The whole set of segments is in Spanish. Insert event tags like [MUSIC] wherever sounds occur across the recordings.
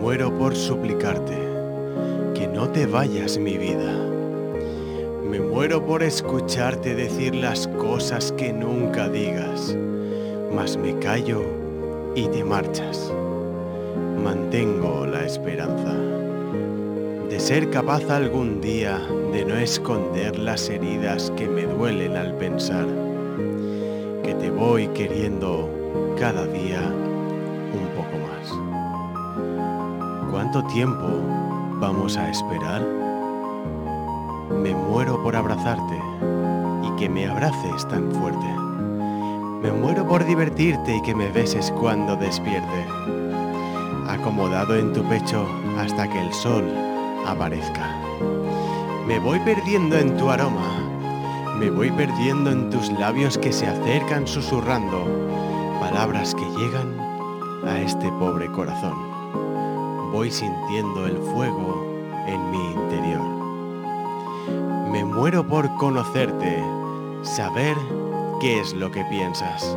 muero por suplicarte que no te vayas mi vida. Me muero por escucharte decir las cosas que nunca digas, mas me callo y te marchas. Mantengo la esperanza de ser capaz algún día de no esconder las heridas que me duelen al pensar que te voy queriendo cada día un poco más. ¿Cuánto tiempo vamos a esperar? Me muero por abrazarte y que me abraces tan fuerte. Me muero por divertirte y que me beses cuando despierte. Acomodado en tu pecho hasta que el sol aparezca. Me voy perdiendo en tu aroma. Me voy perdiendo en tus labios que se acercan susurrando palabras que llegan a este pobre corazón. Voy sintiendo el fuego en mi interior. Me muero por conocerte, saber qué es lo que piensas.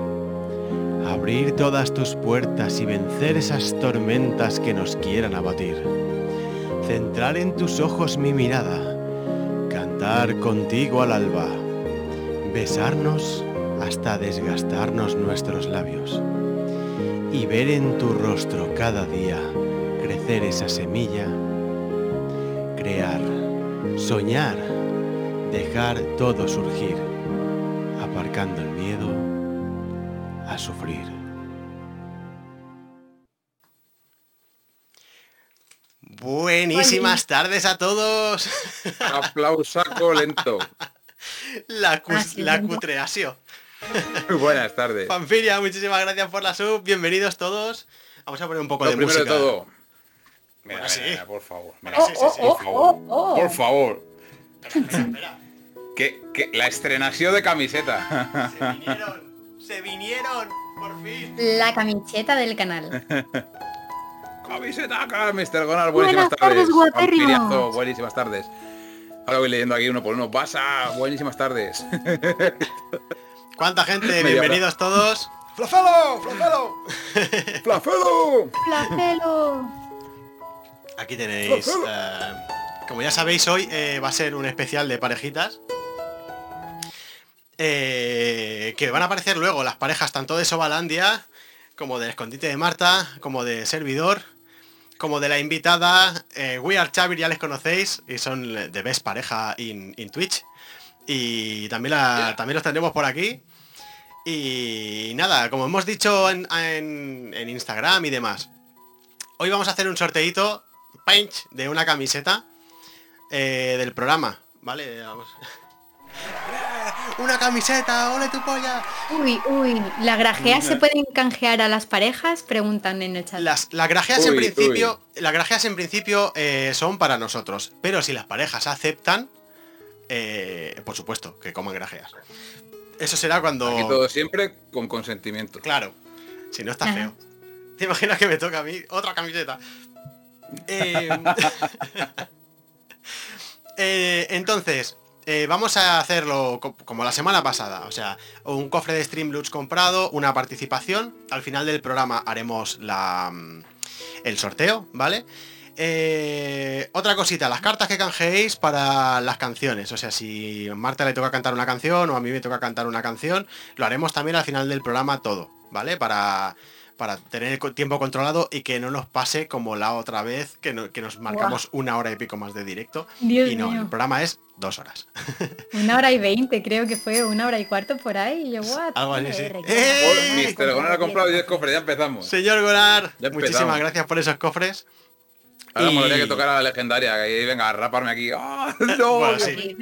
Abrir todas tus puertas y vencer esas tormentas que nos quieran abatir. Centrar en tus ojos mi mirada. Cantar contigo al alba besarnos hasta desgastarnos nuestros labios y ver en tu rostro cada día crecer esa semilla, crear, soñar, dejar todo surgir, aparcando el miedo a sufrir. Buenísimas tardes a todos. Aplausaco lento. La, cu la cutreasio. Muy [LAUGHS] buenas tardes. Panfilia, muchísimas gracias por la sub. Bienvenidos todos. Vamos a poner un poco Lo de primero música. [LAUGHS] de todo. Mira, mira, mira, por favor. oh, Por favor. Que, que la estrenación de camiseta. [LAUGHS] Se vinieron. Se vinieron. Por fin. La camiseta del canal. camiseta acá, Mr. Gonal. Buenísimas tardes. Buenas Buenísimas tardes. Ahora voy leyendo aquí uno por uno. Pasa, buenísimas tardes. ¿Cuánta gente? Bienvenidos todos. ¡Flafelo! ¡Flafelo! ¡Flafelo! ¡Flafelo! Aquí tenéis. Flafelo. Uh, como ya sabéis, hoy eh, va a ser un especial de parejitas. Eh, que van a aparecer luego las parejas tanto de Sobalandia, como del escondite de Marta, como de Servidor como de la invitada, eh, We Are Chavir, ya les conocéis, y son de Best Pareja in, in Twitch. Y también, la, yeah. también los tendremos por aquí. Y nada, como hemos dicho en, en, en, Instagram y demás, hoy vamos a hacer un sorteito, pinch, de una camiseta eh, del programa, ¿vale? Vamos. [LAUGHS] ¡Una camiseta! ¡Ole tu polla! Uy, uy, ¿las grajeas se pueden canjear a las parejas? Preguntan en el chat. Las, las grajeas uy, en principio, las grajeas en principio eh, son para nosotros, pero si las parejas aceptan, eh, por supuesto, que coman grajeas. Eso será cuando... Aquí todo siempre con consentimiento. Claro, si no está Ajá. feo. ¿Te imaginas que me toca a mí otra camiseta? Eh... [LAUGHS] entonces, eh, vamos a hacerlo como la semana pasada, o sea, un cofre de Streamloots comprado, una participación. Al final del programa haremos la, mm, el sorteo, ¿vale? Eh, otra cosita, las cartas que canjeéis para las canciones. O sea, si a Marta le toca cantar una canción o a mí me toca cantar una canción, lo haremos también al final del programa todo, ¿vale? Para, para tener el tiempo controlado y que no nos pase como la otra vez que, no, que nos marcamos wow. una hora y pico más de directo. Dios y no, mío. el programa es dos horas. una hora y veinte, creo que fue, una hora y cuarto por ahí. Y yo, what? Algo así, sí. ¡Eh! Mister Gonar ha comprado 10 cofres, ya empezamos. Señor Gonar, muchísimas gracias por esos cofres. Ahora me tendría que tocar a la legendaria, y venga, a raparme aquí. [LAUGHS] ¡Oh, no! Bueno, sí.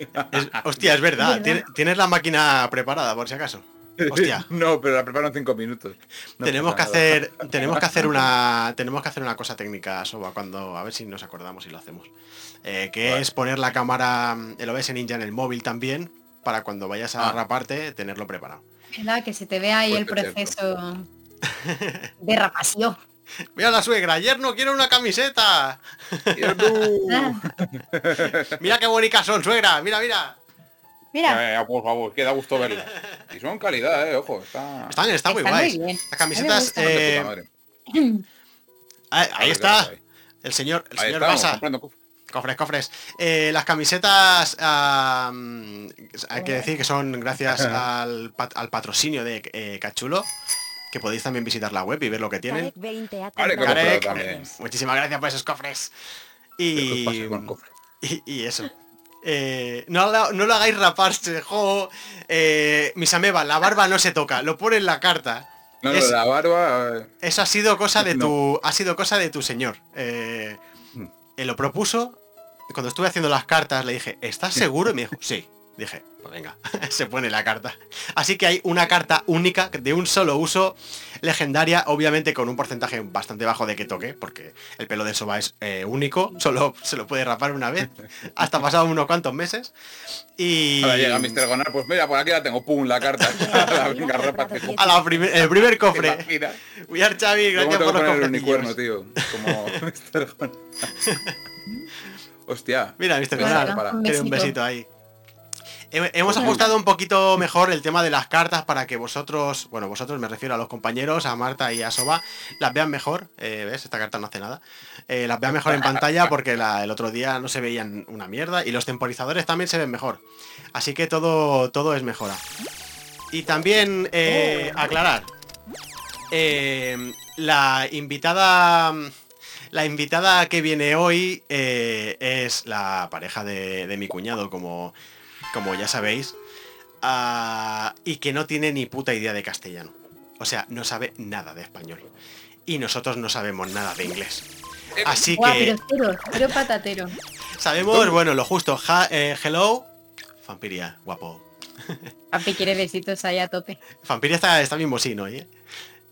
es, hostia, es verdad. Es verdad. Tienes la máquina preparada, por si acaso. Hostia. [LAUGHS] No, pero la preparo en cinco minutos. No tenemos que hacer, tenemos que hacer una, tenemos que hacer una cosa técnica, Soba, cuando a ver si nos acordamos y lo hacemos. Eh, que vale. es poner la cámara, el OBS Ninja en el móvil también, para cuando vayas a ah. raparte tenerlo preparado. ¿Verdad? Que se te vea ahí pues el [LAUGHS] proceso de rapación. Mira la suegra, ayer no quiero una camiseta. [LAUGHS] Uh, Ah, Ah, mira qué bonitas son, suegra, mira, mira. Mira. Eh, por favor, que da gusto verla. Y son calidad, eh, ojo. Está... Están, están, muy Están guays. muy bien. Las camisetas. Eh, Ah, ahí Ahí está. está, ahí. El señor, el Ahí señor estamos, Basa. comprando cuf- Cofres, cofres. Eh, las camisetas, ah, mm, hay que decir que son gracias al, pat- al patrocinio de eh, Cachulo, que podéis también visitar la web y ver lo que tienen. Tarek 20 ha Vale, comprado- comprado Tarek, también. muchísimas gracias por esos cofres. Pues Y, pase con cofre. [LAUGHS] y, y eso. Eh, no, la- no lo hagáis raparse, jo. Eh, mis amebas, la barba no se toca, lo pone en la carta. No, no, Es- la barba. eh, Eso ha sido cosa de No. tu. Ha sido cosa de tu señor. Eh, Mm. él lo propuso. y Cuando estuve haciendo las cartas le dije, ¿estás seguro? Y me dijo, sí. Dije, pues venga, [LAUGHS] se pone la carta. Así que hay una carta única, de un solo uso, legendaria, obviamente con un porcentaje bastante bajo de que toque, porque el pelo de Soba es eh, único, solo se lo puede rapar [LAUGHS] una vez, hasta pasado unos cuantos meses. Y... Ahora llega Mr. Gonar, pues mira, por aquí la tengo, pum, la carta. [LAUGHS] la venga, rápate. ¿Te A la primer- el primer cofre. imaginas? We are Xavi, Yo me gracias tengo por que los poner el cofrecillos. unicornio, tío. Como [LAUGHS] Mr. Gonar. Hostia. Mira, Mr. Venga, Canal, para. tiene un Un besito. besito ahí. He- Hemos ajustado un poquito mejor el tema de las cartas para que vosotros, bueno, vosotros me refiero a los compañeros, a Marta y a Soba, las vean mejor. Eh, ¿Ves? Esta carta no hace nada. Eh, las vean mejor en pantalla porque la- el otro día no se veían una mierda y los temporizadores también se ven mejor. Así que todo, todo es mejora. Y también eh, aclarar. eh, la invitada. La invitada que viene hoy eh, es la pareja de, de mi cuñado, como, como ya sabéis. ah, y que no tiene ni puta idea de castellano. O sea, no sabe nada de español. Y nosotros no sabemos nada de inglés. Así Guau, que pero cero, cero patatero. sabemos, bueno, lo justo. Ja- eh, hello. Vampiria, guapo. Papi quiere besitos ahí a tope. Vampiria está, está mismo sí, ¿no? Eh?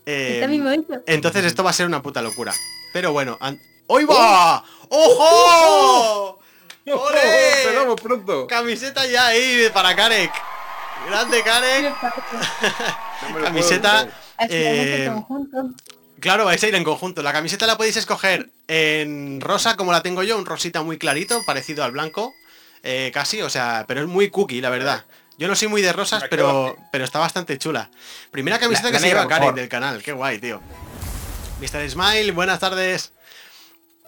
Eh, Está mismo hecho. Entonces esto va a ser una puta locura. Pero bueno, an- ¡Hoy va! ¡Ojo! ¡Ole! ¡Empezamos pronto! Camiseta ya ahí para Karek. Grande Karek. No me lo Camiseta. puedo creer. Así Eh, en conjunto. Claro, vais a ir en conjunto. La camiseta la podéis escoger en rosa, como la tengo yo, un rosita muy clarito, parecido al blanco, eh, casi, o sea, pero es muy cookie, la verdad. Yo no soy muy de rosas, Me pero, quedo- pero está bastante chula. Primera camiseta La- que la se lleva negra, por Karek favor. del canal, qué guay, tío. Mr. Smile, buenas tardes.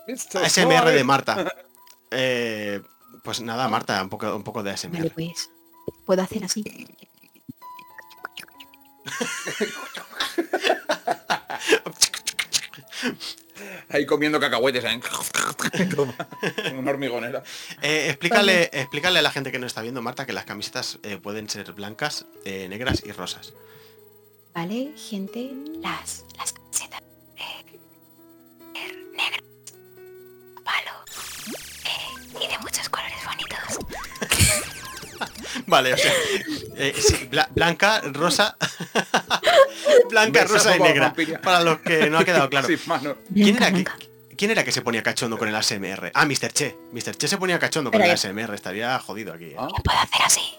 Esto es ASMR de guay. Marta. Eh, pues nada, Marta, un poco, un poco de ASMR. Vale, pues. Puedo hacer así. Ahí comiendo cacahuetes. ¿eh? Toma, Una hormigonera. Eh, explícale, explícale a la gente que no está viendo, Marta, que las camisetas eh, pueden ser blancas, eh, negras y rosas. [LAUGHS] Vale, gente, las, las camisetas eh, er, negras, palo eh, y de muchos colores bonitos. Vale, o sea, eh, sí, bla- blanca, rosa, [LAUGHS] blanca, Besazo rosa y para negra. Vampiria. Para los que no [LAUGHS] ha quedado claro. Sí, mano. ¿Quién era, que, Blanca, ¿Quién era que se ponía cachondo con el ASMR? Ah, Mr. Che. Mr. Che se ponía cachondo con Era el yo. ASMR. Estaría jodido aquí. eh. Ah. uh. Puedo hacer así.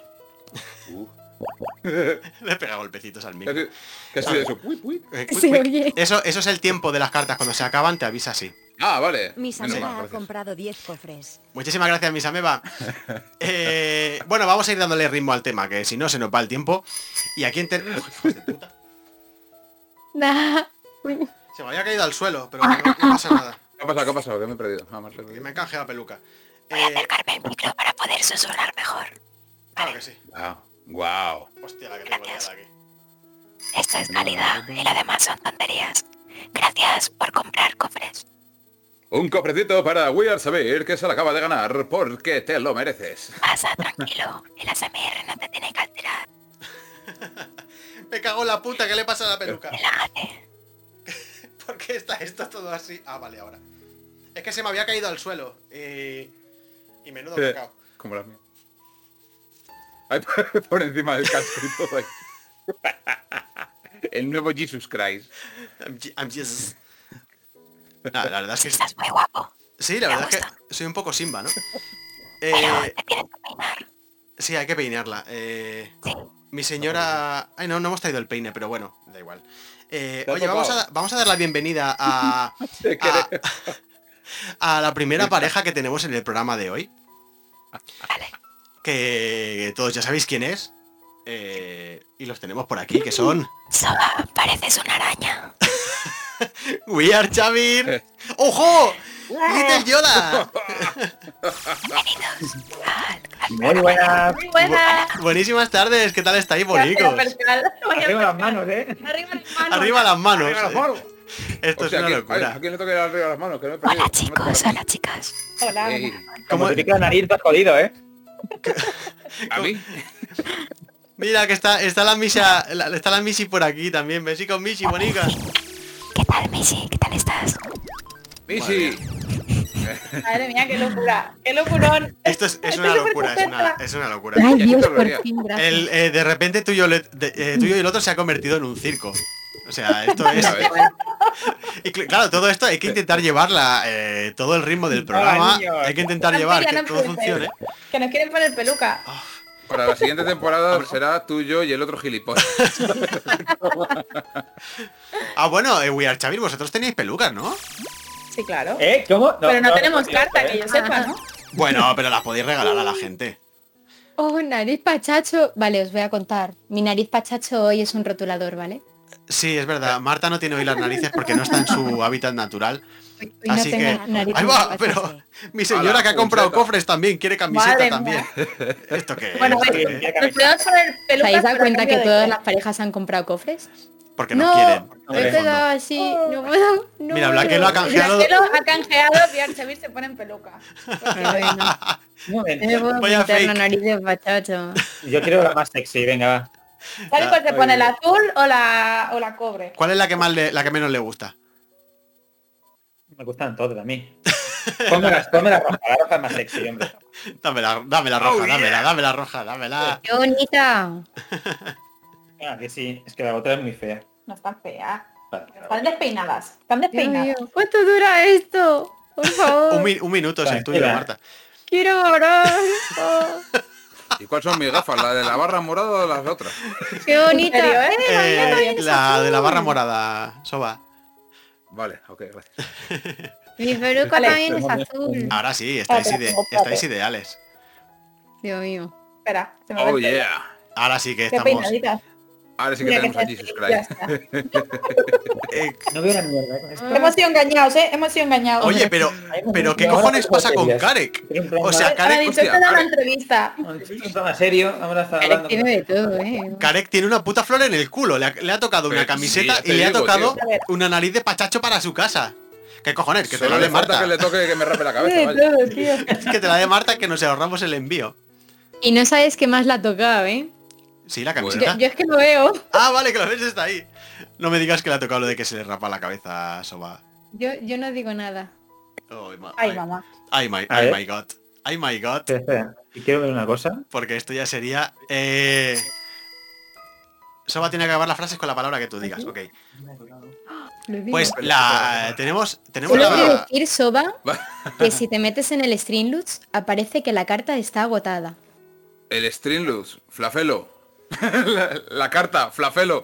[LAUGHS] Le pega golpecitos al micro. ¿Qué qué ha sido eso? Uy, uy. Eh, cuic, Se cuic. oye. Eso, eso es el tiempo de las cartas. Cuando se acaban, te avisa así. Ah, vale. Mis Menos mal, amigas ha gracias. comprado 10 cofres. Muchísimas gracias, mis ameba. Eh, bueno, vamos a ir dándole ritmo al tema, que si no se nos va el tiempo. Y aquí en ter- Uy, hijos de puta. Nah. Eh, Se me había caído al suelo, pero no, no pasa nada. ¿Qué ha pasado? ¿Qué ha pasado? Que me he perdido. Ah, Marta, Que me encaje la peluca. Eh, Acercarme el micro para poder susurrar mejor. claro que sí. Ah, wow. Hostia, la que tengo liada aquí. Esto es calidad y lo demás son tonterías. Gracias por comprar cofres. Un cofrecito para We Are Saber que se lo acaba de ganar porque te lo mereces. Pasa tranquilo, el ASMR no te tiene que alterar. Me cago en la puta, ¿qué le pasa a la peluca? Relájate. ¿Por qué está esto todo así? Ah, vale, ahora. Es que se me había caído al suelo. Y, y menudo Eh, pecado. [LAUGHS] Como la mía. Ahí por- [LAUGHS] por encima del casco y todo ahí. [LAUGHS] El nuevo Jesus Christ. I'm Je- I'm Jesus. Nah, la verdad es que Estás muy guapo. Sí, la Me verdad es gusta. que soy un poco Simba, ¿no? Pero Eh, te tienes que peinar. sí, hay que peinarla. Eh, Sí. mi señora... Ay, no, no hemos traído el peine, pero bueno, da igual. Eh, Te ha oye, vamos a, tocado. da- vamos a dar la bienvenida [LAUGHS] a, Te a, queremos. a la primera pareja que tenemos en el programa de hoy. Vale. Que todos ya sabéis quién es. eh, y los tenemos por aquí, que son... Soba, pareces una araña. We are Chavir. [LAUGHS] ¡Ojo! ¡Little Yoda! Bienvenidos al gran Muy buenas. Muy buena. Buenísimas tardes, ¿qué tal estáis, Gracias, bonicos? Percal. Vaya Arriba las percal. manos, ¿eh? Arriba las manos. Arriba las manos. Arriba las manos. Hostia, Esto es una ¿a quién- locura. ¿A quién le toca ir arriba las manos? Que no he perdido. Hola chicos, hola chicas. Hola. Ey, ¿Cómo- Como te pica la nariz, estás jodido, ¿eh? ¿A mí? Mira que está, está la misa, la- está la misi por aquí también. Besí con misi, bonica. ¿Qué tal, Missy? ¿Qué tal estás? Missy. Madre mía, qué locura. Qué [LAUGHS] locurón. Esto es, es Estoy una súper locura, es una, contenta. es una locura. Ay, Ya, Dios, esto lo por haría. fin, gracias. El, eh, de repente tuyo, y el otro se ha convertido en un circo. O sea, esto es. Ya ves. y cl- claro, todo esto hay que intentar llevarla, eh, todo el ritmo del programa. niños. Hay que intentar Antes llevar ya que no todo empecé. funcione. Que nos quieren poner peluca. Para la siguiente temporada será tú, yo y el otro gilipollas. Ah, bueno, eh, We Are Chavir, vosotros teníais pelucas, ¿no? Sí, claro. ¿Eh? ¿Cómo? No, Pero no, tenemos no, carta, ¿eh? que yo sepa, Ah, Ajá. ¿no? Bueno, pero las podéis regalar a la gente. Oh, nariz pachacho. Vale, os voy a contar. Mi nariz pachacho hoy es un rotulador, ¿vale? Sí, es verdad. Marta no tiene hoy las narices porque no está en su hábitat natural. Hoy hoy Así no tengo que- nariz Ahí va, pachacho. [LAUGHS] pero mi señora que ha comprado puñeta. cofres también quiere camiseta Madre también. mía. ¿Esto qué es? Bueno, ¿Esto Sí, bueno. qué es? tiene Nos cabeza. podemos poner ¿Os peluca. habéis dado pero a cuenta que cambio de todas qué? las parejas han comprado cofres? Porque nos No. quieren. Me he de fondo. quedado así, no puedo. No Mira, Black, que lo ha puedo. canjeado. Raquel ha canjeado y Archavir se pone en peluca. Bueno, [LAUGHS] Un no me momento. puedo Vaya pintar la fake. nariz de pachacho. Yo quiero la más sexy, venga, va. ¿Sabes cuál se Ah, pone? oye. ¿La azul o la, o la cobre? ¿Cuál es la que más le- la que menos le gusta? Me gustan todas a [LAUGHS] mí. Ponme las, ponme la roja, la roja es más sexy, hombre. Dámela, dámela roja, dámela, dámela roja, dámela. ¡Qué bonita! Ah, que sí, es que la otra es muy fea. No están feas. Vale. Están despeinadas. Están Dios despeinadas. mío, ¿Cuánto dura esto? [LAUGHS] Por Oh. Un, favor, mi- un minuto es el tuyo, Tranquila. Marta. quiero orar. Oh, ¿Y cuáles son mis gafas? ¿La de la barra morada o las otras? ¡Qué bonita! serio, eh? Eh, Eh, María, también es la azul. de la barra morada, Soba. Vale, ok, gracias. Mi peluca Vale. también es azul. Ahora sí, estáis, Espérate, ide- espérate. estáis ideales. Dios mío. Espera. se me va Oh el pelo. yeah. Ahora sí que Qué estamos. peinaditas. Ahora sí que Mira tenemos a que Jesus sexy, ya Christ. está. Eh, No veo la mierda, ¿eh? con esto. Hemos sido engañados, ¿eh? Hemos sido engañados. oye, pero, pero ¿qué cojones pasa con Karek? Tiene un programa- O sea, Ahora Karek, dicho, esto hostia, era una vale. entrevista. Es un programa serio, vamos a estar hablando. Tiene de todo, eh. Karek tiene una puta flor en el culo. Le ha, le ha tocado una Pero, camiseta sí, y te le ha digo, tocado tío. A ver. una nariz de pachacho para su casa. ¿Qué cojones? Que te Solo la le dé falta Marta. que le toque que me rape la cabeza, Tiene de vaya. todo, tío. [LAUGHS] Que te la dé Marta que nos ahorramos el envío. Y no sabes qué más la tocaba, ¿eh? Sí, la Bueno. Yo, camiseta. yo es que lo veo. Ah, vale, que la ves está ahí. No me digas que le ha tocado lo de que se le rapa la cabeza a Soba. Yo, yo no digo nada. Ay, ma- Ay, ay, mamá. ay, my, A ay, ver. my god. Ay, my god. Espera, espera, Y quiero ver una cosa. Porque esto ya sería... Eh... Soba tiene que acabar las frases con la palabra que tú digas, ok. Lo digo. Pues la... Tenemos... Tenemos Solo quiero la... decir, Soba, que si te metes en el Streamloots, aparece que la carta está agotada. El Streamlux, flafelo. [LAUGHS] la, la carta, flafelo.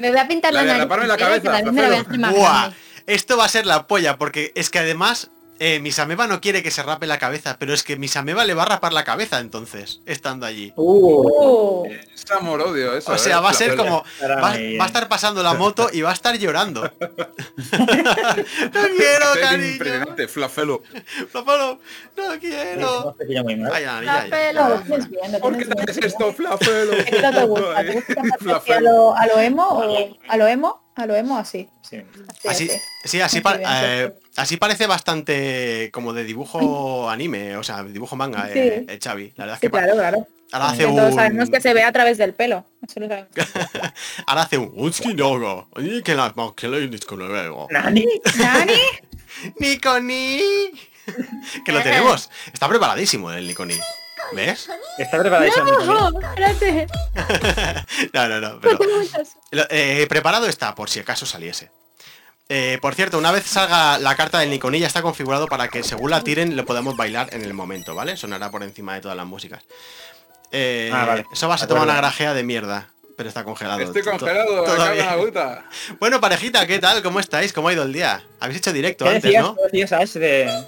Me voy a pintar la, La de nariz. raparme la entera, cabeza, que tal vez me la voy a hacer más Buah, grande. esto va a ser la polla, porque es que además eh, Misameba no quiere que se rape la cabeza, pero es que Misameba le va a rapar la cabeza entonces, estando allí. Uh, Es amor odio eso. O sea, ¿eh? va a ser Flafelo. [LAUGHS] como... Ahora Va, me- va a estar pasando la moto y va a estar llorando. no quiero, Es cariño. impresionante, flafelo. Papalo, no No quiero. sé, que ya muy mal. Ay, ay, ay, ay, Flafelo, lo ay. tienes bien, lo ¿Por qué tienes te haces [LAUGHS] bien. esto, eh, flafelo? [LAUGHS] ¿Esto te gusta? ¿Te gusta más así a lo, a lo emo o a lo emo? A lo emo así. Sí. así, Así, así. sí, así, Muy pa- bien, eh, así parece bastante como de dibujo anime, o sea, dibujo manga, eh, eh, Xavi. La verdad es Sí, que pa- claro, claro. ahora hace Que un... todos sabemos que se ve a través del pelo. Eso lo sabemos. Ahora hace un... "Utsuki Naga, ay, que las más que le dices que le veo". Nani. [LAUGHS] Nani, ¡Nico Ni! [LAUGHS] que lo tenemos. Está preparadísimo el Niconi. ¿Ves? Está preparada esa Ojo, espérate, No, no, no. Pero... tengo muchas. Lo- eh, preparado está, por si acaso saliese. Eh, por cierto, una vez salga la carta del Nikon ya está configurado para que según la tiren lo podamos bailar en el momento, ¿vale? Sonará por encima de todas las músicas. Eh, Ah, vale. Soba se De acuerdo. toma una grajea de mierda, pero está congelado. Estoy To- congelado, me todo cago en bien. la [LAUGHS] puta. Bueno, parejita, ¿qué tal? ¿Cómo estáis? ¿Cómo ha ido el día? Habéis hecho directo ¿Qué antes, decías, ¿no? ¿Qué decías Ash, de...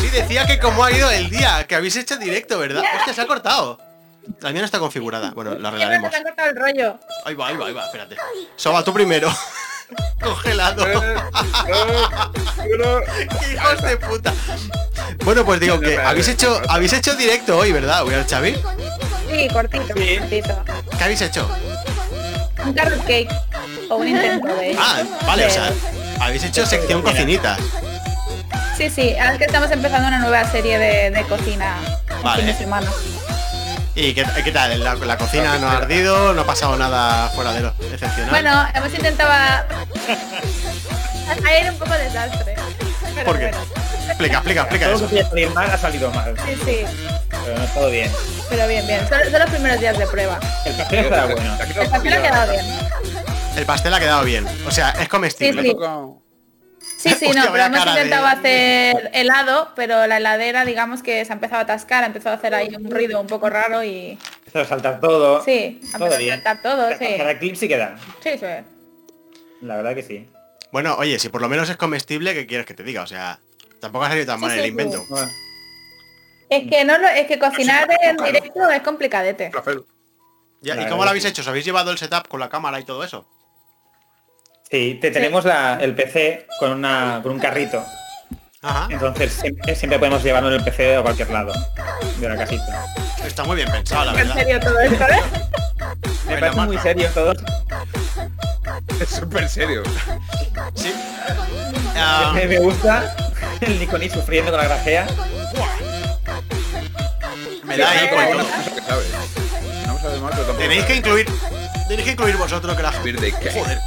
Sí, decía que cómo ha ido el día, que habéis hecho directo, ¿verdad? Hostia, se ha cortado. La mía no está configurada. Bueno, la Siempre arreglaremos. nos han cortado el rollo. Ahí va, ahí va, ahí va, espérate. Soba, tú primero. Congelado. Eh, ¡Qué hijos de puta! Bueno, pues digo que habéis hecho, habéis hecho directo hoy, ¿verdad? Voy al Xavi. Sí, cortito, Sí. cortito. ¿Qué habéis hecho? Un carrot cake. O un intento de Ah, vale, o sea, de- habéis hecho sección cocinita. Sí, sí, ahora que estamos empezando una nueva serie de, de cocina. el Vale. fin de semana. ¿Y qué, eh, qué tal? La, la cocina no ha ardido, no ha pasado nada fuera de lo excepcional. Bueno, hemos intentado a- hacer un poco de desastre. Pero ¿Por qué? bueno, Explica, explica, explica Todo eso. lo que podía salir mal ha salido mal, sí, sí, pero no todo bien. pero bien, bien. Son, son los primeros días de prueba. El pastel eh, está bueno. El papel ha quedado bien. El pastel ha quedado bien. O sea, es Sí, comestible. sí. Sí, [LAUGHS] sí, Hostia, no, pero vaya hemos cara de- intentado hacer helado, pero la heladera, digamos que se ha empezado a atascar, ha empezado a hacer ahí un ruido un poco raro y... Esto a saltar todo. Sí, ha todo empezado a bien. saltar todo, Cada- sí. Cada clip sí queda. Sí, sí. La verdad que sí. Bueno, oye, si por lo menos es comestible, ¿qué quieres que te diga? O sea, tampoco ha salido tan Sí, mal sí, el sí. invento. Bueno, Es que no lo, es que cocinar en directo es complicadete. Ya, ¿Y Claro, cómo lo habéis sí. hecho? ¿Os habéis llevado el setup con la cámara y todo eso? Sí, te tenemos la- el PC con, una, con un carrito. Ajá. Entonces siempre, siempre podemos llevarlo en el PC a cualquier lado de la casita. Está muy bien pensado, la En verdad. serio todo esto, ¿eh? Me Bueno, parece muy Marta. serio todo. Es súper serio. Sí. Ah, [LAUGHS] Me me gusta el Nikoni sufriendo con la grajea. me da eco y todo. Cosa que sabe. No sabe mal, pero tampoco Tenéis que sabe. incluir. Tenéis que incluir vosotros grajeas. Birthday cake. Joder.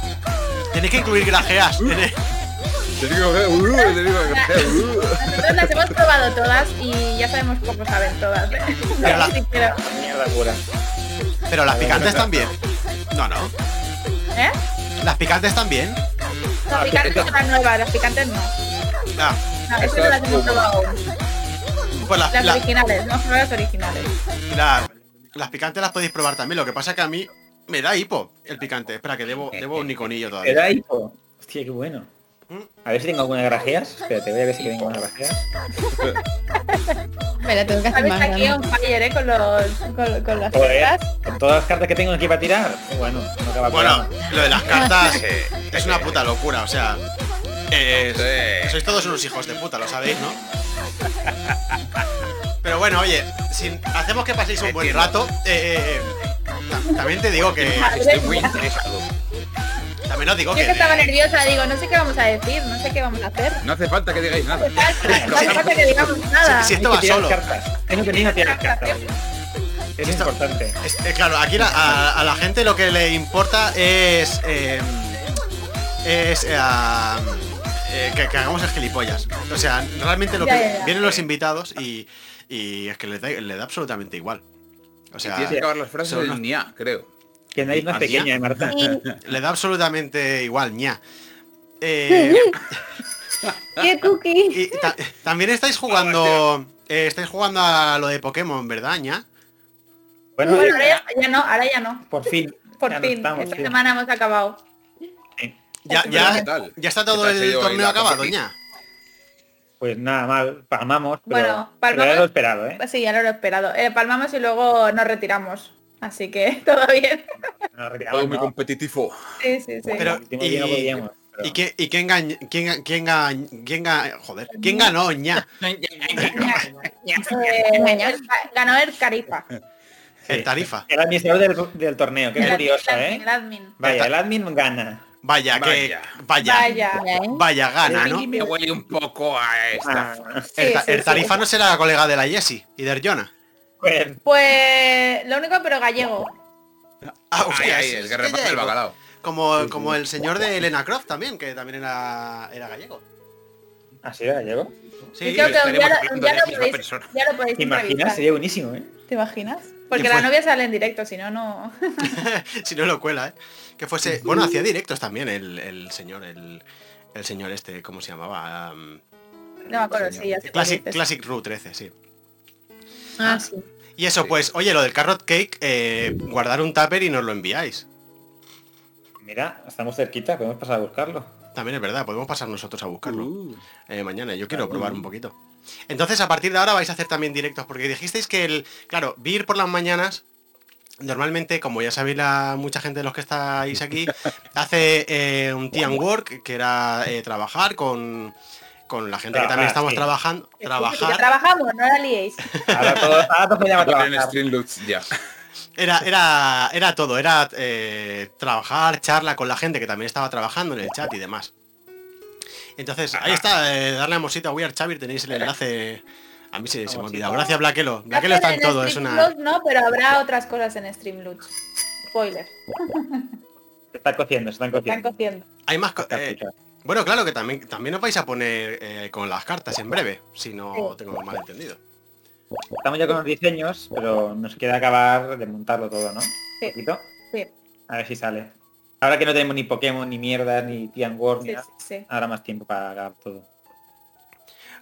Tenéis que incluir grajeas. Tenéis- Te digo que- uh, te digo que- uh. Nosotros las hemos probado todas y ya sabemos cómo saben todas. ¿eh? Pero [LAUGHS] la- Ni siquiera. Mierda pura. Pero las picantes también. No, no. ¿Eh? Las picantes también. Los picantes [LAUGHS] pero- son las nuevas, los picantes no. Ah, No, eso Eso no las es hemos como- probado aún. pues las, Las la- originales, hemos probado las originales. la- las picantes las podéis probar también. Lo que pasa es que a mí me da hipo el picante. Espera, que debo, debo un iconillo Te todavía. da hipo. Hostia, qué bueno. Mm. A ver si tengo alguna grajeas. Espérate, voy a ver si tengo alguna grajeas. Me la tengo que hacer Sabes más aquí grande. on fire, ¿eh? Con, los, con, con las Joder, cartas. con todas las cartas que tengo aquí para tirar. Bueno, no acaba Bueno, con- lo de las cartas es una puta locura. O sea, es- Sí. Sois todos unos hijos de puta, lo sabéis, ¿no? Pero bueno, oye, si hacemos que paséis un buen rato. eh, eh, eh, ta- también te digo que. Estoy muy interesado. También os digo Yo que. que estaba eh. nerviosa, digo, no sé qué vamos a decir, no sé qué vamos a hacer. No hace falta que digáis nada. No hace falta que digamos nada. Si- si esto Hay va que tirar solo. cartas. Tengo que ir a tirar cartas. Es Esto- importante. Es- eh, claro, aquí la- a, a la gente lo que le importa es. eh, es. eh, ah, eh, que, que hagamos el gilipollas. O sea, realmente lo que. Ya, ya, ya. Vienen los invitados y. Y es que le da, le da absolutamente igual. O sea, Tienes que acabar las frases son del unos- niá, creo. Que nadie es más ¿Ardía? pequeña, Marta. [LAUGHS] le da absolutamente igual, ña. Eh, ¡Qué cookie! [LAUGHS] Y ta- también estáis Ah, jugando. eh, estáis jugando a lo de Pokémon, ¿verdad, ña? Bueno, Bueno, ahora ya, ya no, ahora ya no. eh, por fin. Por Ya no fin, estamos, Eh, esta sí. semana hemos acabado. Ya, Pero ya, ¿qué tal? ya está ¿Qué todo tal se el dio ahí torneo la acabado, competi- ña. Pues nada mal, palmamos, pero, Bueno, pero palmamos. era lo esperado, ¿eh? Pues sí, ya lo he esperado. Eh, palmamos y luego nos retiramos. Así que [LAUGHS] todo bien. Nos retiramos, Todo muy ¿no? competitivo. Sí, sí, sí. Pero- El último día no y- podíamos, pero- ¿Y qué, y quién gan- quién ga- quién ga- quién ga- joder, quién ganó, ña? Eh, [LAUGHS] ganó el Carifa. En tarifa. El administrador del, del torneo, qué El curioso, admin, ¿eh? el admin. Vaya, el admin gana. Vaya, que. Vaya. Vaya. ¿eh? ¿eh? Vaya, gana, ¿no? Y me huele un poco a esta. Ah, El, Sí, ta- sí, el sí. tarifa no será colega de la Jessie y de Arjona. pues, Pues lo único, pero gallego. Ah, Ay, hostia, ay, es- el es que reparte el gallego. bacalao. Como, como el señor de Elena Croft también, que también era, era gallego. así era, llegó. Sí, Yo creo que estaremos ya lo, hablando ya de lo la misma podéis, persona. ya lo podéis ¿Te imaginas? entrevistar. Sería buenísimo, ¿eh? ¿Te imaginas? Porque ¿Quién la fue? novia sale en directo, si [LAUGHS] no, no. si no lo cuela, ¿eh? Que fuese. Bueno, hacía directos también el, el señor, el, el señor este, ¿cómo se llamaba? Um, No me acuerdo, Ah, sí, ya sé cuál Classic, dices. Classic Rue 13, sí. Ah, sí. Y eso, Sí. pues, oye, lo del carrot cake, eh, guardar un tupper y nos lo enviáis. Mira, estamos cerquita, podemos pasar a buscarlo. También es verdad, podemos pasar nosotros a buscarlo Uh, eh, mañana. Yo quiero Claro. probar un poquito. Entonces, a partir de ahora vais a hacer también directos, porque dijisteis que el. Claro, vir por las mañanas. Normalmente, como ya sabéis la, mucha gente de los que estáis aquí, hace eh, un tea and work, que era eh, trabajar con, con la gente que también estamos Trabajar, sí. trabajando. Que Trabajar. trabajamos, no [LAUGHS] la liéis. Ahora todo, [LAUGHS] ahora todo se llama ahora en trabajar. Streamlabs ya. Era, era, era todo, era eh, trabajar, charla con la gente que también estaba trabajando en el chat y demás. Entonces, ahí está, eh, darle a Mosita We Are Xavi, tenéis el enlace. A mí se, se me ha olvidado. Gracias, Blaquelo. Blaquelo está en Pero todo, es una. Streamlabs No, pero habrá otras cosas en Streamlabs. Spoiler. Se están cociendo, se están Están cociendo. cociendo. Hay más. co- Se están eh, escuchando. bueno, claro que también, también os vais a poner eh, con las cartas en breve, si no tengo mal entendido. Estamos ya con los diseños, pero nos queda acabar de montarlo todo, ¿no? Sí. Un poquito. Sí. A ver si sale. Ahora que no tenemos ni Pokémon, ni mierda, ni Tian World, ni Sí, nada, sí, sí. habrá más tiempo para acabar todo.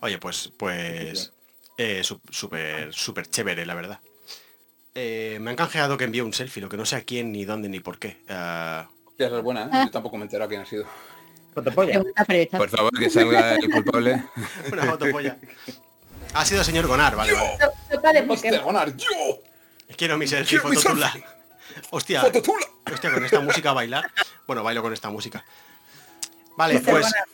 Oye, pues, pues. eh, su- súper, súper chévere, la verdad. Eh, me han canjeado que envié un selfie, lo que no sé a quién, ni dónde, ni por qué. Ah, Ya esa es buena, [LAUGHS] ¿eh? Yo tampoco me he enterado quién ha sido. [LAUGHS] Fotopolla. Pregunta prevista. Por favor, que salga el [LAUGHS] culpable. Una foto polla. Ha sido señor Gonar, vale, vale. So- [LAUGHS] Sopa de Mister Pokémon. Gonar, yo. Quiero mi selfie, Quiero mi fototula. Hostia, Fototula. hostia, con esta música bailar. Bueno, bailo con esta música. Vale, Mister pues Gonar.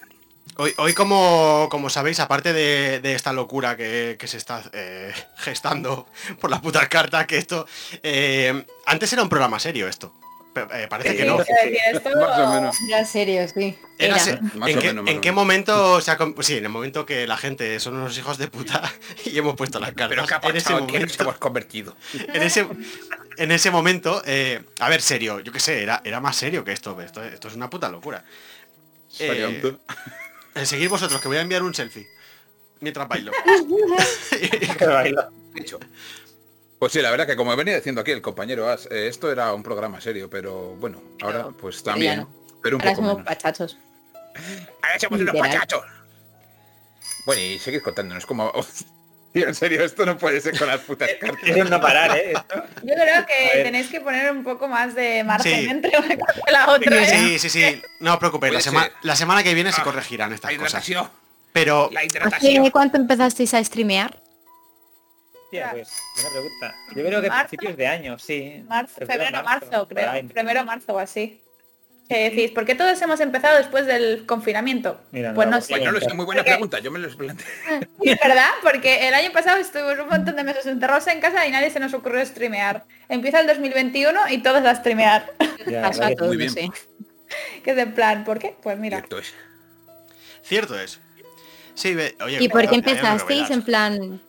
hoy, hoy como, como sabéis, aparte de, de esta locura que, que se está eh, gestando por las putas cartas, que esto... eh, antes era un programa serio esto. Pe- eh, parece que Sí, no. quiero decir, esto- Más o menos. Era serio, sí. Era Era. se- Más ¿En, o qué, menos, más en o qué menos. momento se ha com- Sí, en el momento que la gente son unos hijos de puta [LAUGHS] y hemos puesto las cartas. Pero qué ha en ese pasado, que momento- nos hemos [LAUGHS] convertido. en ese, en ese momento, eh, a ver, serio, yo qué sé, era, era más serio que esto, esto, esto es una puta locura. Eh, eh, seguid vosotros, que voy a enviar un selfie mientras [LAUGHS] bailo. Que [LAUGHS] bailo. Dicho. Pues sí, la verdad que como venía diciendo aquí el compañero As, eh, esto era un programa serio, pero bueno, ahora pues también. ya Pero un Ahora poco somos menos. pachachos. Ahora somos unos Literal. pachachos. Bueno, y seguid contándonos [LAUGHS] cómo... Tío, en serio, esto no puede ser con las putas [LAUGHS] cartas. Es un no parar, [LAUGHS] ¿eh? Yo creo A que ver. tenéis que poner un poco más de margen Sí. entre una cosa y la otra. ¿eh? Sí, sí, sí, no os preocupéis, la, Puede sema- ser. la semana que viene se Ah, corregirán estas La cosas. hidratación. Pero La ¿Hace hidratación. cuánto empezasteis a streamear? Hostia, pues, buena pregunta. Yo creo que a Marzo. principios de año, sí. Marzo, febrero, marzo, por creo. ahí. Primero, marzo o así. ¿Qué decís? ¿Por qué todos hemos empezado después del confinamiento? Mira, pues no, no sé. Pues no lo sé, muy buena pregunta, yo me lo planteé. Sí, ¿Verdad? Porque el año pasado estuvimos un montón de meses enterrados en casa y nadie se nos ocurrió streamear. Empieza el 2021 y todos a streamear. [LAUGHS] Ya, Pasó a vale. todos, muy no bien. sé. Que es en plan, ¿por qué? Pues mira. Cierto es. cierto es. Sí, ve- oye, ¿Y por qué ya, ya me lo empezasteis? verás. En plan,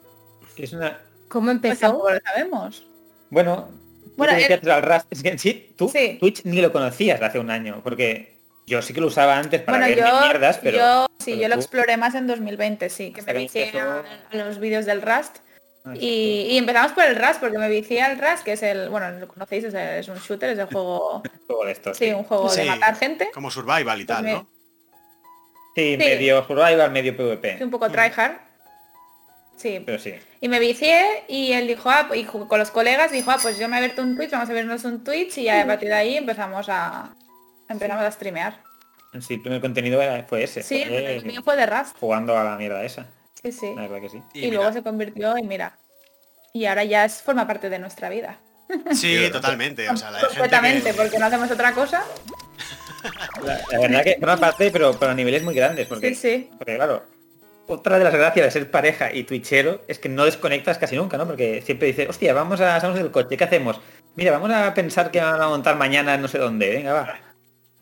Es una... ¿cómo Pues empezó? tampoco lo sabemos. Bueno, Bueno, bueno el- al Rust. Es que en sí, tú Sí. Twitch ni lo conocías hace un año, porque yo sí que lo usaba antes para Bueno, ver mis yo, mierdas, pero yo sí, pero yo lo tú- exploré más en 2020, sí, que Hasta me que vicié empezó- a a los vídeos del Rust. Ah, Y, y empezamos por el Rust, porque me vicié al Rust, que es el, bueno, lo conocéis, es, es un shooter, es el juego, un juego de estos. sí, un juego Sí. de matar gente. Como survival y tal, Pues me- ¿no? Sí, medio survival, medio PvP. Sí, un poco tryhard. Sí. Pero sí. Y me vicié y él dijo, ah, y ju- con los colegas dijo, ah, pues yo me he abierto un Twitch, vamos a vernos un Twitch y a partir de ahí empezamos a empezamos a streamear. En sí, el primer contenido era, fue ese. Sí, el, fue- el mío fue de Rust. jugando a la mierda esa. Sí, sí. La verdad que sí. Y, mira, luego se convirtió en mira. Y ahora ya es, forma parte de nuestra vida. Sí, totalmente. O sea, la de gente que- Completamente, porque no hacemos otra cosa. La, la verdad que forma parte, pero, pero a niveles muy grandes. Porque, Sí, sí. porque claro, otra de las gracias de ser pareja y twitchero es que no desconectas casi nunca, ¿no? Porque siempre dices, hostia, vamos a salir del coche, ¿qué hacemos? Mira, vamos a pensar que van a montar mañana no sé dónde, venga, va.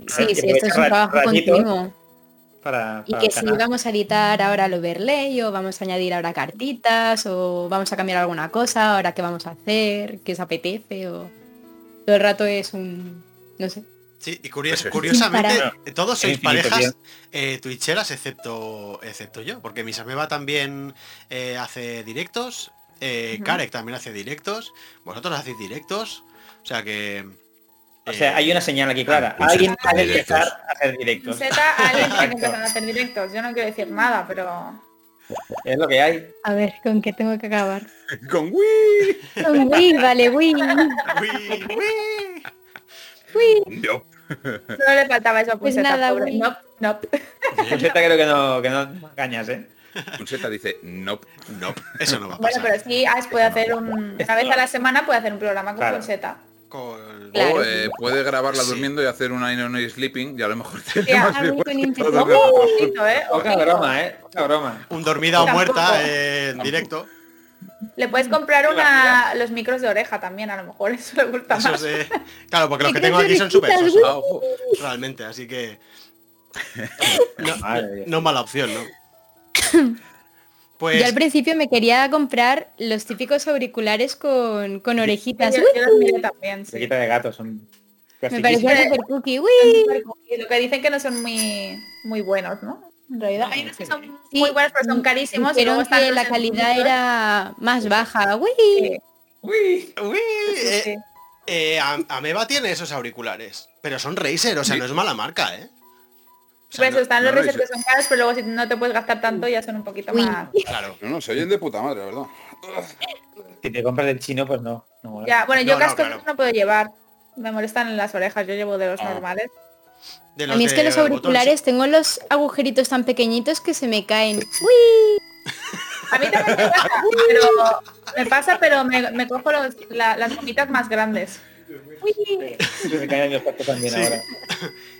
Sí, Que sí, esto es un ra- trabajo ratito continuo. Para, Y para que el si canal. vamos a editar ahora el overlay o vamos a añadir ahora cartitas o vamos a cambiar alguna cosa, ahora qué vamos a hacer, qué os apetece o... Todo el rato es un... no sé. Sí, y curios- Pues sí. curiosamente, Sin todos Es sois infinito, parejas eh, twitcheras, excepto, excepto yo, porque mi Sameba también eh, hace directos, eh, Ujú. Karek también hace directos, vosotros hacéis directos, o sea que... O eh, sea, hay una señal aquí clara. Ah, Alguien sí, ha de directos. empezar a hacer directos. Z, alguien tiene que Exacto. empezar a hacer directos. Yo no quiero decir nada, pero Es lo que hay. A ver, ¿con qué tengo que [LAUGHS] acabar? [LAUGHS] Con [LAUGHS] Wii. Con Wii, vale, Wii. uy, uy. Wii. No. Solo le faltaba eso a Pues Pulseta, nada, pobre. Uri. Nope, nope. Pulseta creo que no, que no engañas, ¿eh? Pulseta dice, no. No, eso no va a Bueno, pasar. pero sí, Ash puede hacer un... Una vez a la semana puede hacer un programa con Claro. Pulseta. Con- Claro. O eh, puede grabarla Sí. durmiendo y hacer una no sleeping y a lo mejor Hostia, [LAUGHS] tenemos algo después con ¡Oh! que todo intención. lo que- Ojito, ¿eh? Poca Ojito. broma, ¿eh? Poca broma. Un dormida o Tampoco. muerta eh, en directo. [LAUGHS] Le puedes comprar una, los micros de oreja también, a lo mejor [LAUGHS] eso le gusta Eso más. es de- Claro, porque los que Te tengo crees aquí son súper orejitas, sosos, Ah, ojo. realmente, así que Madre mía. no es mala opción, [LAUGHS] ¿no? Yo Pues al principio me quería comprar los típicos auriculares con, con orejitas. Yo, ¡Uy! yo los miré también, sí. Cerquita de gatos, son Me plastiquísimos. parecía sí. súper cookie. ¡Uy! Son súper cookies, Lo que dicen que no son muy, muy buenos, ¿no? En realidad hay unos que son Sí, muy buenos, pero son carísimos. y Dijeron luego están que los la en- calidad era más baja. ¡Uy! Sí, Uy. uy, sí, eh, sí. eh, Am- Ameba tiene esos auriculares, pero son Razer, o sea, no es mala marca, ¿eh? O sea, Pues no- están no los lo Razer que hice. son caros, pero luego si no te puedes gastar tanto ya son un poquito Uy. más... claro. No, no, se oyen de puta madre, la verdad. Si te compras del chino, pues no. no mola. Ya, bueno, No, yo no, cascos no, claro. puedo llevar. Me molestan en las orejas, yo llevo de los Ah. normales. De A mí es que de los botones. auriculares tengo los agujeritos tan pequeñitos que se me caen. ¡Uy! A mí también me pasa, [LAUGHS] pero me pasa, pero me, me cojo los- la- las gomitas más grandes. Se me caen los cascos también Sí. ahora.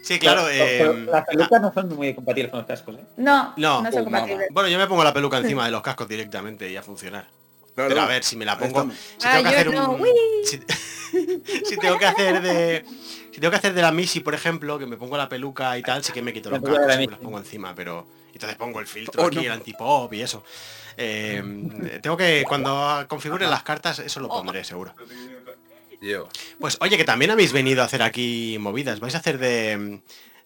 Sí, claro. Pero- eh, pero las pelucas no son muy compatibles con los cascos, ¿eh? No, No. no, son Oh, compatibles. bueno, yo me pongo la peluca encima de los cascos directamente y a funcionar. Claro, Pero a ver, si me la Ahí pongo. estamos. Si tengo que Ah, yo hacer no, un- uy. si, [LAUGHS] si tengo que hacer de. Si tengo que hacer de la Missy, por ejemplo, que me pongo la peluca y tal, sí que me quito La los peluca de cascos la y me las Missy. pongo encima, pero. Entonces pongo el filtro Oh, aquí, no. el antipop y eso. Eh, tengo que. Cuando configure las cartas, eso Oh. lo pondré seguro. Yo. Pues oye, que también habéis venido a hacer aquí movidas. Vais a hacer de.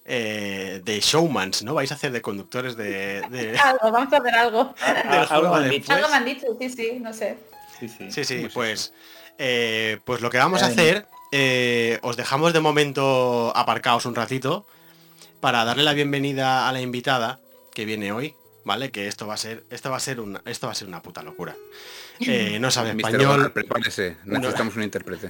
eh, de showmans, ¿no? Vais a hacer de conductores de. [LAUGHS] de- Algo, vamos a hacer algo. Pues- del algo juego me han Ah, de dicho. Pues- Algo me han dicho, sí, sí, no sé. Sí, sí. Sí, sí, Pues sí, pues, eh, pues lo que vamos a Ay. hacer, eh, os dejamos de momento aparcaos un ratito para darle la bienvenida a la invitada que viene hoy, ¿vale? Que esto va a ser, esto va a ser una, esto va a ser una puta locura. Eh, [LAUGHS] no sabe Mr. Gonal, español, prepárese. Necesitamos un intérprete.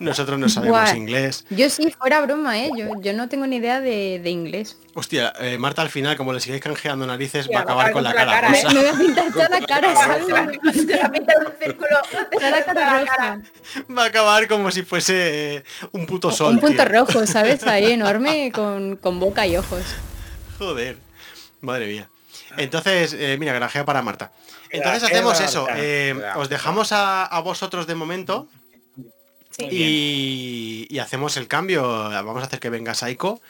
nosotros no sabemos Guay. inglés. Yo sí, fuera broma, ¿eh? Yo, yo no tengo ni idea de, de inglés. Hostia, eh, Marta al final, como le sigáis canjeando narices, Sí, va a acabar con la cara, ¿eh? Me, rosa. me voy a pintar toda la cara, ¿sabes? Se va a se va a pintar un círculo [LAUGHS] Toda la cara roja. Va a acabar como si fuese eh, un puto sol. Un punto tío. rojo, ¿sabes? Ahí enorme con, con boca y ojos. Joder, madre mía. Entonces, eh, mira, grajea para Marta. Entonces Grajea hacemos para eso. Marta. eh, os dejamos a, a vosotros de momento Muy bien. y, y hacemos el cambio. Vamos a hacer que venga Psycho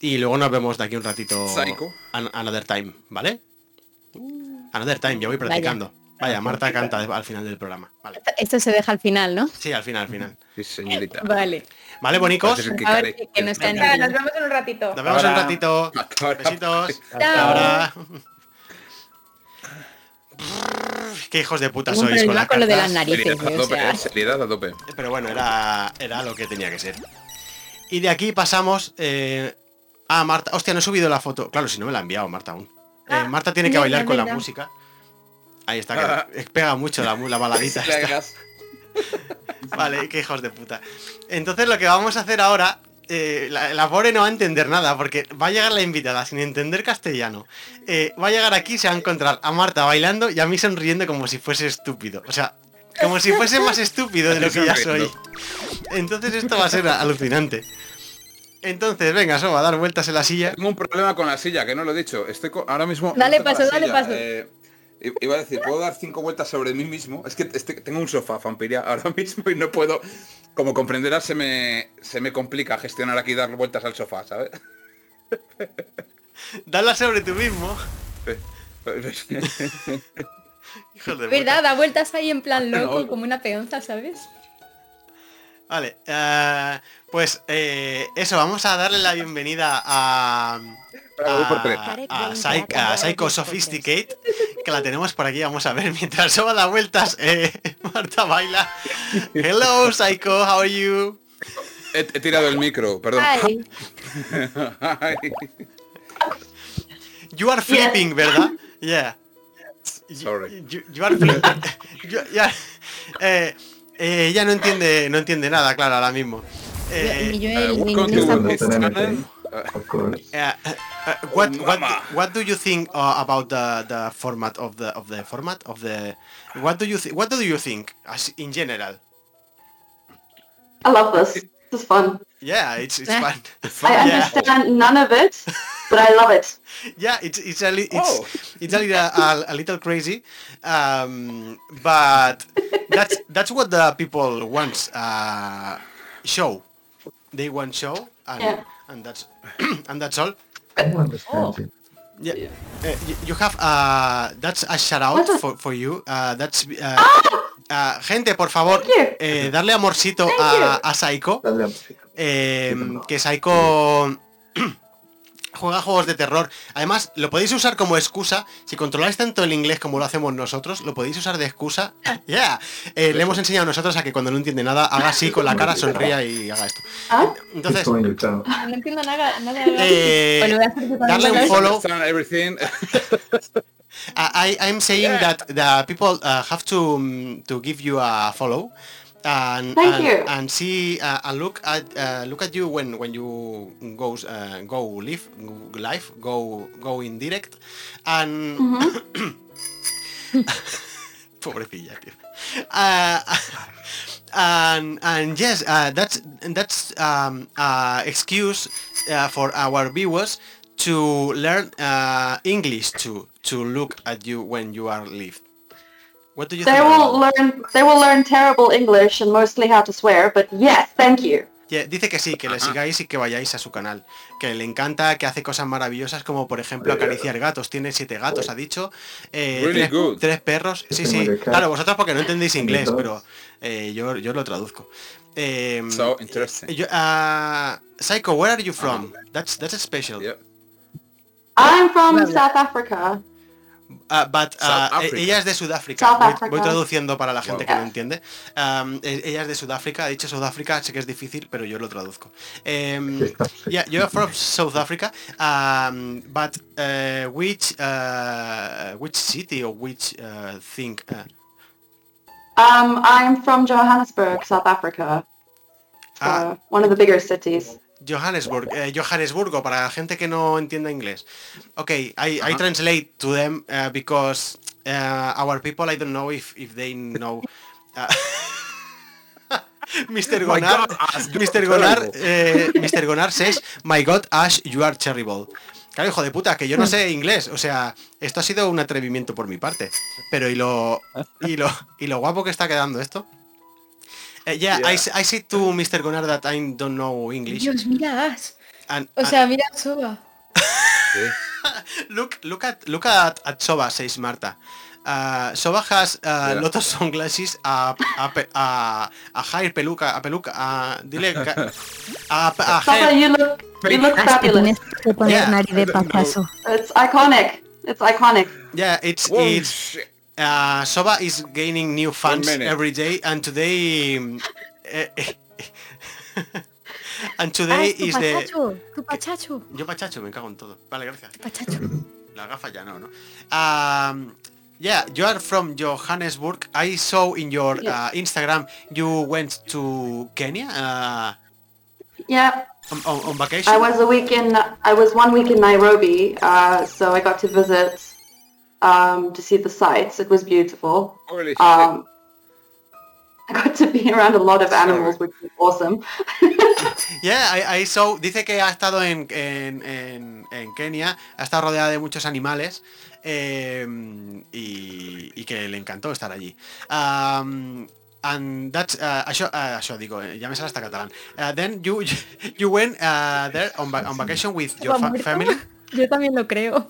y luego nos vemos de aquí un Oh. ratito. Psycho. an- another time, ¿vale? Another time, yo voy practicando. Vaya, Marta canta al final del programa. Vale. Esto se deja al final, ¿no? Sí, al final, al final. Sí, señorita. Vale. Vale, bonicos. Parece Nos ser A ver, Care- que- que no está en Venga, nos vemos en un ratito. vemos en un Ahora. ratito. Hasta [LAUGHS] ahora. [LAUGHS] Besitos. Chao. Ahora. Qué hijos de puta Tengo un sois con problema las con lo de las cartas. narices, Seriedad ¿eh? a o tope, sea, eh, seriedad a tope. Pero bueno, era, era lo que tenía que ser. Y de aquí pasamos eh, a Marta. Hostia, no he subido la foto. Claro, si no me la ha enviado Marta aún. Eh, Ah, Marta tiene que mira, bailar con la mira. música. Ahí está, que pega mucho la, mu- la baladita. esta. Vale, qué hijos de puta. Entonces lo que vamos a hacer ahora, eh, la, la pobre no va a entender nada, porque va a llegar la invitada sin entender castellano. Eh, va a llegar aquí, se va a encontrar a Marta bailando y a mí sonriendo como si fuese estúpido. O sea, como si fuese más estúpido de lo que ya soy. Entonces esto va a ser alucinante. Entonces, venga, Soba, a dar vueltas en la silla. Tengo un problema con la silla, que no lo he dicho. Estoy co- ahora mismo. Dale no tengo paso, la dale silla. paso. Eh, i- iba a decir, puedo dar cinco vueltas sobre mí mismo. Es que este- tengo un sofá, vampiria, [LAUGHS] ahora mismo y no puedo. Como comprenderás, se me, se me complica gestionar aquí dar vueltas al sofá, ¿sabes? [LAUGHS] Dala sobre tú mismo. Hijos de puta. ¿Verdad? Da vueltas ahí en plan No. loco, como una peonza, ¿sabes? Vale, eh, pues eh, eso, vamos a darle la bienvenida a, Bravo, voy por tres. a, a Psy- a Psycho Sophisticate, que la tenemos por aquí, vamos a ver, [LAUGHS] mientras Soba da vueltas, eh, [LAUGHS] Marta baila. Hello, Psycho, how are you? he, he tirado el micro, perdón. Ay, [LAUGHS] Ay. You are flipping, ¿verdad? Yeah. You- Sorry. You, you are flipping. [LAUGHS] You- ya- eh, eh, ella no entiende, no entiende nada, claro, ahora mismo. Eh, Ni yo Eh, el- ni welcome Inés to tampoco. this channel. Of course. Uh, uh, what, Oh, what mama. what do you think uh, about the, the format of the of the format of the what do you thi- what do you think as in general? I love this. This is fun. Yeah, it's [LAUGHS] it's Eh. fun. I yeah, understand none of it, but I love it. [LAUGHS] yeah, it's it's a li- it's Oh, it's a little, a, a little crazy, um, but that's that's what the people want. Uh, show, they want show, and Yeah. and that's [CLEARS THROAT] and that's all. I Oh. understand it. Yeah. Uh, you, you have uh, that's a shout out What? Ah! for, for you. Uh, that's uh, uh, gente, por favor, Thank eh, darle amorcito a, a Saiko, Dale a música. eh, Sí, que Saiko [CLEARS THROAT] juega juegos de terror. Además, lo podéis usar como excusa. Si controláis tanto el inglés como lo hacemos nosotros, lo podéis usar de [LAUGHS] excusa. Yeah. Eh, le hemos enseñado nosotros a que cuando no entiende nada haga así con la cara, sonría y haga esto. [LAUGHS] Ah. Entonces, Keep going, chao. No entiendo nada. nada Eh, Bueno, voy a hacer que cuando darle un hablas- follow. Eh, understand everything. I, I- I'm saying that the people uh, have to mm, to give you a follow and Thank and, you. and see uh, and look at uh, look at you when when you goes uh, go live live go go in direct and Mm-hmm. pobrecilla tío uh, and and yes uh, that's that's um, uh, excuse uh, for our viewers to learn uh, English to to look at you when you are live. What do you They think? will about- learn. They will learn terrible English and mostly how to swear. But yes, thank you. Yeah, dice que sí, que le sigáis y que vayáis a su canal. Que le encanta, que hace cosas maravillosas como por ejemplo acariciar gatos. Tiene siete gatos, ha dicho. Eh, [LAUGHS] Really tres, good. tres perros. Sí, sí. Claro, vosotros porque no entendéis inglés, pero eh, yo, yo lo traduzco. Eh, So interesting. yo- ah, Psycho, where are you from? That's that's special. Ah, Yeah. I'm from Lovely. South Africa. Ah, but, ah, South e- Africa. ella es de Sudáfrica. South voy, Africa. voy traduciendo para la gente Wow. que no entiende. Am, e- ella es de Sudáfrica. Ha dicho Sudáfrica, sé que es difícil, pero yo lo traduzco. Em, yeah, you're from South Africa, um, but uh, which uh, which city or which uh, thing? Uh, Um, I'm from Johannesburg, South Africa. So Ah. one of the bigger cities. Johannesburg, eh, Johannesburgo, para la gente que no entienda inglés. Okay, I, I Ajá. translate to them uh, because uh, our people, I don't know if, if they know. [LAUGHS] uh, Mr. My Gonar, God, Ash, you Mr. are Gonar, terrible. eh, [LAUGHS] Mr. Gonar says, My God, Ash, you are terrible. Claro, hijo de puta, que yo no sé inglés. O sea, esto ha sido un atrevimiento por mi parte. Pero y lo, y lo, y lo guapo que está quedando esto. Eh, yeah, I, s- I said to Mr. Gonar that I don't know English. Dios, mira Ash. And, O and sea, mira Soba. look, look at look at at Soba, says Marta. Uh, Soba has a Yeah. lot of sunglasses, a a pe- a, a hair peluca, a peluca, a [LAUGHS] dile ca- a, a Saba, hair. you look. You look Ash, te fabulous. tienes Ah, que poner Yeah. nariz de payaso. It's iconic. It's iconic. Yeah, it's Whoa, it's shit. uh, Soba is gaining new fans minute. every day, [LAUGHS] and today [LAUGHS] um, eh, and Ah, today es tu is the pachacho, tu pachacho, yo pachacho me cago en todo. Vale, gracias. tu pachacho. La gafa ya no, ¿no? Um, yeah, you are from Johannesburg. I saw in your uh, Instagram you went to Kenya uh, Yeah, on, on, on vacation. I was a week in. I was one week in Nairobi, uh, so I got to visit um, to see the sights. It was beautiful. Holy shit. Ah. Um, I got to be [LAUGHS] around a lot of animals, which was awesome. Yeah, I, I saw. Dice que ha estado en, en, en, en Kenia, ha estado rodeada de muchos animales eh, y, y que le encantó estar allí. Um, and that's uh, això, uh, això digo, eh, ya me sale hasta catalán. Uh, then you [LAUGHS] you went uh, there on, va- on vacation with your fa- family. Yo también lo creo.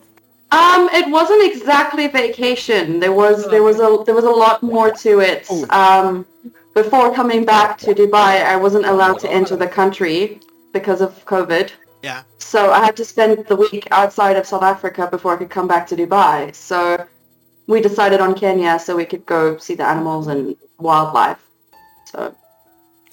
Um, it wasn't exactly vacation. There was there was a there was a lot more to it. Um, before coming back to Dubai, I wasn't allowed to enter the country because of COVID. Yeah. So I had to spend the week outside of South Africa before I could come back to Dubai. So we decided on Kenya so we could go see the animals and wildlife. So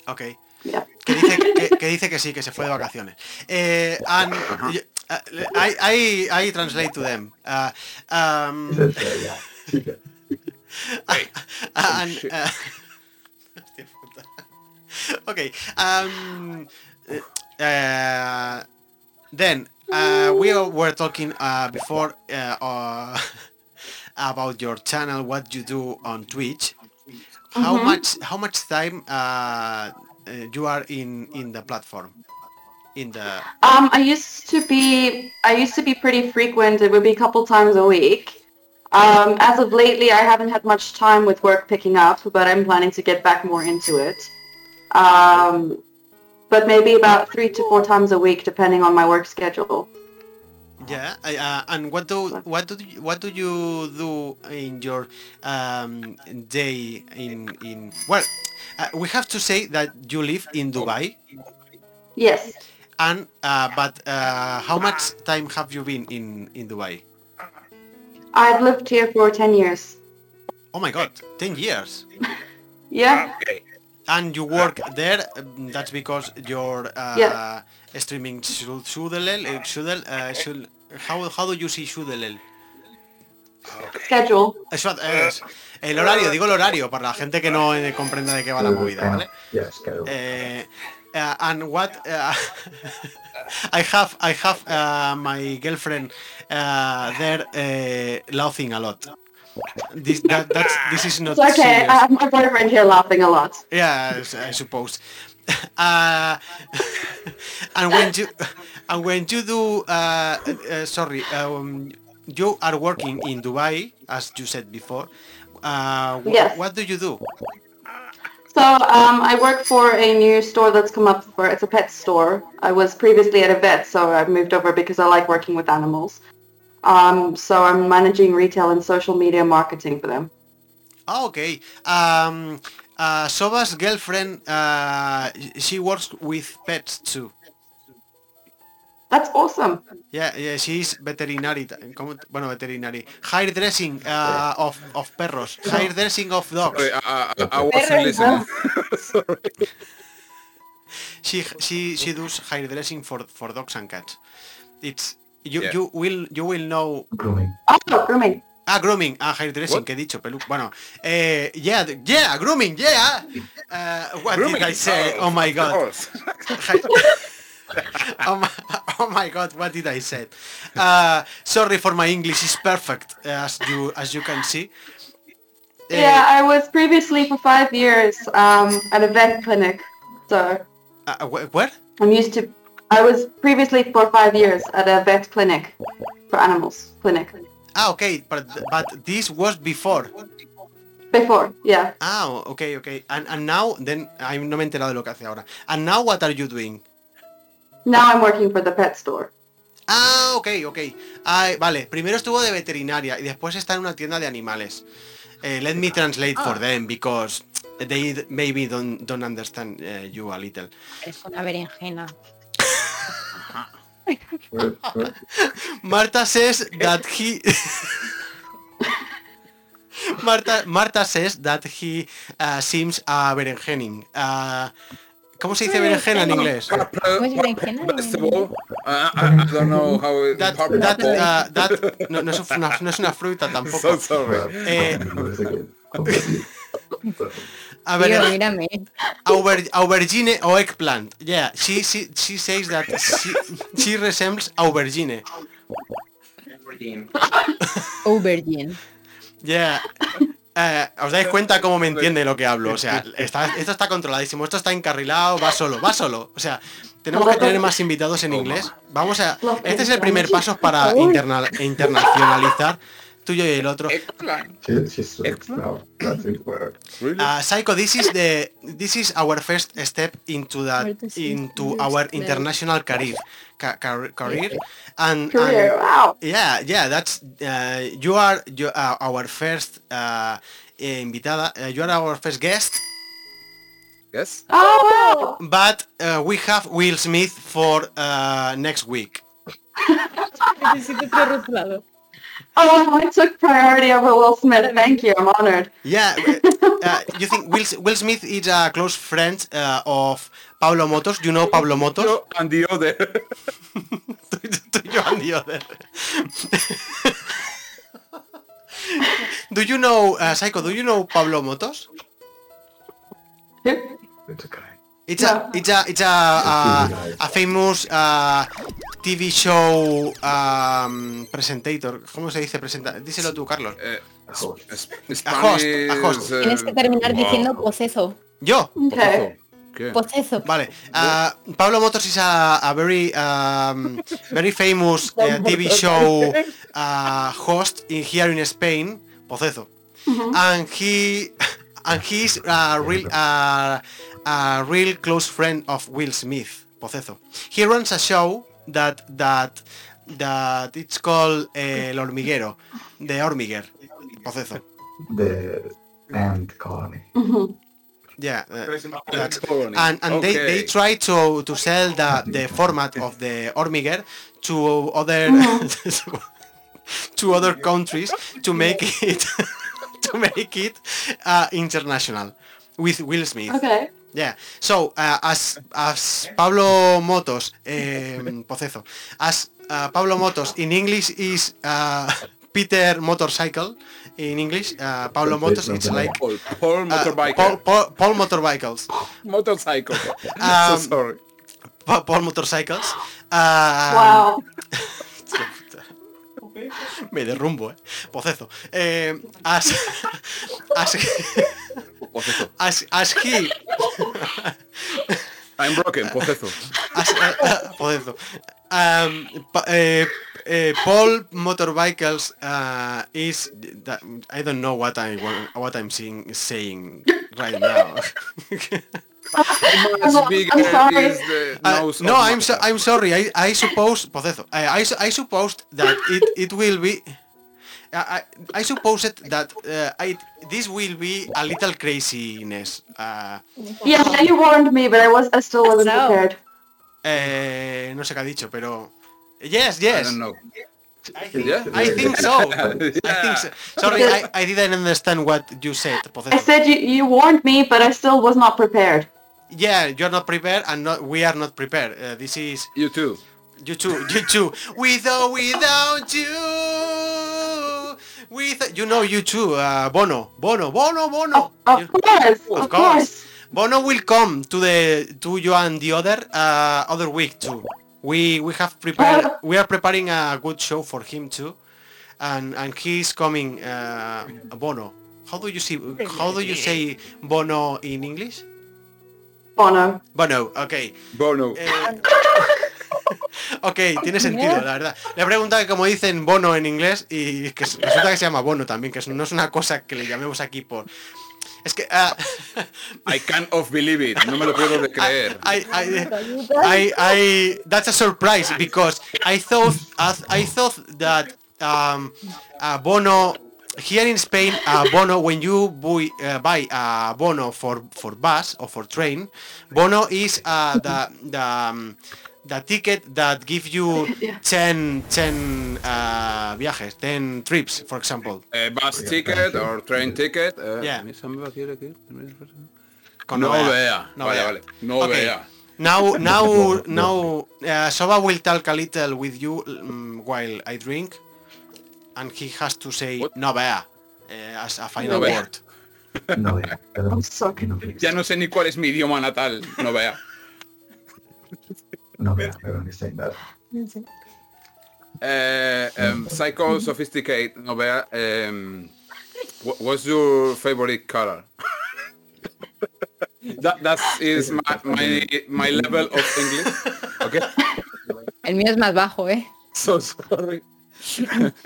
Okay. yeah. que dice que, que dice que sí, que se fue de vacaciones. Eh, and, y- uh, I, I, I translate to them. Uh, um, Is it, uh, yeah. [LAUGHS] Sigue. and, uh, hostia puta. ok. Um, uh, then uh, we all were talking uh, before uh, uh, [LAUGHS] about your channel, what you do on Twitch. How Mhm. much how much time uh, uh, you are in in the platform? In the Um, I used to be I used to be pretty frequent. It would be a couple times a week. Um, as of lately, I haven't had much time with work picking up, but I'm planning to get back more into it. Um, but maybe about three to four times a week, depending on my work schedule. yeah, I, uh, and what do what do you, what do you do in your um, day in in well, uh, we have to say that you live in Dubai. Yes. And uh, but uh, how much time have you been in in Dubai? I've lived here for 10 years. Oh my God, ten years. Yeah. And you work there. um, That's because your uh, Yeah. streaming Shud- Shudelel, uh, Shudel, uh, Shud- how how do you see uh, Shudelel? Schedule. Eso es el horario. Digo el horario para la gente que no eh, comprenda de qué va la movida, ¿vale? Yes, Carol. Eh, uh, and what uh, [LAUGHS] I have I have uh, my girlfriend uh, there uh, laughing a lot. This that, that's this is not It's okay. serious. I have my boyfriend here laughing a lot. yeah, I s- I suppose. [LAUGHS] Uh, [LAUGHS] and when you and when you do uh, uh, sorry, um, you are working in Dubai as you said before. Uh, wh- Yes. What do you do? So um, I work for a new store that's come up for it's a pet store. I was previously at a vet, so I moved over because I like working with animals. Um, so I'm managing retail and social media marketing for them. Ah, okay. Um, uh, Soba's girlfriend, uh, she works with pets too. That's awesome. Yeah, yeah, she's veterinary. ¿cómo? Bueno, veterinary. Hairdressing uh, of, of perros. Hairdressing of dogs. Sorry, I, I, I wasn't listening. Sorry. She she she does hairdressing for for dogs and cats. It's you Yeah. you will you will know Grooming. Oh, grooming. Ah, grooming, ah, hairdressing, What? que he dicho, pelu. Bueno, eh, yeah, th- yeah, grooming, yeah. Uh, what Grooming. did I say? Oh, my god. Hi- [LAUGHS] oh, my, oh my god, what did I say? Uh, sorry for my English is perfect as you as you can see. Eh, Yeah, I was previously for five years um, at a vet clinic. So uh, wh- where? I'm used to. I was previously for five years at a vet clinic for animals clinic Ah, okay, but but this was before. before. Yeah. Ah, okay, okay. And and now then I no me he enterado de lo que hace ahora. And now what are you doing? Now I'm working for the pet store. Ah, ok, ok. Ay, vale, primero estuvo de veterinaria y después está en una tienda de animales. Eh, let me translate for them because they d- maybe don't, don't understand eh, you a little. Es una berenjena. Ah, We're, we're, Marta says that he... [LAUGHS] Marta, Marta says that he uh, seems a berenjening. Uh, ¿Cómo se dice berenjena en inglés? ¿Cómo se ah, dice en general? este Vegetable. I, I, I don't know how it, That, purple that, apple. uh, that- no, no es una, no es una fruta so tampoco. sorry. Eh, A ver, Tío, mírame. Auber- aubergine or eggplant. Yeah, she she, she says that she, she resembles aubergine. Aubergine. Yeah. Eh, ¿Os dais cuenta cómo me entiende lo que hablo? O sea, está- esto está controladísimo, esto está encarrilado, va solo, va solo. O sea, tenemos que tener más invitados en inglés. Vamos a... Este es el primer paso para interna- internacionalizar tuyo y el otro. Eggplant. she, she's like, no, that's a word. Really? Uh, Psycho, this is the this is our first step into that What does it into mean? our international career ca- car- career and, and Career. Wow. yeah yeah that's uh, you are you are our first uh, eh, invitada uh, you are our first guest yes. Oh wow. but uh, we have Will Smith for uh, next week Necesito otro rotulado. Oh, I took priority over Will Smith. Thank you. I'm honored. yeah uh, uh, you think Will, Will Smith is a close friend uh, of Pablo Motos you know Pablo Motos You and the other. uh, [LAUGHS] Do you and the other? do you know, uh, Psycho, do you know Pablo Motos? It's a guy. It's a it's a it's a a, a famous uh, TV show um, presentator. ¿Cómo se dice presenta? Díselo tú, Carlos. Eh, es- es- A host, a Spanish, host. eh, Tienes que terminar wow. diciendo poceso. Yo. Okay. ¿Qué? Poceso. Vale. Uh, Pablo Motos is a, a very um, very famous uh, [LAUGHS] TV show uh, host in here in Spain, Pocezo, Mm-hmm. Uh, and he and he's a real uh, a real close friend of Will Smith, Pocezo. He runs a show that that that it's called eh, El Hormiguero, The Hormiguer, Pocezo. The and colony. Mm-hmm. Yeah, uh, that's- Colony. and and they, they Okay. try to to sell the the format of the Hormiger to other [LAUGHS] to other countries to make it [LAUGHS] to make it uh, international with Will Smith. Okay. Yeah. So uh, as as Pablo Motos um, Pocezo as uh, Pablo Motos in English is uh, Peter Motorcycle in English. Uh, Pablo Motos it's like Paul, Paul uh, Motorbike. Paul, Paul, Paul Motorbikes. [LAUGHS] Motorcycle. Um, so sorry. Pa- Paul Motorcycles. Um, Wow. [LAUGHS] Me derrumbo, eh. Pocezo. Eh, as, [LAUGHS] as, Pocezo. as, as he... I'm broken, [LAUGHS] pocezo. As, uh, uh, pocezo. Um, pa- eh, eh, Paul Motorcycles uh, is... that- I don't know what, I, want- what I'm seeing, saying right now. I'm, I'm sorry. Is the Uh, nose no, of I'm so, Mozart. I'm sorry. I, I suppose pocezo. I, I, su- I supposed that it, it will be. I, I I supposed that uh, I, this will be a little craziness. Uh, Yeah, you warned me, but I was I still wasn't No. prepared. eh, no sé qué ha dicho, pero yes, I yes. don't know. I, think so. [LAUGHS] I think so. Sorry, I, I didn't understand what you said, I pocezo. said you, you warned me, but I still was not prepared. Yeah, you are not prepared, and not, we are not prepared. Uh, this is You too. You too, [LAUGHS] you too. With or without you. With you know you too, uh, Bono, Bono, Bono, Bono. Of You- course, Oh, of, of course. course. Bono will come to the to you and the other uh, other week too. We we have prepared we are preparing a good show for him too, and and he's coming uh, Bono. How do you see how do you say Bono in English? Bono. Bono, okay. Bono. Eh, [LAUGHS] ok, tiene sentido, la verdad. Le he preguntado que como dicen bono en inglés y que s- resulta que se llama bono también, que es- no es una cosa que le llamemos aquí por... Es que... ah, I can't of believe it. No me lo puedo de [LAUGHS] creer. I, I, I, I- that's a surprise because I thought I thought that um, uh, Bono here in Spain uh, Bono when you buy, uh, buy a Bono for for bus or for train Bono is uh, the the um, the ticket that gives you 10, 10 uh, viajes, 10 trips, for example. Eh, bus ticket or train ticket. Eh, Yeah. ¿Esa me va a querer aquí? Con No eh, Novea. vea. Vale, Novea. vale. No Okay. vea. Now, now, now, uh, Soba will talk a little with you um, while I drink, and he has to say What? no vea uh, as a No final vea. word. No, yeah. I'm so confused. Ya no sé ni cuál es mi idioma natal. No vea. No, yeah, I don't understand that. Eh, em, psycho sophisticate. No vea. em, wha- what's your favorite color? [LAUGHS] That, that is my, my, my level of English. [LAUGHS] Okay. El mío es más bajo, ¿eh? So sorry.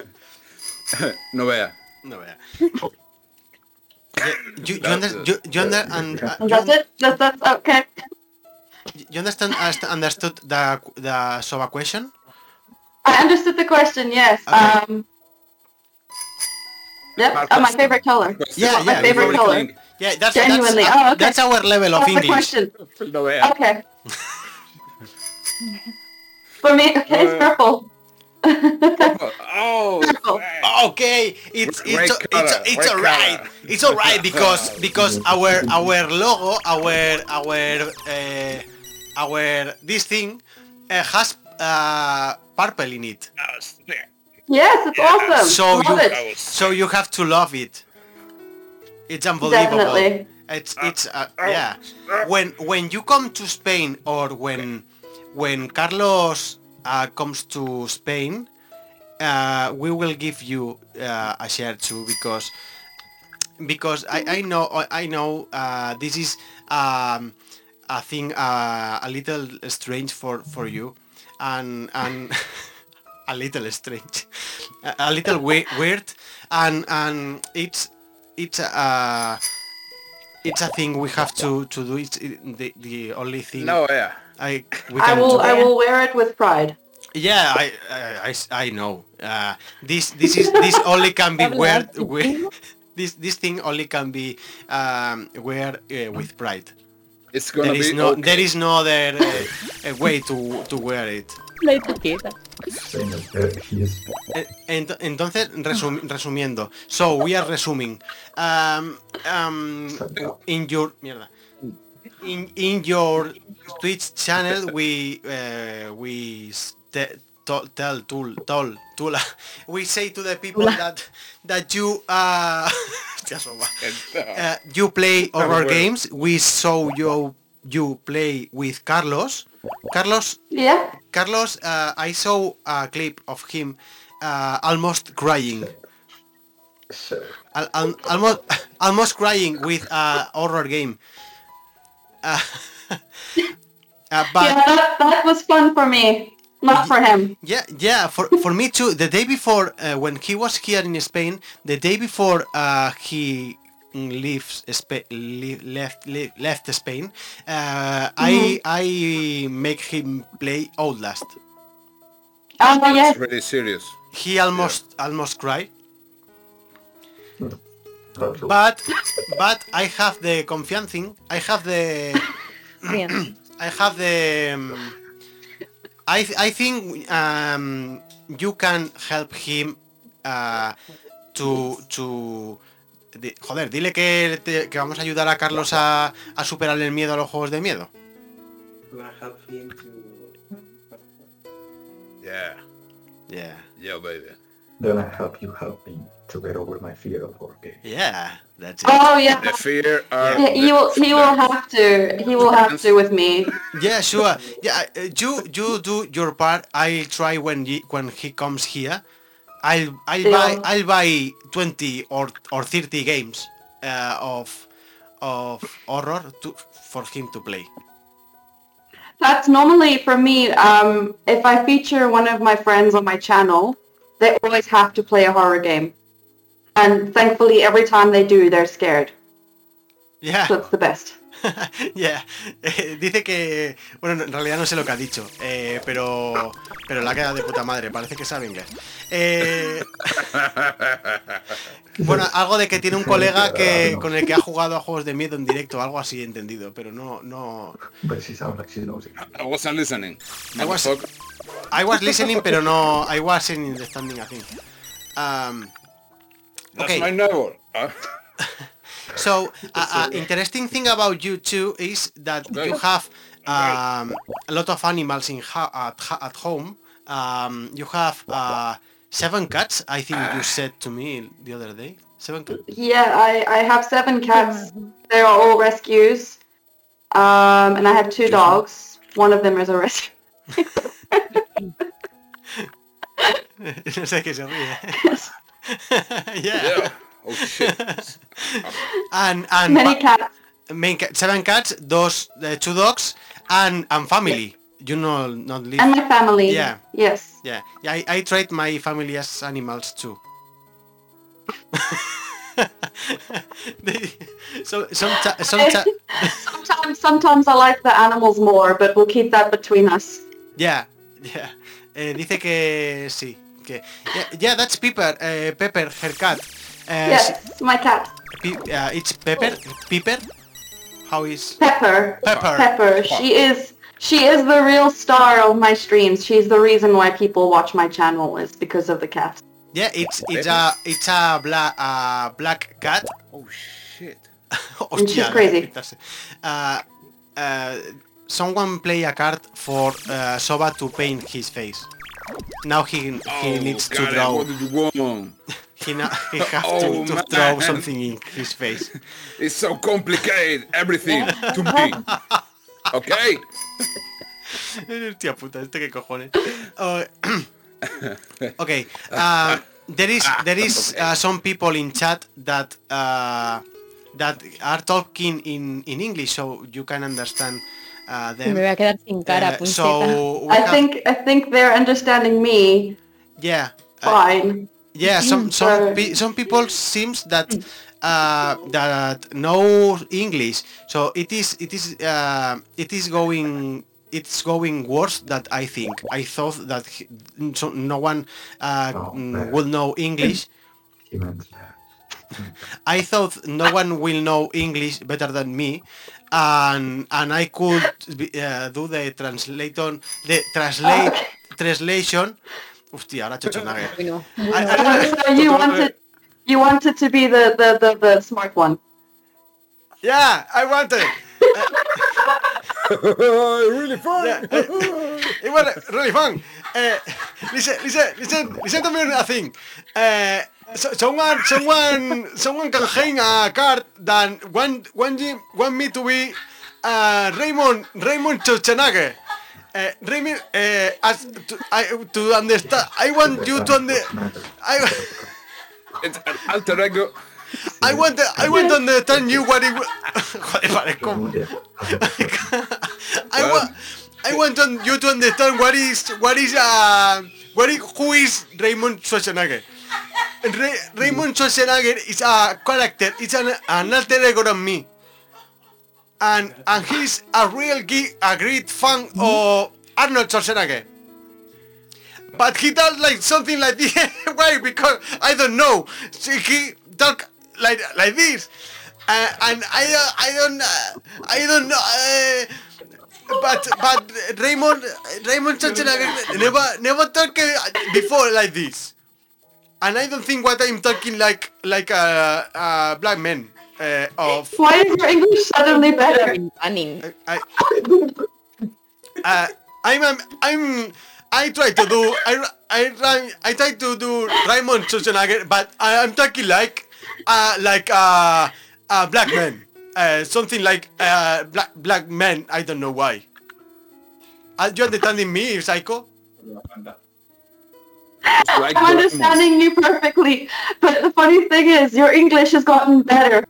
[LAUGHS] no vea. [LAUGHS] No vea. Yeah, you, you, under, you, you, under, and, uh, you, That's it. That, that's okay. you understand ast- understood the the Soba question? I understood the question. Yes. Um. Yep. Uh, my favorite color. Yeah, my yeah, favorite Sorry, color. Frank. Yeah, that's Genuinely. That's, Oh, okay. that's our level of That's the English. question. No vea. Okay. [LAUGHS] For me, okay, it's purple. Oh, Okay, it's it's Red it's color, it's red alright. color. It's alright [LAUGHS] because because our our logo, our our uh, our this thing uh, has uh, purple in it. [LAUGHS] Yes, it's awesome. So Love you it. so you have to love it. It's unbelievable. Uh, Definitely. It's it's uh, Oh, yeah. When when you come to Spain or when when Carlos uh, comes to Spain, uh, we will give you uh, a share too because because I, I know I know uh, this is um, a thing uh, a little strange for for you and and [LAUGHS] a little strange a, a little we- weird and and it's it's uh it's a thing we have to to do it's it- the, the only thing No, yeah. I we I can do. will. I will wear it with pride. Yeah, I, I- I s- I know. Uh, this this is this only can be wear with [LAUGHS] this this thing only can be um, wear uh, with pride. It's gonna There is be no okay. there is no other uh, [LAUGHS] uh, way to to wear it. La etiqueta. Saying that he is Eh, ent- entonces resum- resumiendo, so we are resuming. Um, um, in your mierda. In in your Twitch channel we uh, we s- te- to- tell tool tol tula we say to the people that that you uh, [LAUGHS] hostia, sopa. Eh. Uh, you play horror games. We saw you you play with Carlos. Carlos Yeah. Carlos, uh, I saw a clip of him uh, almost crying. so Al- al- almost, [LAUGHS] almost crying with a horror game. Uh, [LAUGHS] uh, yeah. but That that was fun for me, not for him. yeah, yeah, for, for me too. The day before, uh, when he was here in Spain, the day before uh, he leaves Spa- le- left le- left Spain, uh, I I make him play Outlast. Oh but yes. It's really serious. He almost almost cried. that's all. but but I have the confiancing. I have the Bien. [COUGHS] I have the. um, I I think um, you can help him uh, to to. di- joder, dile que, te- que vamos a ayudar a Carlos a, a superar el miedo a los juegos de miedo. Yeah. Yeah. Yeah, baby. Then I help you help me to get over my fear of horror games. Yeah, that's it. Oh yeah. The fear are Yeah, he will. He will have to. He will have to with me. Yeah, sure. Yeah, uh, you you do your part. I'll try when he, when he comes here. I'll I'll buy Yeah. I'll buy twenty or or thirty games uh, of of horror to for him to play. That's normally for me. Um, if I feature one of my friends on my channel, they always have to play a horror game, and thankfully, every time they do, they're scared. Yeah, So it's the best. [LAUGHS] yeah. [LAUGHS] Eh, Dice que bueno, no, en realidad no sé lo que ha dicho, eh, pero pero la queda de puta madre. Parece que sabe inglés. Eh, Bueno, algo de que tiene un colega que con el que ha jugado a juegos de miedo en directo, algo así he entendido, pero no, no. But she sounds like she knows it. [LAUGHS] I wasn't listening. I was- Motherfucker. I was listening, pero no, I wasn't understanding a thing. Um, That's Okay. my Uh, novel. Huh? so, uh, uh, interesting thing about you too is that Okay. you have um, a lot of animals in ho- at, ho- at home. Um, you have uh, seven cats, I think you said to me the other day. Seven cats. Yeah, I, I have seven cats. They are all rescues, um, and I have two dogs. One of them is a rescue. [LAUGHS] no sé qué se ríe. [LAUGHS] yeah. Yeah. [LAUGHS] Oh shit. [LAUGHS] And [LAUGHS] and Many ba- cats. main ca- seven cats, dos, uh, two dogs, and and family. You know, not live. And my family. Yeah. [LAUGHS] Yes. yeah, yeah. I, I treat my family as animals too. [LAUGHS] They- so sometimes, sometimes, Sometimes, sometimes I like the animals more, but we'll keep that between us. yeah, yeah. Eh, dice que sí, que yeah, yeah that's Pepper, eh, Pepper, her cat. Eh, Yes, my cat Pe- uh, it's Pepper, Pepper. How is Pepper. Pepper? Pepper. She is. She is the real star of my streams. She's the reason why people watch my channel is because of the cat. Yeah, it's it's a it's a black uh, black cat. Oh shit. And she's Hostia, crazy. quitarse. Uh, uh, someone play a card for uh, Soba to paint his face. Now he he Oh, needs to God, I draw. wanted to go on. He, na- [LAUGHS] he have Oh, to, to man. throw something in his face. [LAUGHS] It's so complicated, everything to me. Okay. Hostia puta, este que cojones. Uh, [CLEARS THROAT] ok. uh, there is Ah, there is uh, some people in chat that uh, that are talking in in English, so you can understand uh, Me them. voy a quedar sin cara, Uh, puñeta. so we I have- think I think they're understanding me yeah. uh, fine. Yeah, some some pe- some people seems that uh, that know English, so it is it is uh, it is going it's going worse that I think. I thought that he- so no one uh, mm, will know English. He meant that. I thought no one will know English better than me, and and I could be- uh, do the translation the translate translation. Hostia, ahora chochonague. Uy, no. I- I- [LAUGHS] So, so Uh, you wanted you wanted to be the the, the, the smart one. Yeah, I want it. really Yeah, uh, it was really fun. Uh, listen, listen, listen, listen to me a thing. Uh, so, someone, someone, someone can hang a card that one, one, Jim want me to be uh, Raymond, Raymond Schwarzenegger. Uh, Raymond, uh, as to, I, to understand, I want you to understand. I, It's an alter ego. I want, the, I want to understand you [LAUGHS] what it. Joder, parezco. Who did? I want I want on you to understand what is what is uh what is, who is Raymond Schwarzenegger. Ray, Raymond Schwarzenegger is a character. It's an, an alter ego of me. And and he's a real ge- a great fan of Arnold Schwarzenegger. But he does like something like this. [LAUGHS] Why? Because I don't know. So he talk like like this, uh, and I don't- I don't uh, I don't know. Uh, but but Raymond Raymond Schwarzenegger never never talk uh, before like this, and I don't think what I'm talking like like a, a black man uh, of Why is your English suddenly better? Running. I, uh, I'm, I'm, I'm, I try to do, I, I, try- I try to do Raymond Schwarzenegger, but I, I'm talking like, uh, like uh, a black man, uh, something like uh, black black man. I don't know why. Are you understanding me, psycho? Like I'm understanding you perfectly, but the funny thing is your English has gotten better.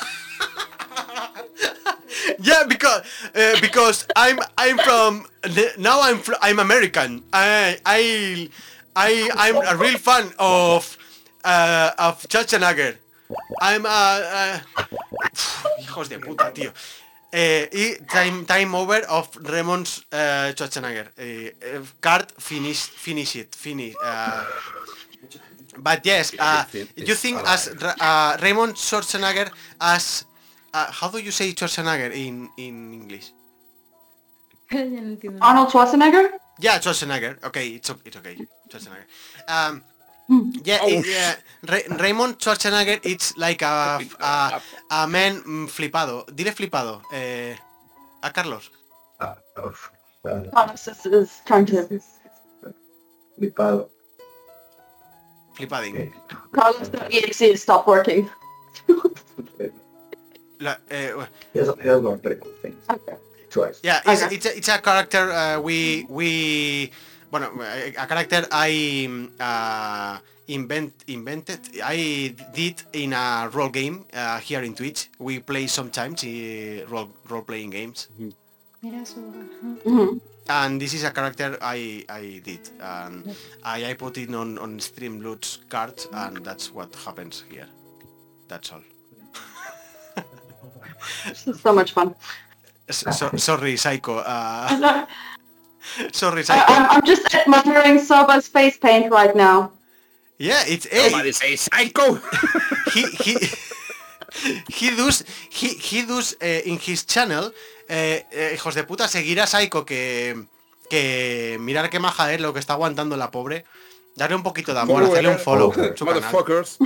[LAUGHS] yeah, because uh, because I'm I'm from now I'm fr- I'm American. I I I I'm a real fan of uh, of Schwarzenegger. I'm a [SIGHS] uh, hijos de puta tío. Eh, y time time over of Raymond uh, Schwarzenegger. Eh, eh, card finish finish it finish. Uh, but yes, uh, you think as Ra- uh, Raymond Schwarzenegger as uh, how do you say Schwarzenegger in in English? Ya no entiendo nada. Arnold Schwarzenegger? Yeah, Schwarzenegger. Okay, it's okay. It's okay. Schwarzenegger. Um, Hmm. yeah, Oh, it- yeah. Ra- Raymond Schwarzenegger. It's like a uh, a, a man mm, flipado. Dile flipado. Eh, a Carlos. Uh, of, uh, Thomas is, is trying to. Flipado. Flipading. Okay. Carlos.exe stopped working. La- eh, well, He has, he has gone very cool things. Okay. Twice. yeah, it's, Okay. it's, a, it's a character uh, we we bueno a a character I mm, uh, invent invented I did in a role game uh, here in Twitch. We play sometimes uh, role role playing games. Mira su... ajá. hmm and this is a character I I did. And I, I put it on on Streamloots cards, and that's what happens here. That's all. This is so much fun. S- so- sorry, Psycho. Uh, [LAUGHS] I'm, not- sorry, I, Psycho. I'm, I'm just admiring Soba's face paint right now. Yeah, it's eh, Somebody hey, say psycho. he he. He does, he, he does eh, in his channel, eh, eh, hijos de puta, seguir a Psycho que, que mirar qué maja es lo que está aguantando la pobre, darle un poquito de amor, Follower. hacerle un follow. Oh. en su canal. [LAUGHS] Motherfuckers.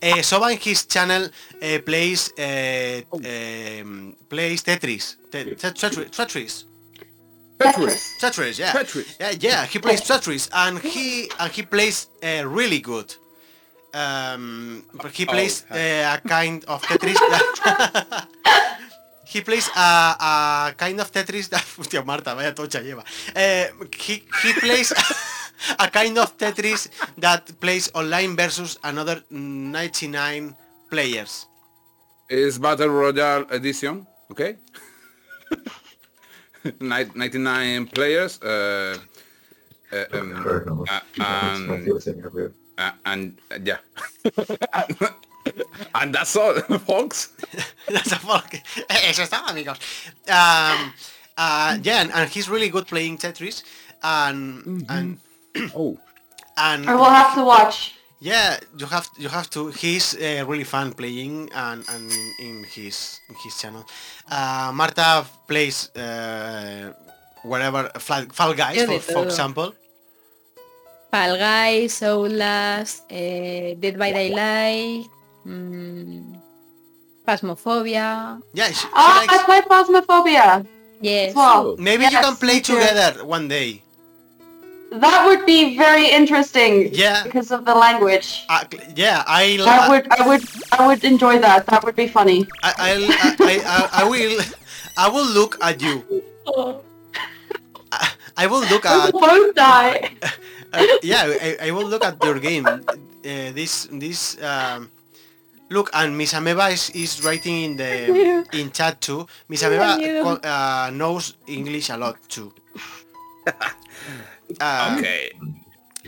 Eh, Soba in his channel eh, plays eh, em, plays Tetris. Te- te- Tetris. Tetris. Tetris. Tetris, yeah. Tetris. Yeah, Uh, yeah, he plays Tetris and he and he plays uh, really good. Um, but he plays uh, a kind of Tetris that [LAUGHS] He plays a, a kind of Tetris that [LAUGHS] Hostia, Marta, vaya tocha lleva. Eh, he, he plays [LAUGHS] a kind of Tetris that plays online versus another 99 players. It's Battle Royale Edition, okay? [LAUGHS] Nin- 99 players, uh, uh, um, Cardinals. uh, It's my and, feelings in your room. uh, and uh, yeah. [LAUGHS] and that's all, [LAUGHS] folks. [LAUGHS] That's a fuck. Eso está, amigos. Um, uh, yeah, and, and he's really good playing Tetris. And and Oh. and I will have to watch. yeah, you have you have to. He's uh, really fun playing and, and in, in his in his channel. Uh, Marta plays uh, whatever Fall, Fall Guys, Yo for, de for todo. example. Fall Guys, Outlast, eh, Dead by Daylight, mm, Phasmophobia. Yeah, she, she Ah, I likes- played Phasmophobia Yes. as well. maybe you Yes, can play me too. together one day. That would be very interesting. Yeah. Because of the language. Uh, cl- yeah, I. I would, I would, I would enjoy that. That would be funny. I, I'll- I, I, I, I will I will look at you. I, I will look I at won't die. uh, yeah I, I will look at your game. Uh, this this um, look and Miss Ameba is, is writing in the in chat too. Miss Ameba co- uh, knows English a lot too. Uh, Okay.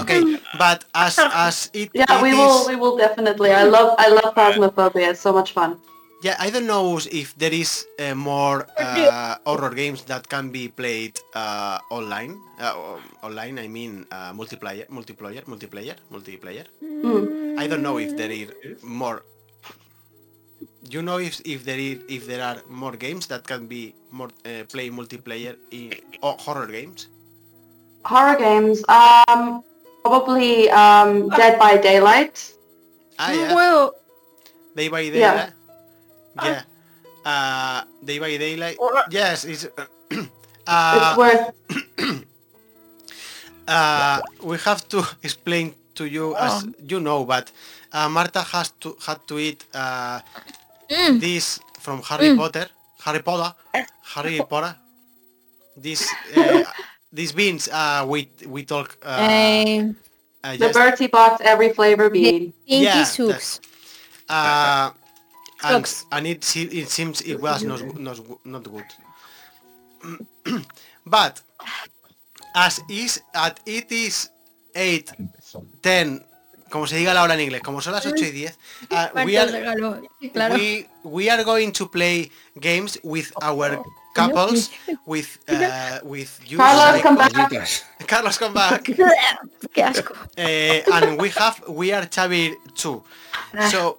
okay, but as as it, Yeah, it we is- will, we will definitely. I love, I love Phasmophobia. It's so much fun. Yeah, I don't know if there is uh, more uh, horror games that can be played uh, online. Uh, o- online, I mean uh, multiplayer, multiplayer, multiplayer, multiplayer. Hmm. I don't know if there is more. You know if, if there is if there are more games that can be more uh, play multiplayer in or horror games. Horror games. Um, probably um, Dead by Daylight. Ah, Un yeah, juego Day by Day. Yeah. Ah. Yeah. yeah. Uh, day by Daylight. Yes, it's. [CLEARS THROAT] uh, It's worth. Uh, we have to [LAUGHS] explain to you as you know, but uh, Marta has to had to eat uh, this from Harry Potter, Harry Potter, Harry Potter. This uh, these beans uh, we we talk uh, eh, uh, The yes, Bertie box every flavor bean. Pinky Yeah, Soups. uh, and, Socks. and it se- it seems it was not not not good. [CLEARS THROAT] but as is at it is eight Some- 10, como se diga la hora en inglés, como son las 8 y 10, [LAUGHS] uh, we, Cuarto are, regalo. Sí, Claro. we, we are going to play games with our [LAUGHS] couples, with, uh, with you, Carlos, come back. [LAUGHS] Carlos, come back. Qué asco. Eh, and we have we are Xavi too. So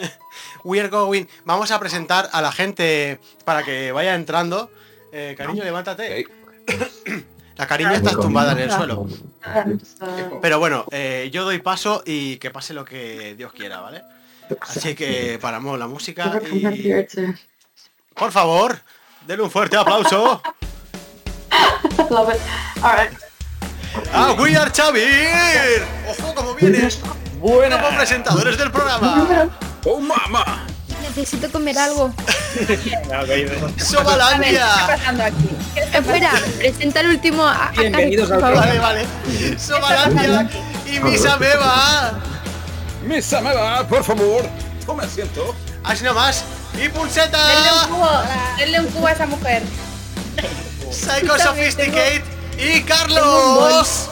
[LAUGHS] we are going. Vamos a presentar a la gente para que vaya entrando. Eh, cariño, levántate. La cariño está tumbada en el suelo. Just, uh, Pero bueno, eh, yo doy paso y que pase lo que Dios quiera, ¿vale? Así que paramos la música never come back here y... to. [LAUGHS] Por favor, denle un fuerte aplauso love it. All right. a We Are Xavier. ¡Ojo cómo vienes! ¡Bueno! pues, Como presentadores del programa. Oh, mama. Necesito comer algo. A ver, ¿qué está ¡Sobalandia! pasando aquí? Espera, presenta el último a, a Karen, Bienvenidos por al favor. [LAUGHS] Vale, vale. ¡Sobalandia! Y Misa Beba. Misa me va, por favor. Toma asiento. Así nomás. Y Denle un Pulseta. cubo, denle un cubo a esa mujer. Psycho Sophisticate. Y Carlos.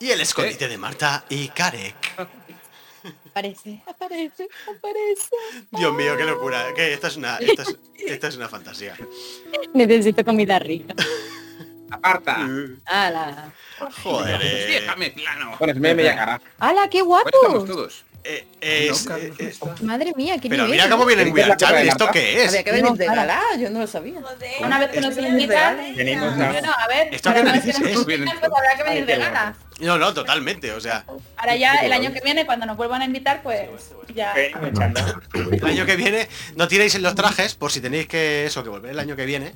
Y el escondite de Marta y Karek. Aparece, aparece, aparece. Dios mío, qué locura. Que esta es una, esta es, esta es una fantasía. Necesito comida rica. Aparta. pues ¡Hala! Joder. eh, Déjame plano. Pones meme y a carajo. ¡Hala, qué Bueno, estamos guapo! todos. eh, es- No, eh, eh, Madre mía, qué pero nivel. mira cómo vienen Ahorita Weird la Channel, cara ¿esto de qué es? Había que venir de galá, yo no lo sabía. Una vez que nos invitan, Venimos a- bueno, a ver, ¿Esto a qué una vez narices que nos es? invitan, pues habrá que venir de gana. No, no, totalmente, o sea, Ahora ya el año que viene, cuando nos vuelvan a invitar, pues ya. Venimos chanda. el año que viene no tiréis en los trajes por si tenéis que eso que volver el año que viene.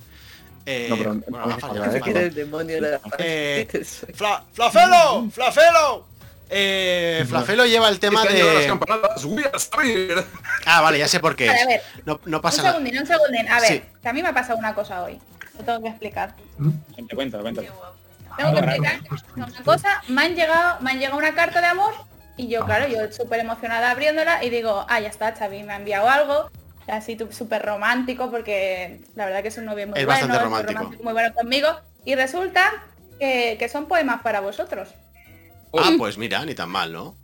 Eh, No, pero- bueno, Rafa, ya Ah, se es que va. [LAUGHS] el demonio de la... Eh, Fla- ¡Flafelo! ¡Flafelo! Eh, Flafelo lleva el tema Este año las de... campanadas, we are saber. Ah, vale, ya sé por qué Vale, a es. ver, No, no un pasa nada. segundín, un segundín. A ver, Sí. que a mí me ha pasado una cosa hoy. Lo tengo que explicar. Cuenta, cuenta, cuenta. Tengo que Ah, explicar que me ha pasado una cosa. Me han llegado, me han llegado una carta de amor y Ah. yo, claro, yo súper emocionada abriéndola y digo, ah, ya está, Xavi me ha enviado algo. Así tú- súper romántico porque la verdad que es un novio muy Es bueno, bastante muy romántico. muy bueno conmigo. Y resulta que, que son poemas para vosotros. Ah, pues mira, ni tan mal, ¿no?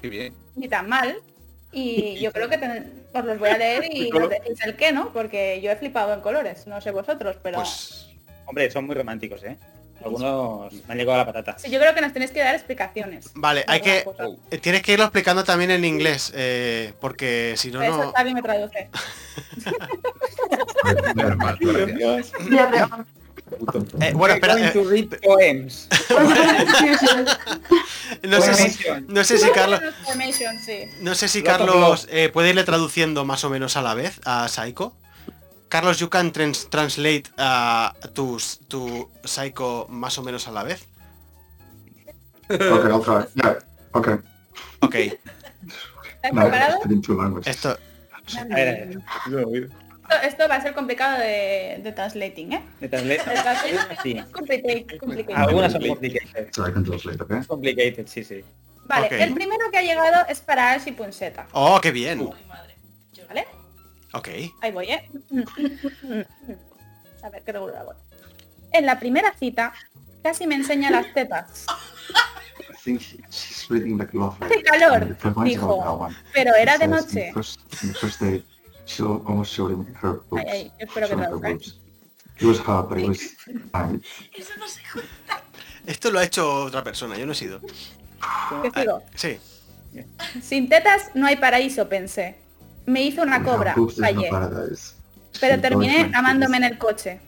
Qué bien. ni tan mal. Y yo creo que ten- os los voy a leer y nos decís el qué, ¿no? Porque yo he flipado en colores, no sé vosotros, pero Pues... Hombre, son muy románticos, ¿eh? Algunos me han llegado a la patata. Sí, yo creo que nos tenéis que dar explicaciones. Vale, hay que... Oh, [LAUGHS] Alguna cosa. eh, Tienes que irlo explicando también en inglés, eh, porque si no, Eso no... Xavi me traduce. Menos mal, gracias. Dios. Yeah, [LAUGHS] they are. Eh, bueno, espera, Going eh, to read poems. [LAUGHS] no, Pues sé si, Formation. no [LAUGHS] sé si Carlos... Transformation, sí. No sé si Loco Carlos eh, puede irle traduciendo más o menos a la vez a Psycho. Carlos, you can trans- translate a tus tu Psycho más o menos a la vez. Okay, I'll try. Yeah. Okay. Ok, ¿Estáis No, it's preparados? in two languages. A esto ver, a ver. Lo oído. Esto, esto va a ser complicado de, de translating, ¿eh? De translate- De translating Sí. es complicated, complicated. Algunas son complicated. So I can translate, okay? Complicated, sí, sí. Vale, ok. el primero que ha llegado es para Ash y Punseta, Oh, qué bien. ¿vale? Ok. Ahí voy, ¿eh? A ver, qué regular hago. En la primera cita, casi me enseña las tetas. I think she- she's reading like love Hace letters. calor, It reminds me dijo. of that one. Pero era It de says noche. In first, in the first day, she al- almost showed him her boobs. Ay, ay, espero que Showed her traduzca. boobs. It was hard, but it was fine. Esto lo ha hecho otra persona, yo no he sido. Que sigo. Sí. Sin tetas no hay paraíso, pensé. Me hizo una Without cobra, boobs, there's no fallé. paradise. Pero She terminé always amándome en mentions el coche.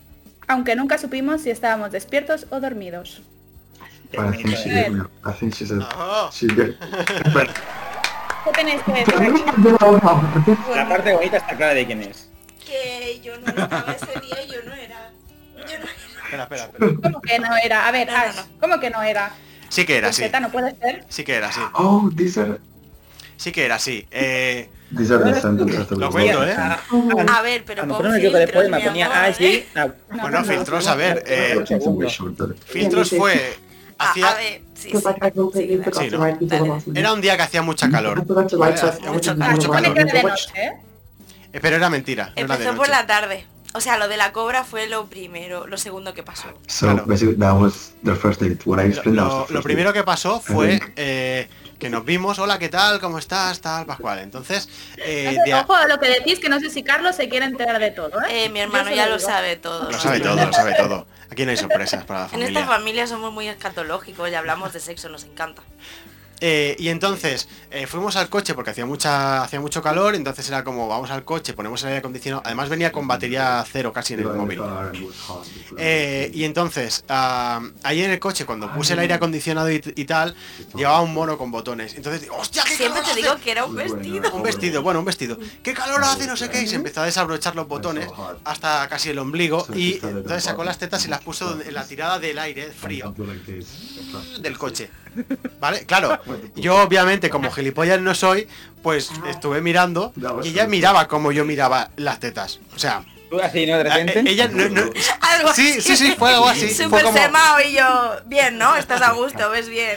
Aunque nunca supimos si estábamos despiertos o dormidos. this, But I think she ¿eh? gave me. I think she said Oh, she [LAUGHS] gave. But ¿Qué tenéis que decir aquí? La parte bonita está clara de quién es. que Eh, yo no estaba ese día y yo no era. Yo espera, no espera, espera. ¿Cómo que no era? A ver, Ash, ¿cómo que no era? Sí que era, sí. Punseta, no puede ser. Sí que era, sí. oh, these are Sí que era, sí. Eh, these are the sentences that lo we cuento, wrote. ¿eh? A, A ver, pero a lo con mejor no me equivoco de filtros, poema, mi ponía amor, allí. ¿eh? ah, Bueno, filtros, a ver. eh, The things that we showed her. filtros fue... Ah, a Hacía, ver, sí, Because like I completely sí. forgot Sí, to no. write people Dale. last name. era un día que hacía mucha I calor. forgot to write Vale, stuff. hacía I mucho- didn't Ah, know supone why. que era de noche, ¿eh? eh, Pero era mentira. No era de Empezó por noche. la tarde. O sea, lo de la cobra fue lo primero, lo segundo que pasó. So Claro. basically, that was the first date. What I explained that lo, was the lo first date. primero que pasó fue eh, que nos vimos, hola, ¿qué tal? ¿Cómo estás? Tal, Pascual. Entonces, eh, Entonces, de a- ojo a lo que decís, que no sé si Carlos se quiere enterar de todo, ¿eh? Eh, mi hermano Yo se ya lo lo digo. sabe todo. lo sabe todo, lo sabe todo. Aquí no hay sorpresas para la En esta familia. familia somos muy escatológicos y hablamos de sexo, nos encanta. Eh, y entonces eh, fuimos al coche porque hacía mucha hacía mucho calor, entonces era como vamos al coche, ponemos el aire acondicionado. Además venía con batería cero casi en el móvil. Eh, y entonces, ah, ahí en el coche, cuando puse el aire acondicionado y, y tal, llevaba un mono con botones. Entonces, digo, ¡hostia, qué Siempre calor te hace! digo que era un vestido. Un vestido, bueno, un vestido. ¿Qué calor hace? No sé qué. Y se empezó a desabrochar los botones hasta casi el ombligo. Y entonces sacó las tetas y las puso donde- en la tirada del aire frío del coche. ¿Vale? Claro. Yo obviamente, como gilipollas no soy, pues estuve mirando y ella miraba como yo miraba las tetas. O sea, Tú así, ¿no? De repente. Ah, eh, ella no- no- Algo Sí, así. sí, sí, fue algo así. Fue [LAUGHS] Súper como- semao y yo, bien, ¿no? Estás a gusto, ves bien.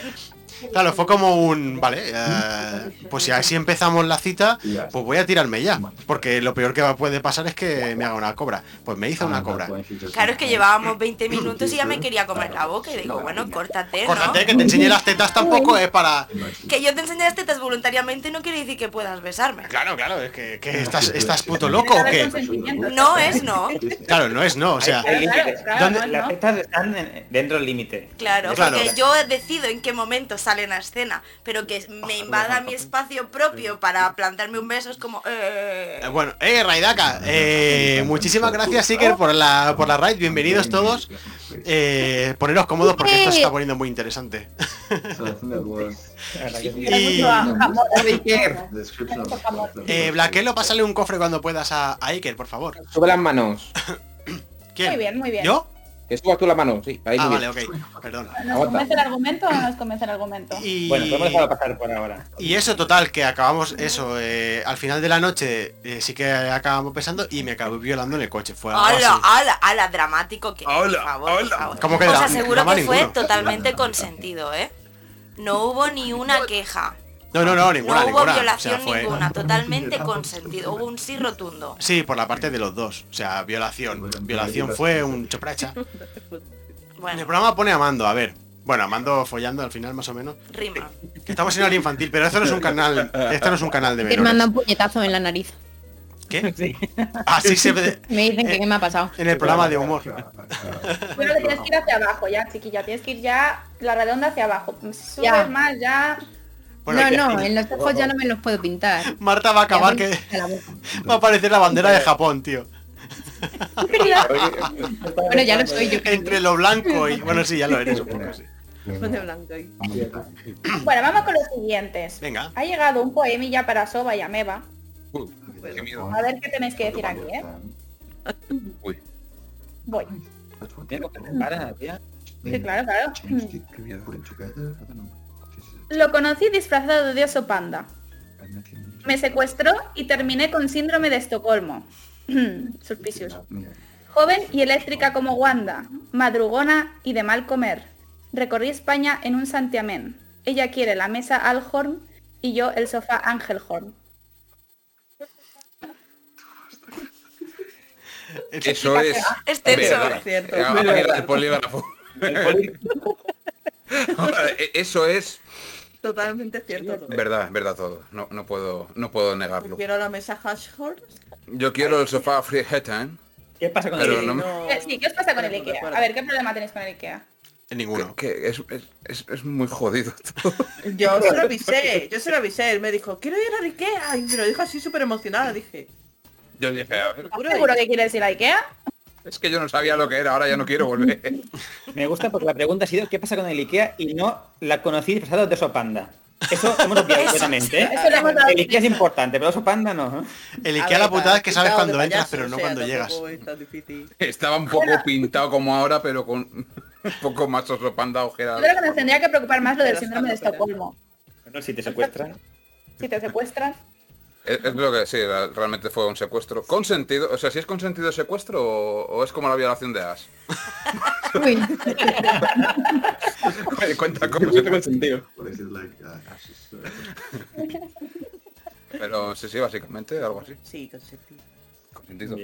claro, fue como un, vale, eh, pues si así empezamos la cita, pues voy a tirarme ya, porque lo peor que va- puede pasar es que me haga una cobra. Pues me hizo una cobra. Claro, es que llevábamos 20 minutos y ya me quería comer la boca y digo, bueno, córtate, ¿no? Acuérdate que te enseñé las tetas tampoco es para... Que yo te enseñé las tetas voluntariamente no quiere decir que puedas besarme. Claro, claro, es que, que estás, estás puto loco o Tiene que qué. haber consentimiento. No es, no. Claro, no es no, o sea... Hay límites. Claro, claro, ¿Dónde- no, no. Las tetas están en- dentro del límite. Claro, Claro. porque yo decido en qué momento salen a escena, pero que Ah, me invada mi espacio propio para plantarme un beso es como... eh, Eh, Bueno, eh, Raidaka, eh, muchísimas gracias, Seeker, por la, por la raid. Bienvenidos todos. Eh, poneros cómodos porque esto se está poniendo muy interesante. So I think that was La verdad que sí. Y, the description of the- eh, Blaquelo, pásale un cofre cuando puedas a, a Iker, por favor. Sube las manos. ¿Quién? Muy bien, muy bien. ¿Yo? Que suba tú la mano, sí. Ahí Ah, muy vale, bien. ok. Perdón. ¿Nos convence el argumento o no nos convence el argumento? Y- Bueno, podemos dejarlo pasar por ahora. Y eso, total, que acabamos eso. eh, al final de la noche eh, sí que acabamos pensando y me acabé violando en el coche. Fue algo ¡Hala, así. hala, hala! Dramático que... por favor, por favor. ¿Cómo que Os dra- aseguro drama que fue ninguno? totalmente consentido, ¿eh? No hubo ni una queja. No, no, no, ninguna, no hubo ninguna. violación o sea, fue... ninguna, totalmente consentido. Hubo un sí rotundo. Sí, por la parte de los dos. O sea, violación. Violación fue un [LAUGHS] chopracha. En el programa pone Amando, a ver. Bueno, Amando follando al final más o menos. Rima. Que estamos en área infantil, pero esto no es un canal. Esto no es un canal de Que me han menores. dado un puñetazo en la nariz. ¿Qué? Así se ve Me dicen que qué me ha pasado. en el programa de humor. Bueno, que tienes que ir hacia abajo ya, chiquilla. Tienes que ir ya la redonda hacia abajo. Subes Ya. más, ya... Bueno, que- no, [LAUGHS] eh. no, en los ojos ya no me los puedo pintar. Marta va a acabar que va a aparecer la bandera de Japón, tío. [LAUGHS] Bueno, ya lo soy yo. Entre lo blanco y. Bueno, sí, ya lo eres un poco, sí. Ponte blanco ahí. Bueno, vamos con los siguientes. Venga. Ha llegado un poemilla para Soba y Ameba. Qué miedo. A ver qué tenéis que decir aquí, ¿eh? Uy. Voy. Mira cómo te para, tía. Sí, claro, claro. Qué miedo. Lo conocí disfrazado de oso panda. Me secuestró y terminé con síndrome de Estocolmo. [CLEARS THROAT] Suspicious. Joven y eléctrica como Wanda, madrugona y de mal comer. Recorrí España en un santiamén. Ella quiere la mesa Alhorn y yo el sofá Angelhorn. Eso es. Es [LAUGHS] tenso. Verdad. Es cierto. Eh, ahora que era el polígrafo. [LAUGHS] Ahora, eh, Eso es Totalmente cierto. verdad, es verdad todo. No, no puedo, no puedo negarlo. Prefiero la mesa Hashhorn. Yo quiero el sofá Frihetan. ¿Qué pasa con Pero el- no me- Eh, Sí, ¿qué os pasa con el Ikea? A ver, ¿qué problema tenéis con el Ikea? Ninguno. Que, que es, es- es- es muy jodido. [LAUGHS] todo. Yo se lo avisé, yo se lo avisé. Él me dijo, quiero ir a Ikea. Y me lo dijo así súper emocionada. Dije, Yo dije, a ver, ¿Seguro que quieres ir a Ikea? es que yo no sabía lo que era, ahora ya no quiero volver. Me gusta porque la pregunta ha sido ¿qué pasa con el IKEA? Y no la conocí disfrazado de Sopanda. Eso hemos obviado completamente. ¿eh? eso lo hemos dado. El IKEA es importante, pero Sopanda no. ¿eh? El A ver, Ikea la putada para es que sabes pintado cuando de entras, payaso, pero no o sea, cuando llegas. tampoco es tan difícil. Estaba un poco pintado como ahora, pero con un poco más osopanda Yo ojera. creo que nos tendría que preocupar más lo del síndrome de Estocolmo. Bueno, si te secuestran. Si te secuestran. Es, es lo que sí, la- realmente fue un secuestro. ¿Consentido? O sea, si es consentido el secuestro o, o es como la violación de As. Uy, Joder, cuenta cómo se consentido. Pero sí, sí, básicamente, algo así. Sí, consentido. Consentido.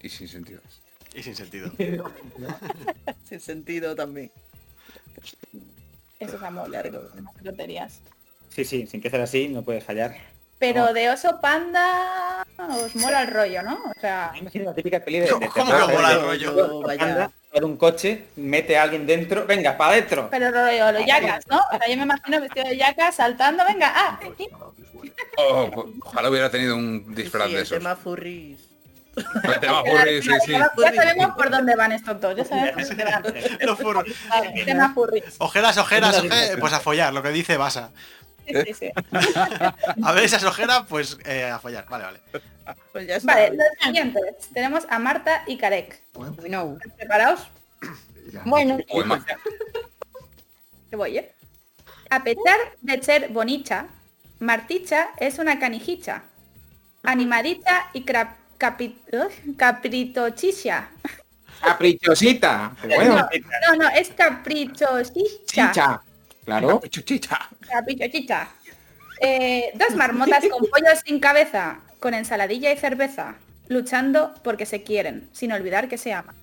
Y sin sentido. Y sin sentido. Sin sentido también. Eso es amor. las Tonterías. Sí, sí, sin que hacer así no puedes fallar. Pero de oso panda os mola el rollo, ¿no? O sea, Imagina la típica peli de, de ¿Cómo terror, que mola el de- rollo? de- Sopanda, en un coche, mete a alguien dentro, venga, para adentro. pero rollo los yacas, ¿no? O sea, yo me imagino vestido de yaca saltando, venga, ah, aquí. Oh, po- ojalá hubiera tenido un disfraz Sí, de el esos. tema furries. El tema [LAUGHS] furry, sí, sí. Ya sabemos por dónde van estos dos, ya sabemos por dónde van. Los furros. Vale, tema furry. Ojeras, ojeras, ojeras. Pues a follar, lo que dice Basa. Sí, sí, [LAUGHS] sí. A ver esas ojeras, pues eh, a follar. Vale, vale. Pues ya está. Vale, los siguientes. Tenemos a Marta y Karek. no. ¿Preparaos? Bueno, Uy, ma- Que voy, ¿eh? A pesar de ser bonicha, Marticha es una canijicha. Animadita y crap- capi- ¿eh? ugh, capritochicha. Caprichosita. Bueno, No, no, es caprichochicha. chicha. Claro. Chuchicha. Caprichochicha. Eh, dos marmotas con pollo sin cabeza, con ensaladilla y cerveza, luchando porque se quieren, sin olvidar que se aman.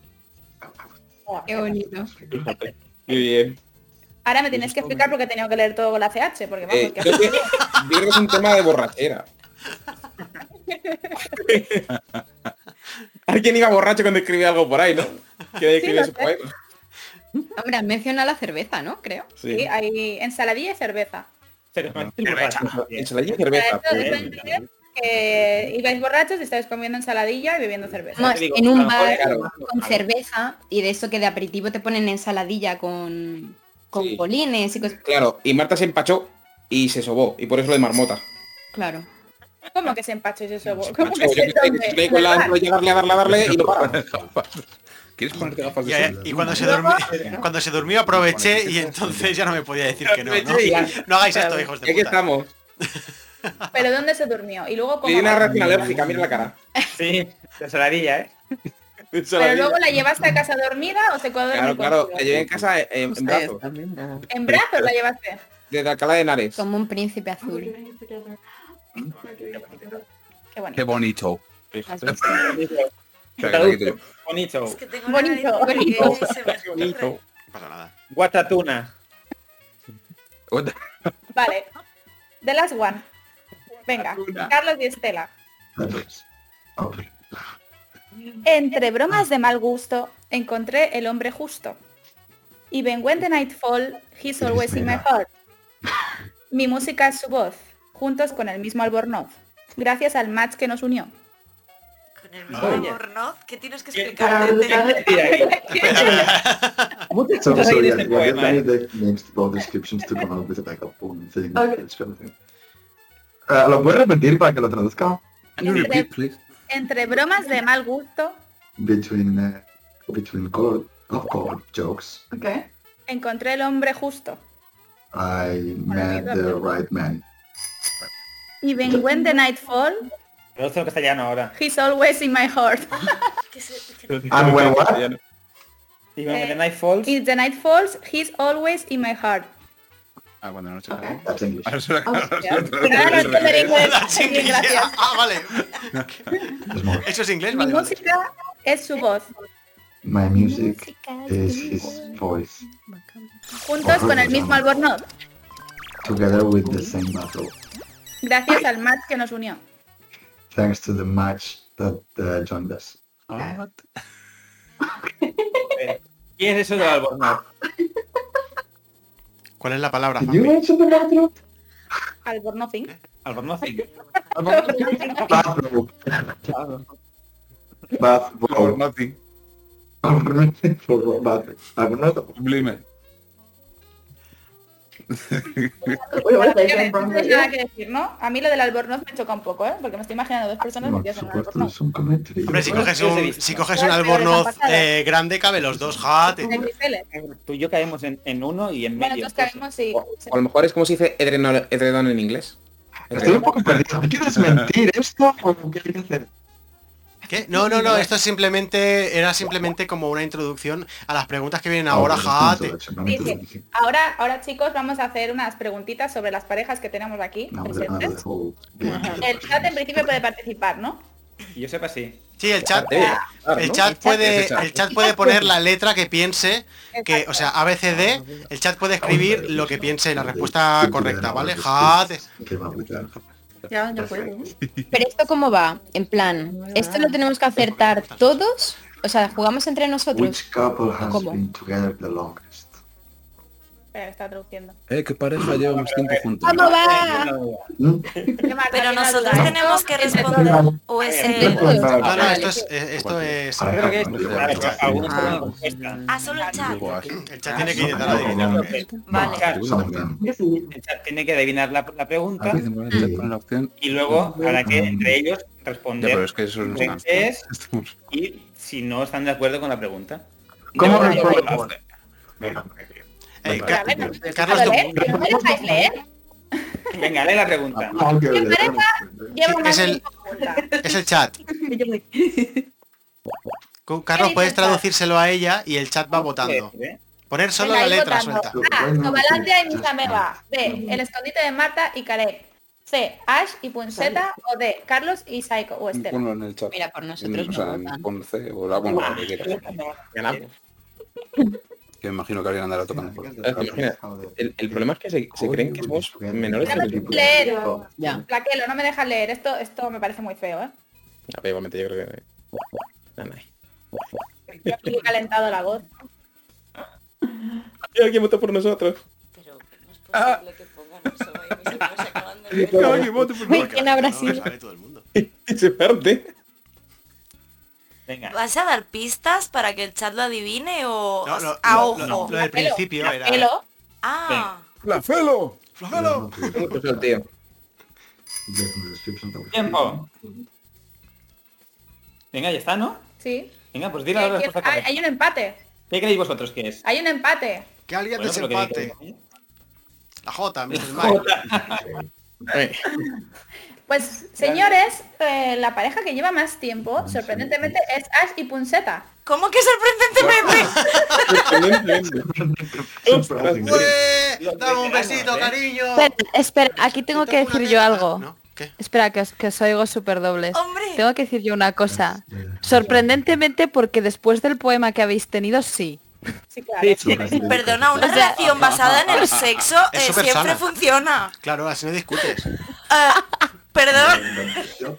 Oh, qué bonito. Muy bien. Ahora me tienes que explicar porque he tenido que leer todo con la CH, porque vamos, Eh, que- yo [LAUGHS] creo yo creo que es un tema de borrachera. Alguien iba borracho cuando escribía algo por ahí, ¿no? Que escribía lo su sé. poema. Hombre, has mencionado la cerveza, ¿no? Creo. [LAUGHS] Sí. sí, hay ensaladilla y cerveza. Pero- Ah, Ensaladilla y Para cerveza. muy esto os va a bien. entender que ibais borrachos y estáis comiendo ensaladilla y bebiendo cerveza. No, te digo, en a un lo mejor bar era con cerveza y de eso que de aperitivo te ponen ensaladilla con, con Sí. polines y cosas. Claro, y Marta se empachó y se sobó, y por eso lo de marmota. Claro. ¿Cómo que se empacho yo sobo? Yo ¿Cómo que se estoy- estoy [LAUGHS] tome? con la de llegarle a darle a darle y no para. ¿Quieres ponerte gafas Y, eh, de sol? y cuando, se durmi- cuando se durmió aproveché y entonces ya no me podía decir que no. No, No hagáis esto, hijos de Aquí puta. estamos. Pero ¿dónde se durmió? Y luego Y cómo una va? reacción alérgica, mira la cara. Sí, ensaladilla, ¿eh? Pero luego la llevaste a casa dormida o se quedó dormir Claro, claro, contigo? la llevé en casa eh, en, en brazos. En brazos la llevaste. Desde Alcalá de Henares. Como un príncipe azul. Hmm? Qué Qué bonito. bonito. Has Bonito. Bonito. Bonito. Bonito. No [LAUGHS] pasa nada. Guatatuna. Vale. The last one. Venga, Carlos y Estela. Entre bromas de mal gusto, encontré el hombre justo. Even when the night fall, he's always in my heart. Mi música es su voz, juntos con el mismo albornoz, gracias al match que nos unió. Albornoz, ¿qué tienes que explicar? So, Just so read yeah, it in you will get poem, many the names or descriptions to come up with a backup phone thing. Okay. this kind of thing. Ah, ¿Lo puedes repetir para que lo traduzca? Entre, entre bromas de mal gusto, Between, uh, between color, of color jokes, encontré el hombre justo. I met the right man. Even when the night fall, Traduce en castellano ahora. he's always in my heart. And when what? Y when the night falls. If the night falls, he's always in my heart. Ah, cuando no se That's English. Ah. Claro, es que me dijo eso. That's English. Bien, gracias. Ah, vale. Eso es inglés, Mi vale. vale. música es su voz, My music is his voice, juntos con el mismo albornoz, together with the same battle. gracias al match que nos unió. Thanks to the match that uh, joined us. Ah. ¿Qué es eso del albornoz? ¿Cuál es la palabra? Did you mention the bathroom? Albornozing. Ah, Albornoz. Bathroom. Bathroom. Nothing. For bathroom. Albornoz. Sublime. Where was I Tienes again from? nada que decir, ¿no? A mí lo del albornoz me choca un poco, ¿eh? Porque me estoy imaginando dos personas Por metidas en un supuesto, albornoz. es un comentario. Hombre, si coges Yo os he un, visto. si coges un Las peores albornoz han pasado. eh, grande, cabe los dos. Ja, te- En XL. Tú y yo caemos en, en uno y en Bueno, medio. entonces caemos y... O a lo mejor es como se dice edrenal- edredón en inglés. Estoy un poco perdido. ¿Me quieres mentir esto o qué hay que hacer? ¿Qué? No, no, no, esto es simplemente, era simplemente como una introducción a las preguntas que vienen ahora, ja, te- Sí, sí. Ahora, ahora chicos, vamos a hacer unas preguntitas sobre las parejas que tenemos aquí. presentes. El chat en principio puede participar, ¿no? Que yo sepa sí. Sí, el chat, eh. claro, el ¿no? chat puede, Ese chat. el chat puede poner la letra que piense, que, o sea, ABCD, el chat puede escribir lo que piense, la respuesta correcta, ¿vale? Ja, te- Que va a aplicar. Ya, yo puedo. Pero esto cómo va? En plan, ¿esto lo tenemos que acertar todos? O sea, ¿jugamos entre nosotros? Which couple has ¿Cómo? been together the longest? Espera, está [LAUGHS] traduciendo. Eh, qué pareja llevamos tiempo juntos. ¿Cómo va? ¿Mm? Pero nosotros tenemos que responder o es el... No, no, esto es, eh, esto es. Creo que es- a ver, algunos ponen la respuesta. Ah, solo el chat. El chat tiene que Ah, intentar adivinarlo. Vale. El chat tiene que adivinar la, la pregunta Con la opción. y luego habrá que entre ellos responder Ya, pero es que eso no qué está. es Pues y si no están de acuerdo con la pregunta. ¿Cómo Yo- responde? Eh, Ca- Carlos, ¿Lo lees? ¿No me dejáis leer? Venga, lee la Ah, pregunta. Ah, Mi pareja lleva es más el- de una pregunta. es el chat. Cu- Carlos, puedes traducírselo a ella y el chat va votando. ¿eh? Poner solo Venga, la ir letra votando. suelta. A. Novalandia y Mizameva. B. El escondite de Marta y Caleb. C. Ash y Punseta. O D. Carlos y Psycho. O Estela. Ponlo en el chat. Mira, por nosotros o sea, no en- votan. pon C o la pongo donde [LAUGHS] quieras. Que me imagino que alguien andará tocando por ahí. Eh, mira, el, el problema es que se, se creen que somos menores de Déjame leer. Plaquelo, no me dejas leer. Esto, esto me parece muy feo, ¿eh? A ver, igualmente yo creo que... Ah, Nada, nada. Yo aquí he calentado la voz. Y alguien votó por nosotros. Pero no es posible que Uy, pongan ¿quién habrá sido? Y se parte. Venga. ¿Vas a dar pistas para que el chat lo adivine o No, lo- a lo- ojo? lo- lo del principio era- Flagelo. Ah, ¡La Felo! ¡Flagelo! Mucho sorteo. Tiempo. Venga, ya está, ¿no? Sí. Venga, pues di la Hay- respuesta hay, correcta. hay un empate. ¿Qué creéis vosotros que es? Hay un empate. Que alguien Bueno, pero que desempate. [LAUGHS] La J, Mrs. Mike. Pues, señores, eh, la pareja que lleva más tiempo, sorprendentemente, es Ash y Punseta. ¿Cómo que sorprendentemente? Dame un besito, ¿eh? cariño. Espera, espera, aquí tengo que decir yo algo. Espera, que os, que os oigo súper dobles. Tengo que decir yo una cosa. Sorprendentemente, porque después del poema que habéis tenido, sí. Sí, claro. Sí, sí. Perdona, una O sea- relación basada en el sexo Es eh, súper siempre sana. funciona. Claro, así no discutes. Ah, perdón.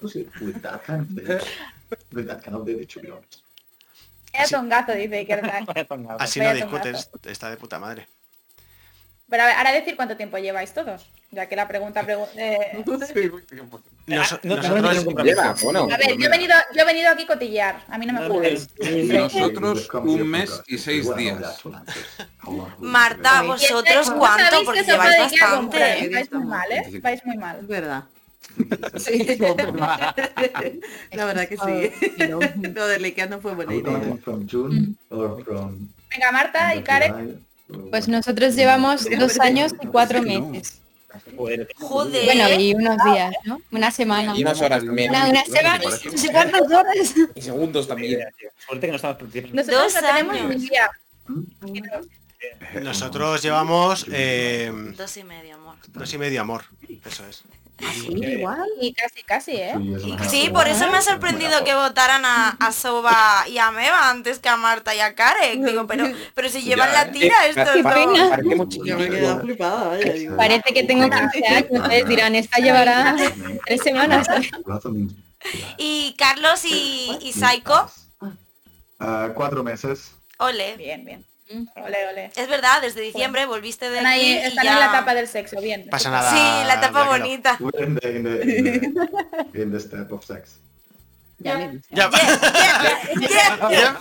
pues, With that kind of dick, with that kind of dick, to be honest. Vaya tongazo, dice Ikerdak. Así no Vaya discutes. tongazo. Está de puta madre. Pero a ver, ahora decir cuánto tiempo lleváis todos, ya que la pregunta... pregu- eh, Nos- Ah, no tenemos nosotros ningún compromiso. Lleva, bueno. A ver, yo he venido, yo he venido aquí a cotillar, a mí no me juzguéis. Nosotros un mes y seis días. Marta, vosotros cuánto, Sabéis porque que se puede lleváis que hago un bastante. premio, Vais muy mal, ¿eh? Vais muy mal. Es verdad. [LAUGHS] La verdad que sí. Lo de Ikea no fue buena idea. From June or from Venga, Marta y Karek. Pues nosotros llevamos dos años y cuatro meses. Joder. Bueno, y unos días, ¿no? Una semana. Y unas horas también. Una, una semana, no sé [LAUGHS] cuántas horas. Y segundos también. Suerte que no estamos perdiendo. Nosotros Dos no tenemos años. ni un día. Eh, Nosotros llevamos eh, Dos y medio, amor. dos y medio amor. Eso es. Y casi, casi, ¿eh? Sí, por eso me ha sorprendido que votaran a, a Soba y a Meva antes que a Marta y a Karek. Digo, pero, pero si llevan la tira Eh, esto pa- pa- no. parecemos chiquillos. Parece que tengo 15 años, ustedes dirán, esta llevará tres semanas. Y Carlos y, y Psycho, Ah, cuatro meses. ole. Bien, bien. Mm. Ole, ole. Es verdad, desde diciembre volviste de Están, ahí, aquí y están ya- en la etapa del sexo, bien. Pasa nada. Sí, la etapa tranquilo. bonita. We're in the, in the, in the, in the step of sex. Ya,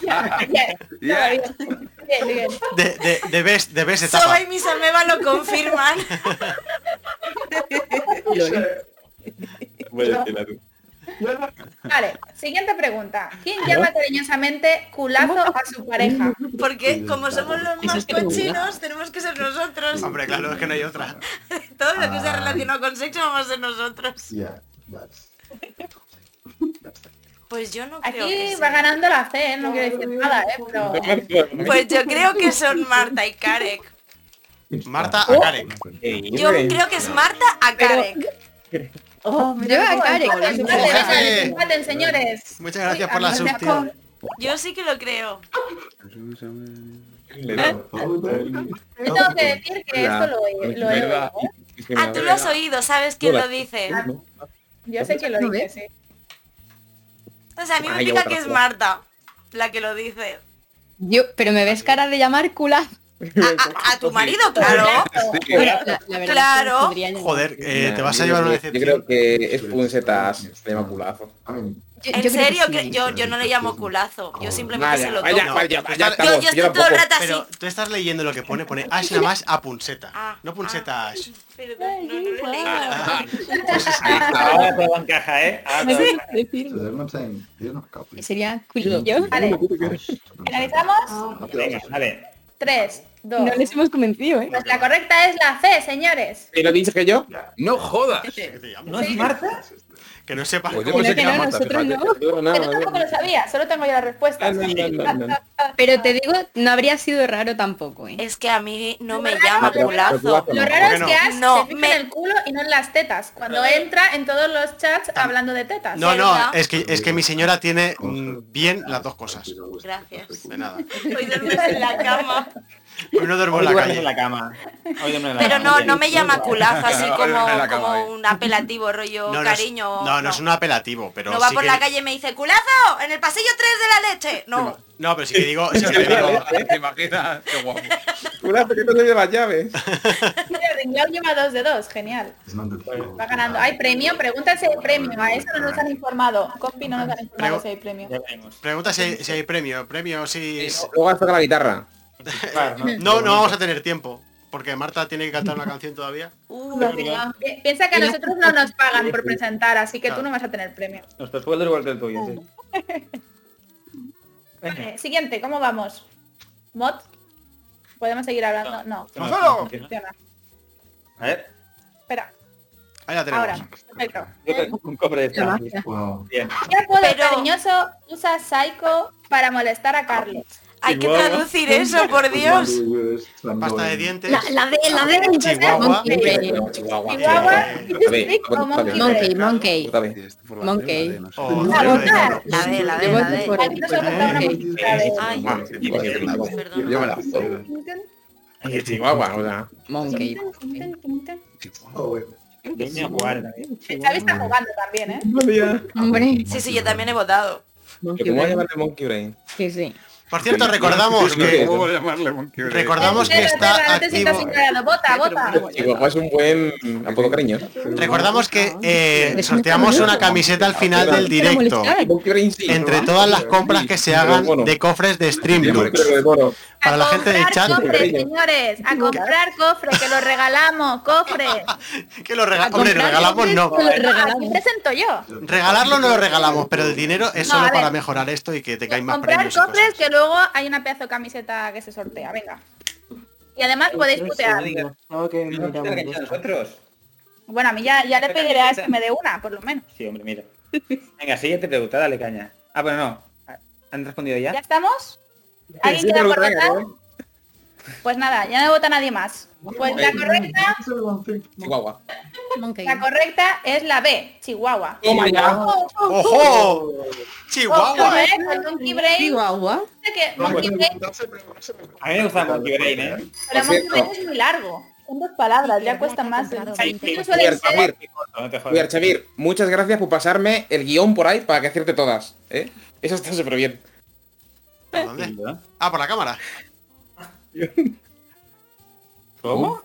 Está bien. Bien, bien. de, de, de best, de best etapa. Soba y mis Ameba lo confirman. Vale, siguiente pregunta. ¿Quién llama cariñosamente culazo a su pareja? Porque como somos los más cochinos, tenemos que ser nosotros. Hombre, claro, es que no hay otra. Todo lo que sea relacionado con sexo vamos a ser nosotros. Yeah, Pues yo no creo que Aquí sea. va ganando la C, ¿eh? no quiero decir nada, ¿eh? Pero... Pues yo creo que son Marta y Karek. Marta Oh. a Karek. Yo creo que es Marta a Karek. Yo a Karek. Jefe. Maten, señores. Muchas gracias Uy, por la a mí me sub, tío. Yo sí que lo creo. Ah, Yo tengo que decir que esto lo eh, he, lo he oído. Ah, tú lo has oído, sabes quién lo dice. Yo sé que lo dije, sí. O sea, a mí me Ay, pica otra que es cosa. Marta la que lo dice. Yo, pero me ves cara de llamar culazo. A, a tu marido, claro. [LAUGHS] Claro. Joder, eh, te vas a Yo llevar una creo que- Yo creo que es punseta de maculazo. En serio, que yo, yo no le llamo culazo. Yo Vaya, simplemente pues se lo Ah, vaya, tomo. vaya, vaya, Yo- yo, estoy todo el rato así. Pero tú estás leyendo lo que pone, pone Ah, Ash nada más a punseta. no punseta a Ash. Perdón, no, no lo he leído. Ahora todo encaja, ¿eh? Ahora todo encaja. Sería culillo. Vale. ¿Finalizamos? Ah, Venga, vale. 3, 2. No les hemos convencido, ¿eh? Pues la correcta es la C, señores. ¿Y lo dices que yo? No jodas. [LAUGHS] ¿No es Marta? Que no sepas Pues yo cómo pensé se que llama era Marta, nosotros, fíjate. Yo tampoco lo sabía, solo tengo yo la respuesta. Pero te digo, no habría sido raro tampoco, ¿eh? Es que a mí no me raro- llama lo culazo. Lo raro es que Ash No, se fija en el culo y no en las tetas. Cuando entra en todos los chats hablando de tetas. Ah. No, no, es que, es que mi señora tiene mm, bien las dos cosas. Gracias. De nada. Hoy duermes en la cama. Hoy no duermo Hoy en la duermes calle. en la cama. Hoy duermes en la Pero cama. no, no me llama culazo así Hoy como, duerme en la cama, como un apelativo rollo No, no es, cariño. no, no es un apelativo, pero No va sí por que- la calle y me dice, culazo, en el pasillo 3 de la leche. No. No, pero sí que digo, sí que [LAUGHS] le digo, ¿Te imaginas? Qué guapo. Culazo, que no te las llaves. Mira, Ringlao lleva dos de dos, genial. Va ganando. Hay premio, pregunta si hay premio. A eso no nos han informado. Compi no nos han informado si hay premio. pregunta si hay, si hay premio, premio si... Luego has tocado la guitarra. No, no vamos a tener tiempo, porque Marta tiene que cantar una canción todavía. Uh, pi- Piensa que a nosotros no nos pagan por Ah. presentar, así que tú no vas a tener premio. Nuestro sueldo es igual que el tuyo, sí. [LAUGHS] Vale, Eh, siguiente, ¿cómo vamos? ¿Mod? ¿Podemos seguir Ah. hablando? No. ¡Gonzalo! Funciona. A ver. Espera, Ahí la tenemos. ahora. Perfecto. Yo tengo un cofre de esta. Bien. ¿Qué apodo cariñoso usa Psycho para molestar a Carlos? Hay que traducir eso, Pues por Dios. Pasta de dientes. La- la de- la de- Chihuahua. Monkey. Chihuahua. Chihuahua, Monkey, monkey. Monkey. La boca. La de, la de, Yo voy la de. por Aquí nos hemos dado una monkey. Ay, Yo me la juego. Y Chihuahua, o sea. Monkey. Venía a jugar también. Xavi está jugando también, ¿eh? Hombre. Sí, sí, yo también he votado. ¿Cómo voy a llamarle Monkey Brain? Sí, sí. Por cierto, recordamos que ¿Cómo voy a llamarle Monkey Brain? recordamos que está No te sientas activo. ignorado. Vota, vota. Chihuahua es un buen apodo cariñoso. Recordamos que Ah, eh, sorteamos una camiseta al final del directo. Entre todas las compras que se hagan de cofres de Streamlux. Para la gente de Comprar chat, cofre, señores, a comprar cofre, que lo regalamos, cofre. que [LAUGHS] lo rega- hombre, regalamos no. regalamos. presento yo. Regalarlo no lo regalamos, pero el dinero es No, solo a ver. para mejorar esto y que te caigan más Comprar premios. y cosas. cofres que luego hay una pedazo de camiseta que se sortea, venga. Y además podéis putear. nosotros? Bueno, a mí ya, ya le pediré a este que me dé una, por lo menos. Sí, hombre, mira. [LAUGHS] Venga, siguiente pregunta, dale caña. Ah, bueno, no. ¿Han respondido ya? ¿Ya estamos? ¿Alguien queda por votar? Pues nada, ya no vota nadie más. Pues la correcta, Chihuahua. la correcta es la B, Chihuahua. Oh, Toma Oh, ya. ¡Ojo! Ojo, oh, ¡Chihuahua! eh, con Monkey Brain. Chihuahua. Dice que Monkey Brain, A mí me gusta Monkey Brain, ¿eh? pero Monkey Brain es muy largo. Son dos palabras, ya cuesta más. Incluso Javier, suelen ser- Javier, No te Javier, jodas. Javier, muchas gracias por pasarme el guión por ahí para que acierte todas. ¿eh? Eso está súper bien. ¿Por dónde? Ah, por la cámara. ¿Cómo?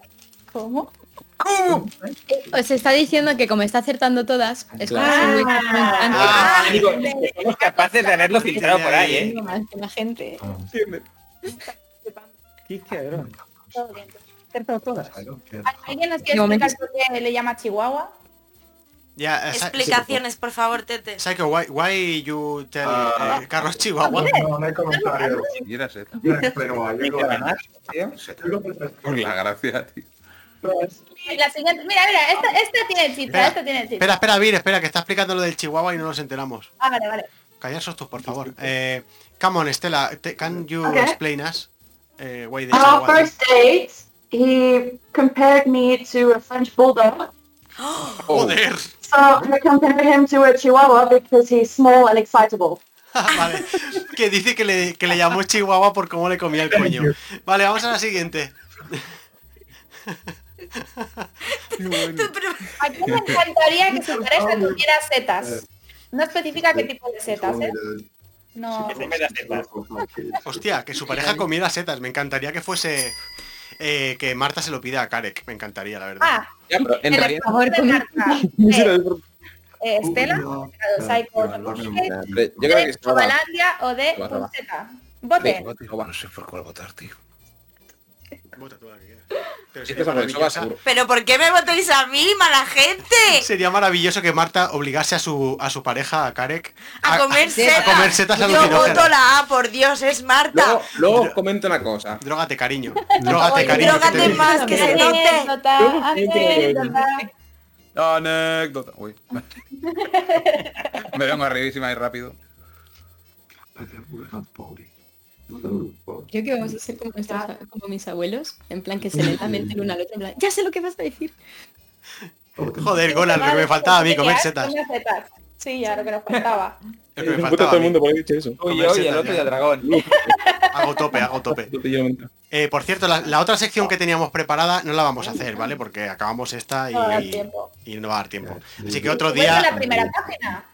¿Cómo? Os está diciendo que como está acertando todas, es como Claro. si muy antes. Ah, digo, somos capaces de haberlo filtrado por ahí, ¿eh? más que la gente. Qué cabrón. Todo bien. Acertado todas. ¿Al- ¿Alguien nos De quiere momento- explicar por qué le llama Chihuahua? Ya, eh, Sa- Explicaciones, por favor, Tete. Psycho, why, why you tell Ah. eh, Carlos Chihuahua? No, no hay comentarios. No, pero hay algo más. ¿eh? Por la gracia, tío. La siguiente, mira, mira, esta, esta tiene Espera, chispa, esta tiene chispa. Espera, espera, Vir, espera, que está explicando lo del Chihuahua y no nos enteramos. Ah, vale, vale. Callaros tú, por favor. Eh, come on, Estela, te- can you Okay. explain us eh, why the On our Chihuahua? Ah, first date, he compared me to a French bulldog. ¡Joder! [LAUGHS] So I compared him to a chihuahua because he's small and excitable. vale. Que dice que le, que le llamó Chihuahua por cómo le comía el coño. Vale, vamos a la siguiente. A mí me encantaría que su pareja tuviera setas. No especifica qué tipo de setas, ¿eh? No. Hostia, que su pareja comiera setas. Me encantaría que fuese... eh, que Marta se lo pida a Karek. Me encantaría, la verdad. Ah, Ya, pero en el realidad... favor de Marta. Eh, eh, Estela, Psycho, Hombre, Yo creo que de es toda. Chovalandia o de Chihuahua. Pulseta. Voten. Chihuahua, No sé por cuál votar, tío. Vota tú la que quieras. Pero Es sería que sobre Chihuahua maravillosa- seguro. Pero ¿por qué me votáis a mí, mala gente? [LAUGHS] Sería maravilloso que Marta obligase a su, a su pareja, a Karek, A comer setas. a comer setas Yo voto alucinógenas. la A, por Dios, es Marta. Luego, luego os comento una cosa. Drógate, cariño. Drógate, Oye, cariño. que drógate te- más, que se note. Anécdota, anécdota. Anécdota. Uy. [LAUGHS] Me vengo arribísima y rápido. Creo que vamos a ser como, nuestros- como mis abuelos, en plan que se lentamente el uno al otro, en plan, ya sé lo que vas a decir. [LAUGHS] Joder, Golan, lo que me faltaba a mí, comer Ya, setas. comer setas. Sí, ya lo que nos faltaba. Lo que me Puta, faltaba todo a el mí. mundo por haber dicho eso. Tú y Comer yo y el setas, otro ¿eh? y ya. el dragón. Hago tope, hago tope. Eh, por cierto, la, la otra sección que teníamos preparada no la vamos a hacer, ¿vale? Porque acabamos esta y, No va a dar tiempo. y no va a dar tiempo. Así que otro Vuelve a la día, primera página.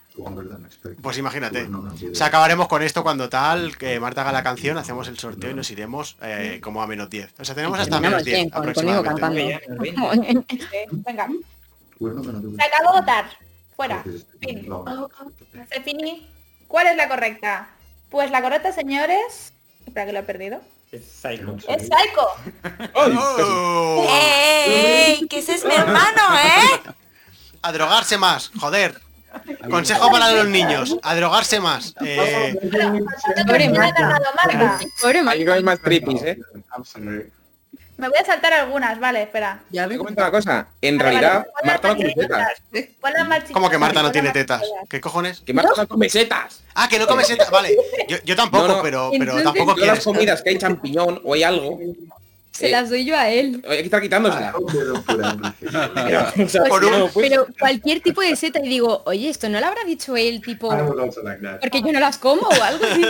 pues imagínate, o sea, acabaremos con esto cuando tal, que Marta haga la canción, hacemos el sorteo y nos iremos eh, como a menos 10. O sea, tenemos hasta Terminamos menos bien, 10 con- conmigo aproximadamente. cantando. Eh, Venga. Se acabó de votar. Fuera. Fin. Se finí. ¿Cuál es la correcta? Pues la correcta, señores. Espera que lo he perdido. Es Psycho. Es Psycho. ¡Oh! ¡Ey! ¡Que ese es mi hermano, eh! A drogarse más, joder. Consejo para los niños, a drogarse más. Eh, Pobre Marta. Pobre Marta. Algo hay más trippies, ¿eh? Me voy a saltar algunas, vale, espera. Ya me comento una cosa. En realidad, Ah, Vale, Marta no tiene come tetas. Ponlas más chiquitas. ¿Cómo que Marta no ponlas tiene más tetas? chiquitas. ¿Qué cojones? Que Marta no come setas. Ah, que no come setas, vale. Yo, yo tampoco, No, no. pero, pero tampoco Todas las quieres. comidas que hay champiñón o hay algo, Se las doy yo a él. hay que estar quitándosela. Ah. Pero, O por sea, un- Pues pero cualquier tipo de seta y digo, oye, esto no lo habrá dicho él, tipo, I would also like that. porque yo no las como o algo así.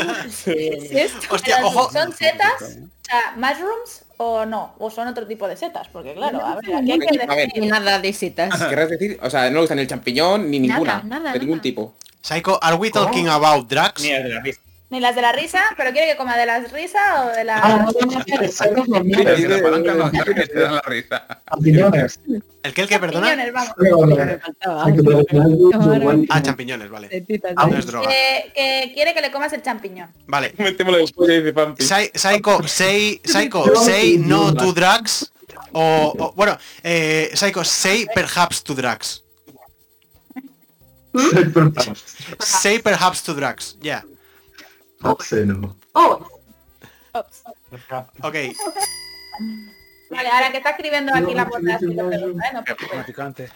¿Es esto? Pero, ¿Son setas, o sea, mushrooms o no? ¿O son otro tipo de setas? Porque claro, a ver, aquí hay que A ver. decir. Nada de setas. ¿Querrás decir? O sea, no le gustan el champiñón ni Nada, ninguna. nada, de ningún nada. tipo. Psycho, ¿are we talking about drugs? Ni las de la risa, pero quiere que coma de las risa o de la... Ah, Champiñones. ¿El que el que perdona? Millones, vamos. Ah, champiñones, vale. Ah, No es droga. Que, que quiere que le comas el champiñón. Vale. Psy- Psycho, say, Psycho, say no to drugs. O, o- bueno, eh, Psycho, say perhaps to drugs. Say perhaps to drugs, yeah. Say no. Ok. Vale, ahora que está escribiendo aquí la puerta, así lo pregunta, ¿eh? No preocupes.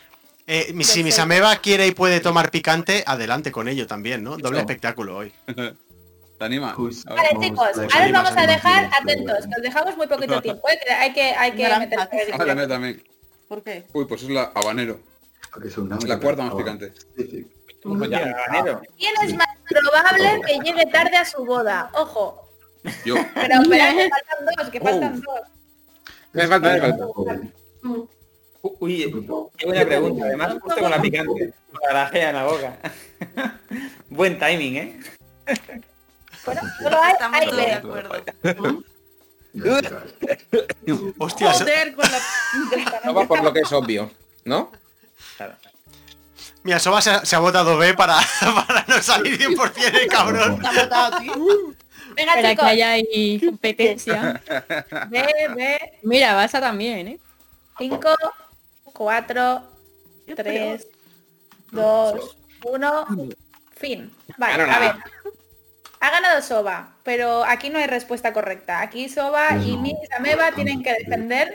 Eh, mi- si mis ameba quiere y puede tomar picante, adelante con ello también, ¿no? Doble espectáculo hoy. ¿Te anima? Vale, chicos, ahora os vamos a dejar atentos, que os dejamos [LAUGHS] muy poquito tiempo, ¿eh? Que hay que, hay que meter Ah, la mía también. ¿Por qué? Uy, pues es la habanero. Es la cuarta más picante. Pues ¿Quién es más probable que llegue tarde a su boda? Ojo. [LAUGHS] Yo. [LAUGHS] Pero espera, que faltan dos, que faltan dos. Me falta, me falta. Uy, qué buena pregunta. Además, justo con la picante. Con La gea en la boca. [LAUGHS] Buen timing, ¿eh? Solo hay aire. Oh, Hostia, eso- Joder, con la... [LAUGHS] No va por lo que es [LAUGHS] obvio, ¿no? mira, Soba se ha, se ha votado B para, [LAUGHS] para no salir 100%, el cabrón. Venga, Para chicos. que haya ahí competencia. Ve, ve. Mira, Basa también, ¿eh? 5, 4, 3, 2, 1. Fin. Vale, Ganó la- a ver. Ha ganado Soba, pero aquí no hay respuesta correcta. Aquí Soba y Miss Ameba tienen que defender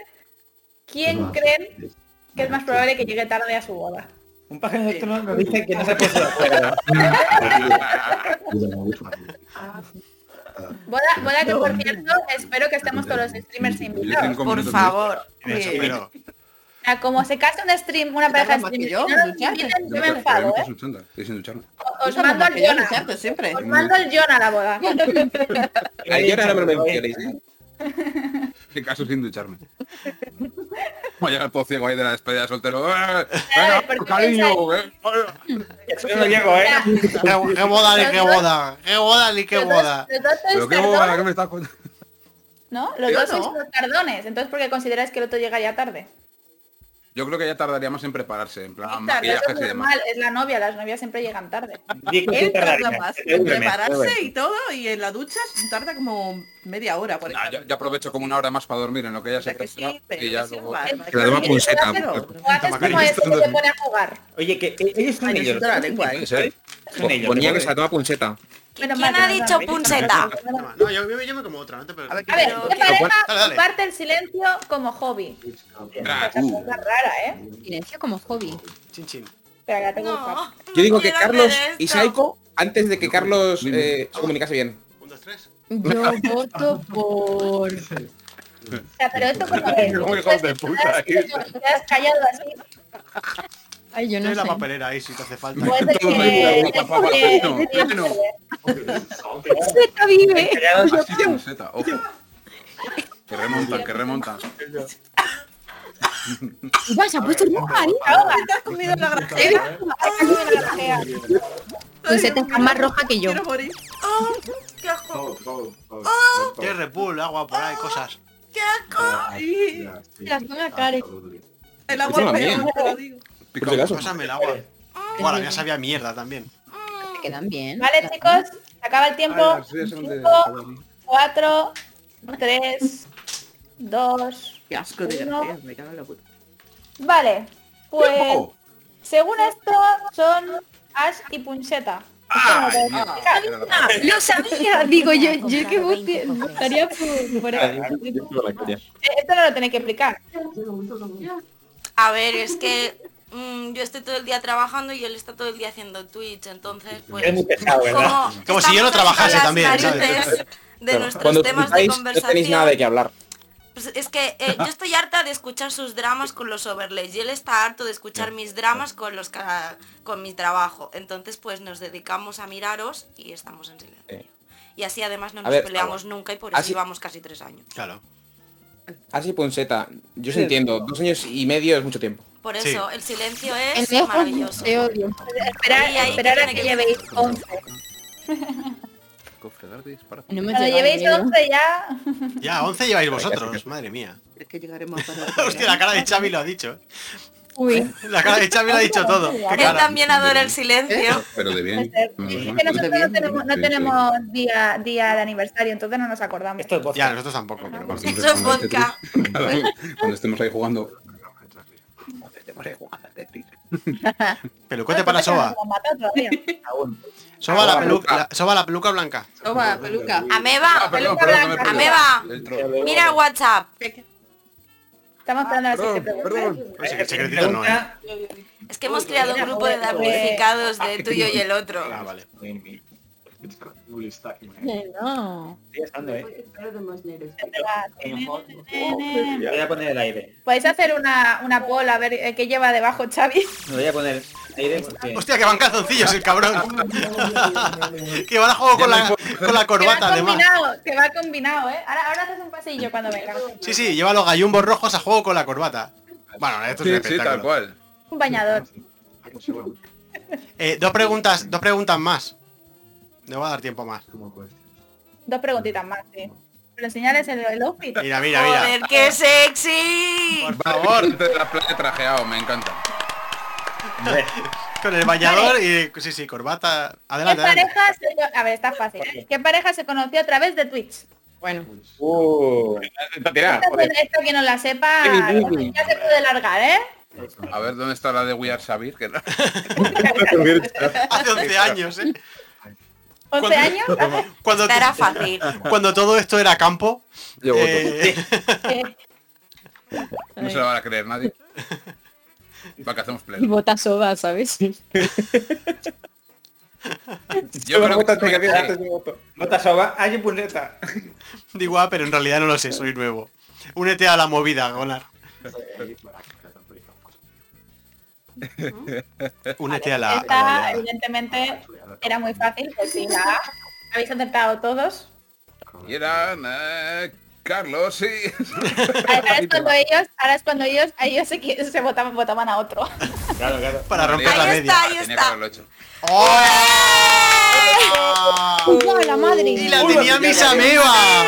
quién creen que es más probable que llegue tarde a su boda. Un pájaro nocturno nos dice que no se ha puesto de acuerdo. Boda, boda que por cierto, espero que estemos todos los streamers invitados. Por favor. Eso, Eh, pero- O sea, como se casa un stream, una pareja de más que streamers, yo, y no nos Luciana. invitan, yo me Pero hay enfado, muchas ¿eh? luchando, estoy sin ducharme. Os mando al ¿eh? Pues Jonah. siempre. Os mando al Jonah a la boda. Ayer ahora no me lo mencionéis, ¿eh? En caso sin ducharme. [LAUGHS] Voy a llegar todo ciego ahí de la despedida de soltero. ¡Eh! Claro, porque Venga, cariño, pensáis- ¿eh? no llego, ¿eh? qué, qué boda ni qué boda. Qué boda ni qué Los dos- boda. los dos sois Pero qué tardones, boba, ¿qué me estás contando? ¿no? Los Yo dos no. sois unos tardones. Entonces, ¿por qué consideráis que el otro llega ya tarde? Yo creo que ya tardaría más en prepararse, en plan Claro, eso maquillajes es y Ah, demás. normal, es la novia, las novias siempre llegan tarde. Digo, sí, Él tarda tardaría. más en Seguramente, prepararse seguramente. y todo y en la ducha tarda como media hora por Ah, yo, yo aprovecho como una hora más para dormir en lo que ella se prepara y ya luego... normal. Que le demos pulseta. O haces como este que te pone a jugar. Oye, que e- ellos son Ay, yo ellos. siento la lengua, Puede ¿eh? ser. Pues Ponía que se la toma punseta. Menos ¿Quién mal que ha no dicho sabe. punseta? No, yo, yo, yo me como otra, no te preocupes. A ver, ¿qué pareja Dale, dale. comparte el silencio como hobby? Ah, Esa cosa rara, ¿eh? Silencio como hobby. Chin, chin. Espera, que la tengo que buscar. Yo digo que Quiero ver Carlos esto. y Saiko, antes de que Carlos eh, se comunicase bien. Un, dos, tres. Yo voto por... O sea, pero esto [LAUGHS] como es. Como Esto es hijos de que puta, te has- aquí. Te has callado así. Ay, yo no Tienes la sé. papelera ahí si te hace falta. O es de Todo que- el es mundo, papá, de- bueno, de- de- bueno. Zeta vive. Así es punseta, ojo. Que remontan, que remontan. Igual se ha puesto roja, ¿eh? ahoga. ¿Te has comido la grajea? Pues Zeta está más roja que yo. Quiero morir. ¡Oh! ¡Qué asco! ¡Oh! Tienes Red Bull, agua por ahí, cosas. ¡Qué asco! Ay, Las van a cara. El Eso agua no pega, bien. te lo digo. Por si acaso. Pásame el agua. Bueno, la mía sabía mierda también. Te quedan bien. Vale, chicos, se acaba el tiempo. Así es donde- 4, 3, 2. Qué asco de grajea, me cago en la puta. Vale, pues ¡Tiempo! según esto son Ash y Puncheta. Lo sabía, digo yo, yo que busque- buscaría por, por ahí. Esto no lo tenéis que explicar. A ver, es que mm, yo estoy todo el día trabajando y él está todo el día haciendo Twitch, entonces pues... Es muy pesado, ¿verdad? como Como si yo no estamos trabajase hasta también, las ¿sabes? narices De Claro. nuestros Cuando temas de escucháis, conversación. no tenéis nada de qué hablar. Pues es que eh, yo estoy harta de escuchar sus dramas con los overlays y él está harto de escuchar mis dramas con los ca- con mi trabajo. Entonces pues nos dedicamos a miraros y estamos en silencio. Eh. Y así además no A nos ver, peleamos nunca y por eso así- llevamos casi tres años. Claro. Así Punzeta, yo os entiendo, dos años y medio es mucho tiempo. Por eso el silencio es El mío fue un maravilloso. odio. Esperar, Ahí, ahí, esperar a tiene que que llevéis 11. Cuando llevéis 11 ya... Ya, 11 lleváis vosotros, madre mía. Es que llegaremos a Hostia, la cara de Xavi lo ha dicho. Uy. La cara de Xavi [LAUGHS] lo ha dicho [LAUGHS] todo. Qué Él cara. también adora el silencio. Pero de bien. Es que nosotros no tenemos, no tenemos día, día de aniversario, entonces no nos acordamos. Ya, nosotros tampoco, pero bueno. [LAUGHS] Eso es vodka. Cuando estemos ahí jugando. Ah, Pelucote para Soba. Soba la, peluca, la- soba la peluca blanca. Toma, peluca. Ameba, perdón, peluca perdón, blanca, perdón. ameba. Mira WhatsApp. Estamos esperando a ver si te preguntas. Pues el secretito no, ¿eh? Es que hemos creado un grupo de damnificados de tuyo y el otro. Ah, vale. No. ¿eh? Voy a poner el aire. Podéis hacer una, una poll a ver eh, qué lleva debajo [LAUGHS] Xavi. Me voy a poner el aire porque... Hostia, que van calzoncillos el cabrón. [LAUGHS] que van a juego con la, con la que corbata, va además. combinado, que va combinado, ¿eh? Ahora, ahora haces un pasillo cuando venga. Sí, sí, lleva los gallumbos rojos a juego con la corbata. Bueno, esto Sí, es un sí, espectáculo. tal cual. Un bañador. Eh, dos preguntas, dos preguntas más. No va a dar tiempo más. Dos preguntitas más, sí. Pero enseñales el, el outfit. Mira, mira, mira. Joder, qué sexy. Por favor. De la playa trajeado, me encanta. Con el bañador y sí, sí, corbata. ¿Qué Adelante, adelante. pareja se... A ver, está fácil. ¿eh? ¿Qué pareja se conoció a través de Twitch? Bueno. Ah, Esta, esta que no la sepa, Sí, sí, sí. ya se puede largar, [LAUGHS] ¿eh? A ver, ¿dónde está la de We Are Sabir? Que no- Hace 11 años, ¿eh? [LAUGHS] 11 años. Cuando, Estará fácil. Cuando todo esto era campo. eh, [LAUGHS] Eh, No se lo van a creer nadie. Va que hacemos [LAUGHS] pleno. Y bota soba, ¿sabes? Yo creo que Bota soba, hay un puñeta. Digo, ah, pero en realidad no lo sé, soy nuevo. Únete a la movida, [LAUGHS] Gonar. Únete a la. a la Esta, oleada. evidentemente, era muy fácil, pues sí, la A. Habéis acertado todos. Y eran eh, Carlos, sí. Ahora es cuando ellos, ahora es cuando ellos, ellos se, qui- se votaban, votaban a [LAUGHS] otro. Claro, claro. Para romper la media. ¡Oh! ahí está. ¡Uy, la madre! ¡Y la tenía mis amebas!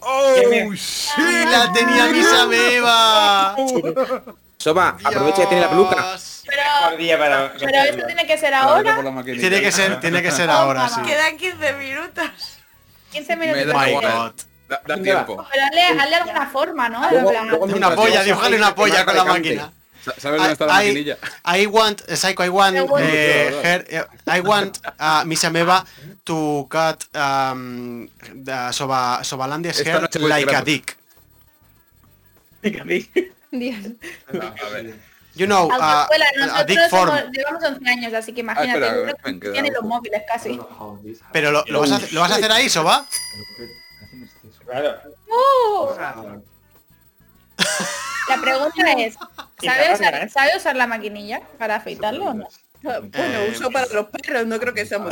¡Oh, sí! ¡La tenía mis amebas! Soba, aprovecha que tiene la peluca. Día para... Pero esto tiene que ser ahora. Tiene que ser, tiene que ser ahora, sí. Quedan 15 minutos. 15 Me minutos. da de- igual. Da, da tiempo. Pero hazle, hazle alguna forma, ¿no? En plan- Una polla, dibujale una polla con la máquina. Sa- ¿Sabes dónde está la I- maquinilla? I want, eh, Psycho, I want, I want- eh, her- eh, I want uh, Miss Ameba to cut um, the Soba, Sobalandia's Esta hair noche voy a like a esperar. dick. Dios. A ver. You know, uh, Autoescuela, a dick nosotros form. Ah, somos- llevamos 11 años, así que espera, imagínate, ven, ven, que tiene da- los móviles casi. Pero lo, lo vas a, hacer- lo vas a hacer ahí, Soba. Claro. ¡Uh! La [LAUGHS] pregunta es, Y ¿sabe la usar, barba, ¿eh? ¿sabe usar la maquinilla para afeitarlo o no? Eh, Bueno, uso para los perros, no creo que Ah. sea muy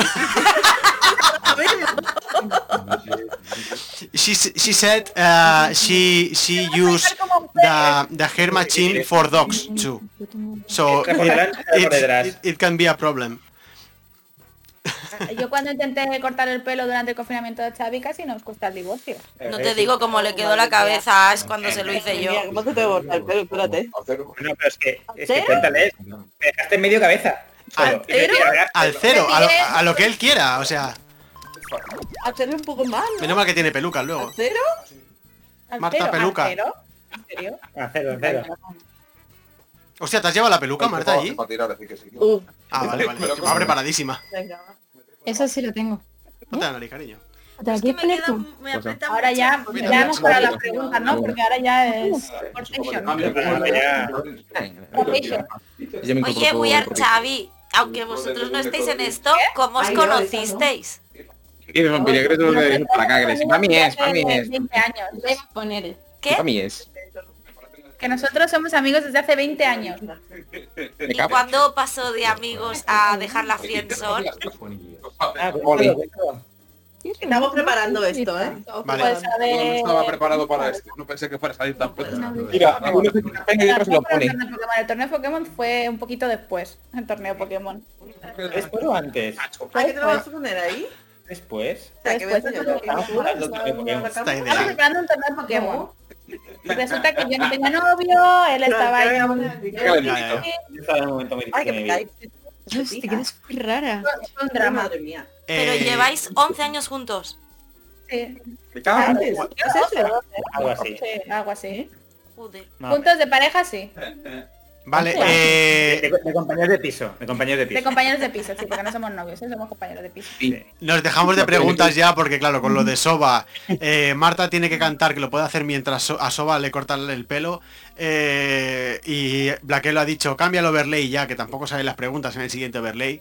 She, s- she said uh, she she used the the hair machine for dogs too. So Por delante, it- por detrás. it- it can be a problem. [LAUGHS] Yo cuando intenté cortar el pelo durante el confinamiento de Xavi casi nos cuesta el divorcio. No Eh, te digo cómo le quedó la cabeza a Ash cuando se lo hice yo. ¿Cómo te tengo que cortar el pelo? Espérate. Bueno, pero es que, es que ¿Cero? cuéntale. Me dejaste en medio cabeza. Solo. Al cero, a lo, a lo que él quiera, o sea, Hacerlo un poco más, ¿no? menos mal que tiene pelucas luego. ¿Cero? Marta Peluca. ¿Cero? ¿En serio? A cero, a cero. Hostia, ¿te has llevado la peluca, Marta, allí? Para tirar, así que sí. Uh, Ah, vale, vale. que Va preparadísima. eso sí lo tengo. Ponte la nariz, cariño. ¿Te la quieres poner tú? Ahora ya, Mira, ya mira, hemos para mira. las preguntas, ¿no? Porque ahora ya es... Oye, We Are Xavi, aunque vosotros no estéis en esto, ¿cómo os Ay, no, esa no. conocisteis? Y los vampiros creo que es para acá, que le dicen, mami es, mami es, 20 años. Debo poner. ¿Qué? mami es. Que nosotros somos amigos desde hace 20 años. Me ¿Y cago. cuándo pasó de amigos a dejar la friendzone? Ah, pues, Oli. Estamos preparando esto, ¿eh? Vale. Pues, a ver. No estaba preparado para esto. No pensé que fuera a salir tan pronto. Mira, uno se quita peña y otro se lo Tampoco era el pone. torneo Pokémon. El torneo Pokémon fue un poquito después, el torneo Pokémon. ¿Después o antes? ¿A qué te lo vas a poner ahí? Después. O sea, que Después ves, yo de creo que- los Está Estaba ideal. preparando un torneo Pokémon. Y Resulta que yo no tenía novio, él estaba ahí. Ya, ya, ya. Estaba en un momento muy difícil de mi vida. te quedas muy rara. Fue un drama. Madre mía. Pero Eh. lleváis 11 años juntos. Sí. Me cago en- ¿Qué es eso? Algo así. Sí, algo así. Joder. Puntos de pareja, sí. Vale, Ojo. eh, De, de compañeros de piso, de compañeros de De piso. compañeros de piso, sí, porque no somos novios, sí, somos compañeros de piso. nos dejamos de preguntas ya porque claro, con lo [LAUGHS] de Soba, eh, Marta tiene que cantar, que lo puede hacer mientras So- a Soba le cortan el pelo. eh, y Blaquelo ha dicho, cambia el overlay ya, que tampoco saben las preguntas en el siguiente overlay.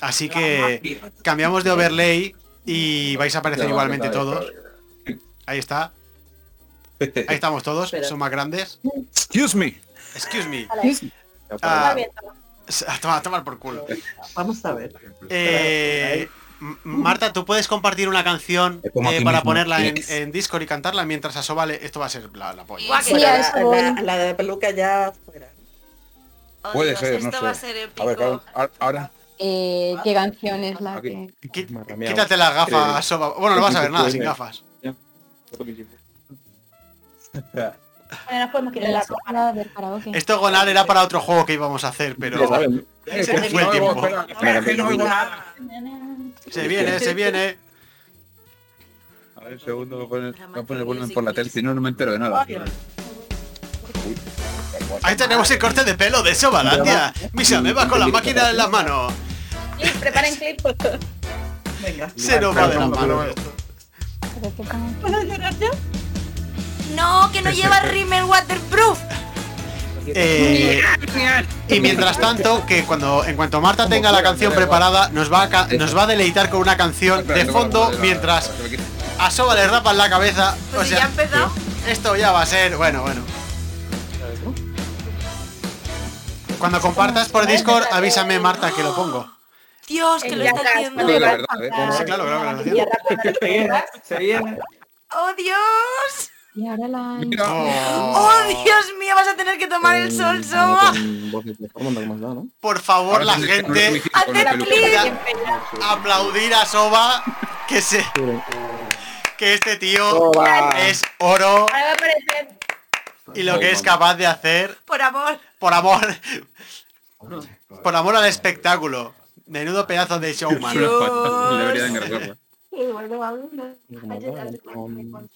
Así que cambiamos de overlay y vais a aparecer Ya, igualmente vale, todos. Ahí está. Ahí estamos todos, Espera. son más grandes. Excuse me. Excuse me. Vale. Ah, Está bien, [LAUGHS] está a tomar, a tomar por culo. Vamos a ver. Eh, M- Marta, ¿tú puedes compartir una canción como eh, aquí para mismo, ponerla en, yes. en Discord y cantarla mientras Asoba le... Esto va a ser la, la polla. Guau, que Bueno, ya la- eso la, voy. la de la peluca ya fuera. Puede ser, no esto va a sé. ser A ver, claro, ahora- ahora. Eh, ¿Qué canción es la que...? Madre mía, Quítate las gafas, eh, Asoba. Bueno, no vas a [LAUGHS] ver nada sin eh, gafas. bien, nos podemos quitar la ropa. La del karaoke. Esto Gonal era para otro juego que íbamos a hacer, pero Ya saben. se me fue el tiempo. Espera, que no oigo Se viene, [LAUGHS] se viene. A ver, un segundo, voy a poner, voy a poner el volumen por la tele, si no, no me entero de nada. Ahí tenemos el corte de pelo de Sobalandia. Misa, me va con la máquina en las manos. Clip, preparen [LAUGHS] clip. Venga. Se nos va de las manos. ¿Puedo llorar ya? No, que no lleva Rimmel Waterproof. Eh, y mientras tanto, que cuando en cuanto Marta tenga la canción preparada, nos va a, ca- nos va a deleitar con una canción de fondo mientras a Soba le rapan la cabeza. O sea, esto ya va a ser, bueno, bueno. Cuando compartas por Discord, avísame Marta que lo pongo. Dios, que lo está haciendo. Sí, claro, claro, claro. Se viene. ¡Oh, Dios! Y ahora la... ¡Oh, Dios mío! Vas a tener que tomar el sol, Soba. Por favor, la gente, Hacer clip. aplaudir a Soba, que se... Que este tío Soba. es oro Ahora va a aparecer, y lo que es capaz de hacer por amor. por amor [LAUGHS] por amor al espectáculo menudo pedazo de showman [LAUGHS] Debería de engrasarla. No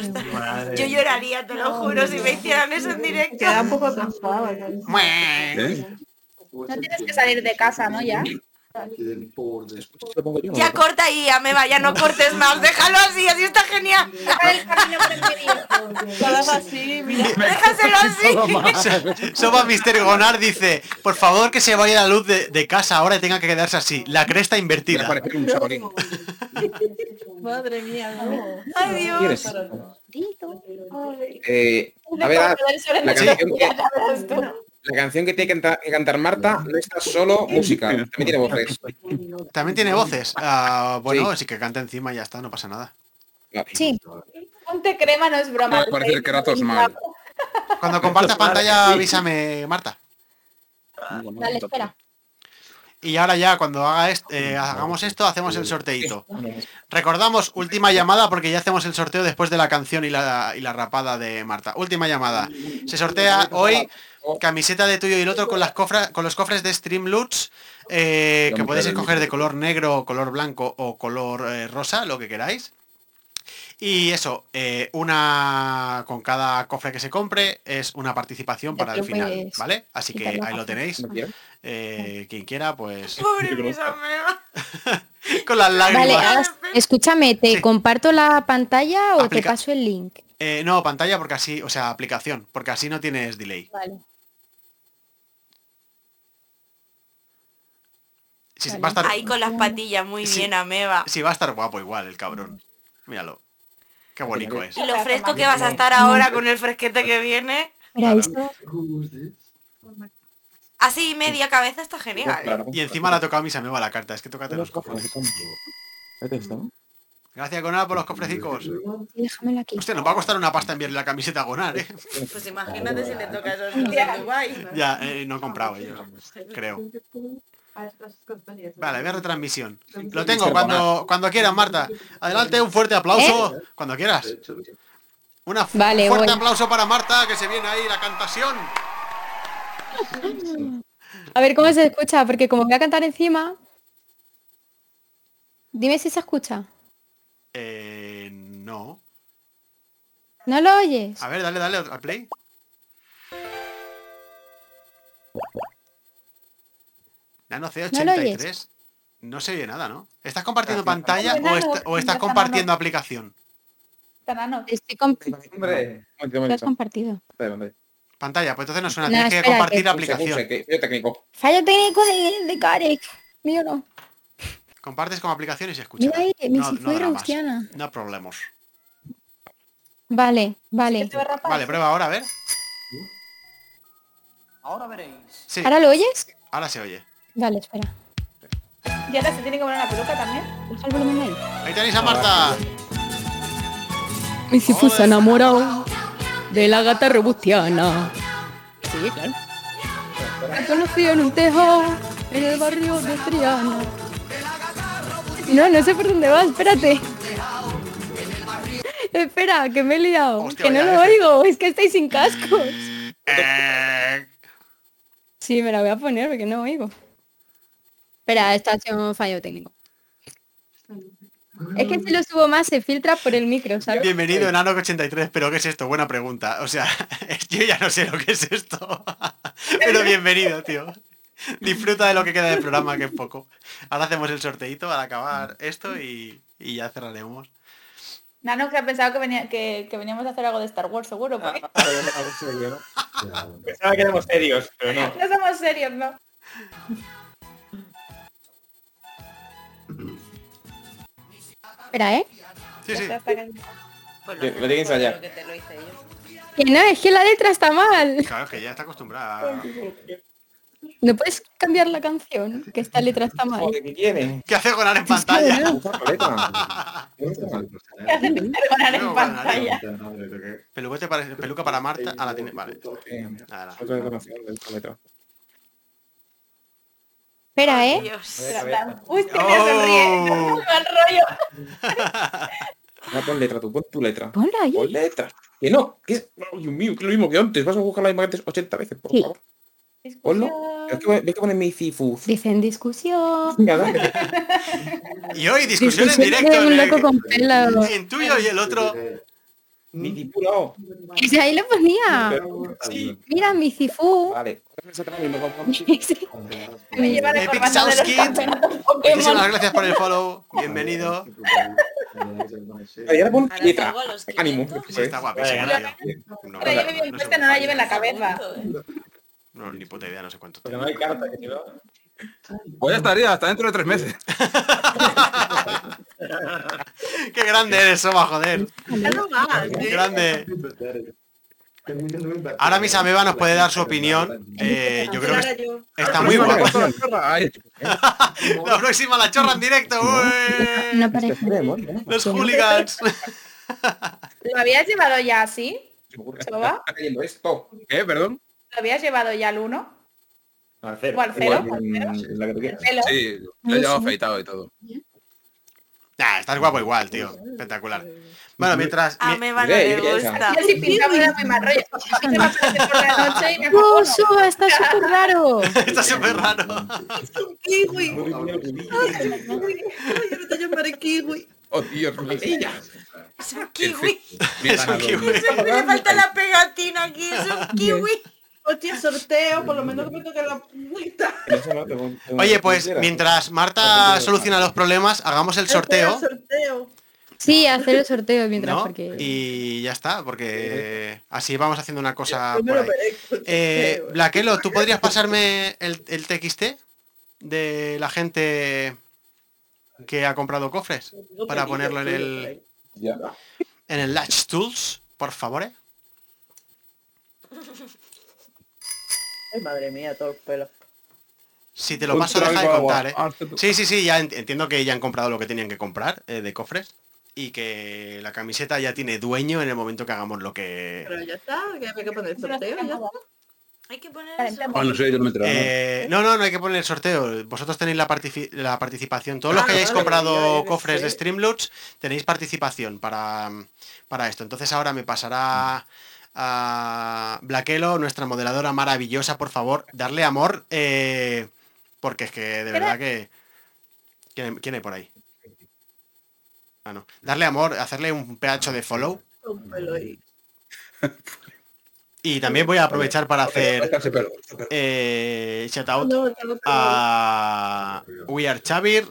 está- Yo lloraría, te lo juro, si me hicieran eso en directo. Queda un poco cansado. ¿Eh? no tienes que salir de casa, ¿no? Ya. Ya corta ahí, ya me va, ya no cortes más. Déjalo así, así está genial. así, mira. Déjaselo así. Soba Mister Gonar dice por favor que se vaya la luz de, de casa ahora y tenga que quedarse así la cresta invertida [LAUGHS] Madre mía, no. Ay, Dios. Eh, a ah, ver, la canción, que, la canción que tiene que canta- que cantar Marta no está solo música, también tiene voces. también tiene voces Ah, bueno así que canta encima y ya está no pasa nada Sí. Ponte crema no es broma. Me va a parecer que era Tosmal. cuando compartas pantalla avísame Marta Dale, espera. y ahora ya cuando haga est- eh, hagamos esto hacemos el sorteito Recordamos, última llamada, porque ya hacemos el sorteo después de la canción y la, y la rapada de Marta. Última llamada. Se sortea hoy camiseta de tuyo y el otro con, las cofra- con los cofres de Streamloots, eh, que podéis escoger de color negro, color blanco o color eh, rosa, lo que queráis. Y eso, eh, una con cada cofre que se compre es una participación para el final, puedes ¿vale? Así que quitar la ahí lo hoja. tenéis. ¿No quieres? Eh, quien quiera, pues. Pobre mis [LAUGHS] con las Vale, lágrimas. ahora, escúchame, ¿te comparto la pantalla o te Aplica- paso el link? Eh, no, pantalla porque así, o sea, aplicación, porque así no tienes delay. Vale. Sí, sí, va a estar- Ahí con las patillas, muy Sí. bien, Ameba. Sí, va a estar guapo igual el cabrón. Míralo. Qué bonito es. Y lo fresco que vas a estar ahora con el fresquete que viene. Así media cabeza está genial. Y encima le ha tocado a mis amigos la carta. Es que tócate los cofres. Gracias, Gonar, por los cofrecicos. Déjamelo aquí. Hostia, nos va a costar una pasta enviarle la camiseta a Gonar, ¿eh? Pues imagínate si le toca eso en Dubai. Ya, eh, no he comprado yo, creo. Vale, voy a retransmisión. Lo tengo cuando, cuando quieras, Marta. Adelante, un fuerte aplauso. Cuando quieras. Una fu- ¿Eh? Vale, fuerte voy. aplauso para Marta, que se viene ahí la cantación. A ver cómo se escucha, porque como voy a cantar encima. Dime si se escucha. Eh, no. ¿No lo oyes? A ver, dale, dale al play. Nano ¿No lo C83. oyes? No se oye nada, ¿no? ¿Estás compartiendo pantalla Nano, o, est- o ya estás está, compartiendo aplicación? Tanano. Estoy comp- Hombre, lo has compartido. Pantalla, pues entonces no suena. No, Tienes que espérate. compartir la Un segundo, aplicación. un segundo, [LAUGHS] técnico. Fallo técnico de, de Karek. Mío no. Compartes con aplicación y se escucha. Mira ahí, me No, si no fue dramas. Raustiana. No problemas. Vale, vale. Este Vale, prueba ahora, a ver. Ahora veréis. Sí. ¿Ahora lo oyes? Ahora se oye. Vale, espera. ¿Y ahora se tiene que poner la peluca también? Baja el volumen ahí. Ahí tenéis a Marta. Mi hijo se ha enamorado de la gata robustiana. Sí, claro. La conocí en un tejo en el barrio de Triana. No, no sé por dónde va, espérate. Espera, que me he liado. que no lo oigo, es que estáis sin cascos. Eh, Sí, me la voy a poner porque no oigo. Espera, está haciendo un fallo técnico. Es que si lo subo más se filtra por el micro, ¿sabes? Bienvenido enano 83, pero ¿qué es esto? Buena pregunta. O sea, [LAUGHS] yo ya no sé lo que es esto. [LAUGHS] Pero bienvenido, tío. Disfruta de lo que queda del programa, que es poco. Ahora hacemos el sorteito al acabar esto y, y ya cerraremos. Nano que ha pensado que, venía- que, que veníamos a hacer algo de Star Wars, seguro, porque [LAUGHS] Pensaba que éramos serios, pero no. no somos serios, ¿no? Espera, ¿eh? Sí, sí. Pues Lo tiene que ensayar. que te lo hice yo. Que no, es que la letra está mal. Claro, es que ya está acostumbrada. No puedes cambiar la canción, que esta letra está mal. ¿Qué quiere? ¿Qué hace Gonar en ¿eh? pantalla? ¿Qué hacen perdonar en pantalla? Peluca para, peluca para Marta. Ah, la tiene. Vale. Eh, Ahora. Espera, ¿eh? Uy, que me sonríe. Mal rollo. Ah, pon letra, tú, pon tu letra. Ponla ahí. Pon letra. Que no, que es oh, Dios mío, que lo mismo que antes. Vas a buscar la misma que antes 80 veces, por Sí. favor. Ponlo. Es que, voy- voy a poner mi cifu. Dicen discusión. Y hoy discusión Discusión en directo. de un en el- loco con pelo. En tuyo y el otro. Mi cipulao. Y si ahí lo Ah. ponía. Sí. Mira, mi cifú. [LAUGHS] Vale. Me lleva la Epic corbata de Sounds los Kid. campeonatos Pokémon. Muchísimas gracias por el follow. Bienvenido. Y ahora pon letra. Hago los que- Ánimo. Sí, está guapísimo. Vale, tío. No, Ahora lleve bien puesta, no la lleve en la cabeza. ¿eh? no, ni puta idea, no sé cuánto. Pero no hay carta, que si no... Voy a estar ya, hasta dentro de tres meses. Qué grande eres, Soma, joder. ¿eh? Qué grande. Ahora mis amebas nos puede dar su opinión. Eh, yo creo que es- está muy guapo. La próxima la chorra en directo. ué. No parece. Los hooligans. [LAUGHS] ¿Lo habías llevado ya así? ¿Soba? Está cayendo esto. ¿Qué? ¿Perdón? ¿Lo habías llevado ya al 1? Al ¿O al 0? pelo. Sí, lo he llevado afeitado y todo. Nah, estás guapo igual, tío. Espectacular. Bueno, mientras. A mi- Ameba no le gusta. Yo sí pintaba era muy mal rollo. A mí se me aparece por la noche y me No, acojono. Soba, Oh, está súper raro. [LAUGHS] Está súper raro. Kiwi. Ay, yo no te llamaré kiwi. Oh, Dios mío. Ella. Es un [LAUGHS] kiwi. Es un kiwi. Siempre le falta la pegatina aquí, es un kiwi. Hostia, sorteo, por lo menos me toca la puta. Oye, pues mientras Marta soluciona los problemas, hagamos el sorteo. sorteo. Sí, hacer el sorteo mientras ¿no? porque... Y ya está, porque así vamos haciendo una cosa por Primero ahí. Eh, Blaquelo, [LAUGHS] ¿tú podrías pasarme el, el TXT de la gente que ha comprado cofres para ponerlo en el en el Latch Tools, por favor? eh? Ay, madre mía, todo el pelo. Si te lo paso Control deja de Power. contar, ¿eh? Sí, sí, sí, ya ent- entiendo que ya han comprado lo que tenían que comprar eh, de cofres y que la camiseta ya tiene dueño en el momento que hagamos lo que Pero ya está, que hay que poner el sorteo. Ya está. Hay que poner el Ah, sorteo. Eh, no, no, no hay que poner el sorteo. Vosotros tenéis la, partici- la participación. Todos los Ah, que hayáis vale, ya, ya, comprado ya, cofres sí. de Streamloots tenéis participación para, para esto. Entonces ahora me pasará a Blaquelo, nuestra modeladora maravillosa, por favor, darle amor, eh, porque es que de Espera. verdad que... ¿Quién, quién hay por ahí? Ah, no. Darle amor, hacerle un pH de follow. Todo el pelo ahí. Y también voy a aprovechar para Ok, hacer descanse, pero- eh, shout out No, no, no, no. a We Are Chavir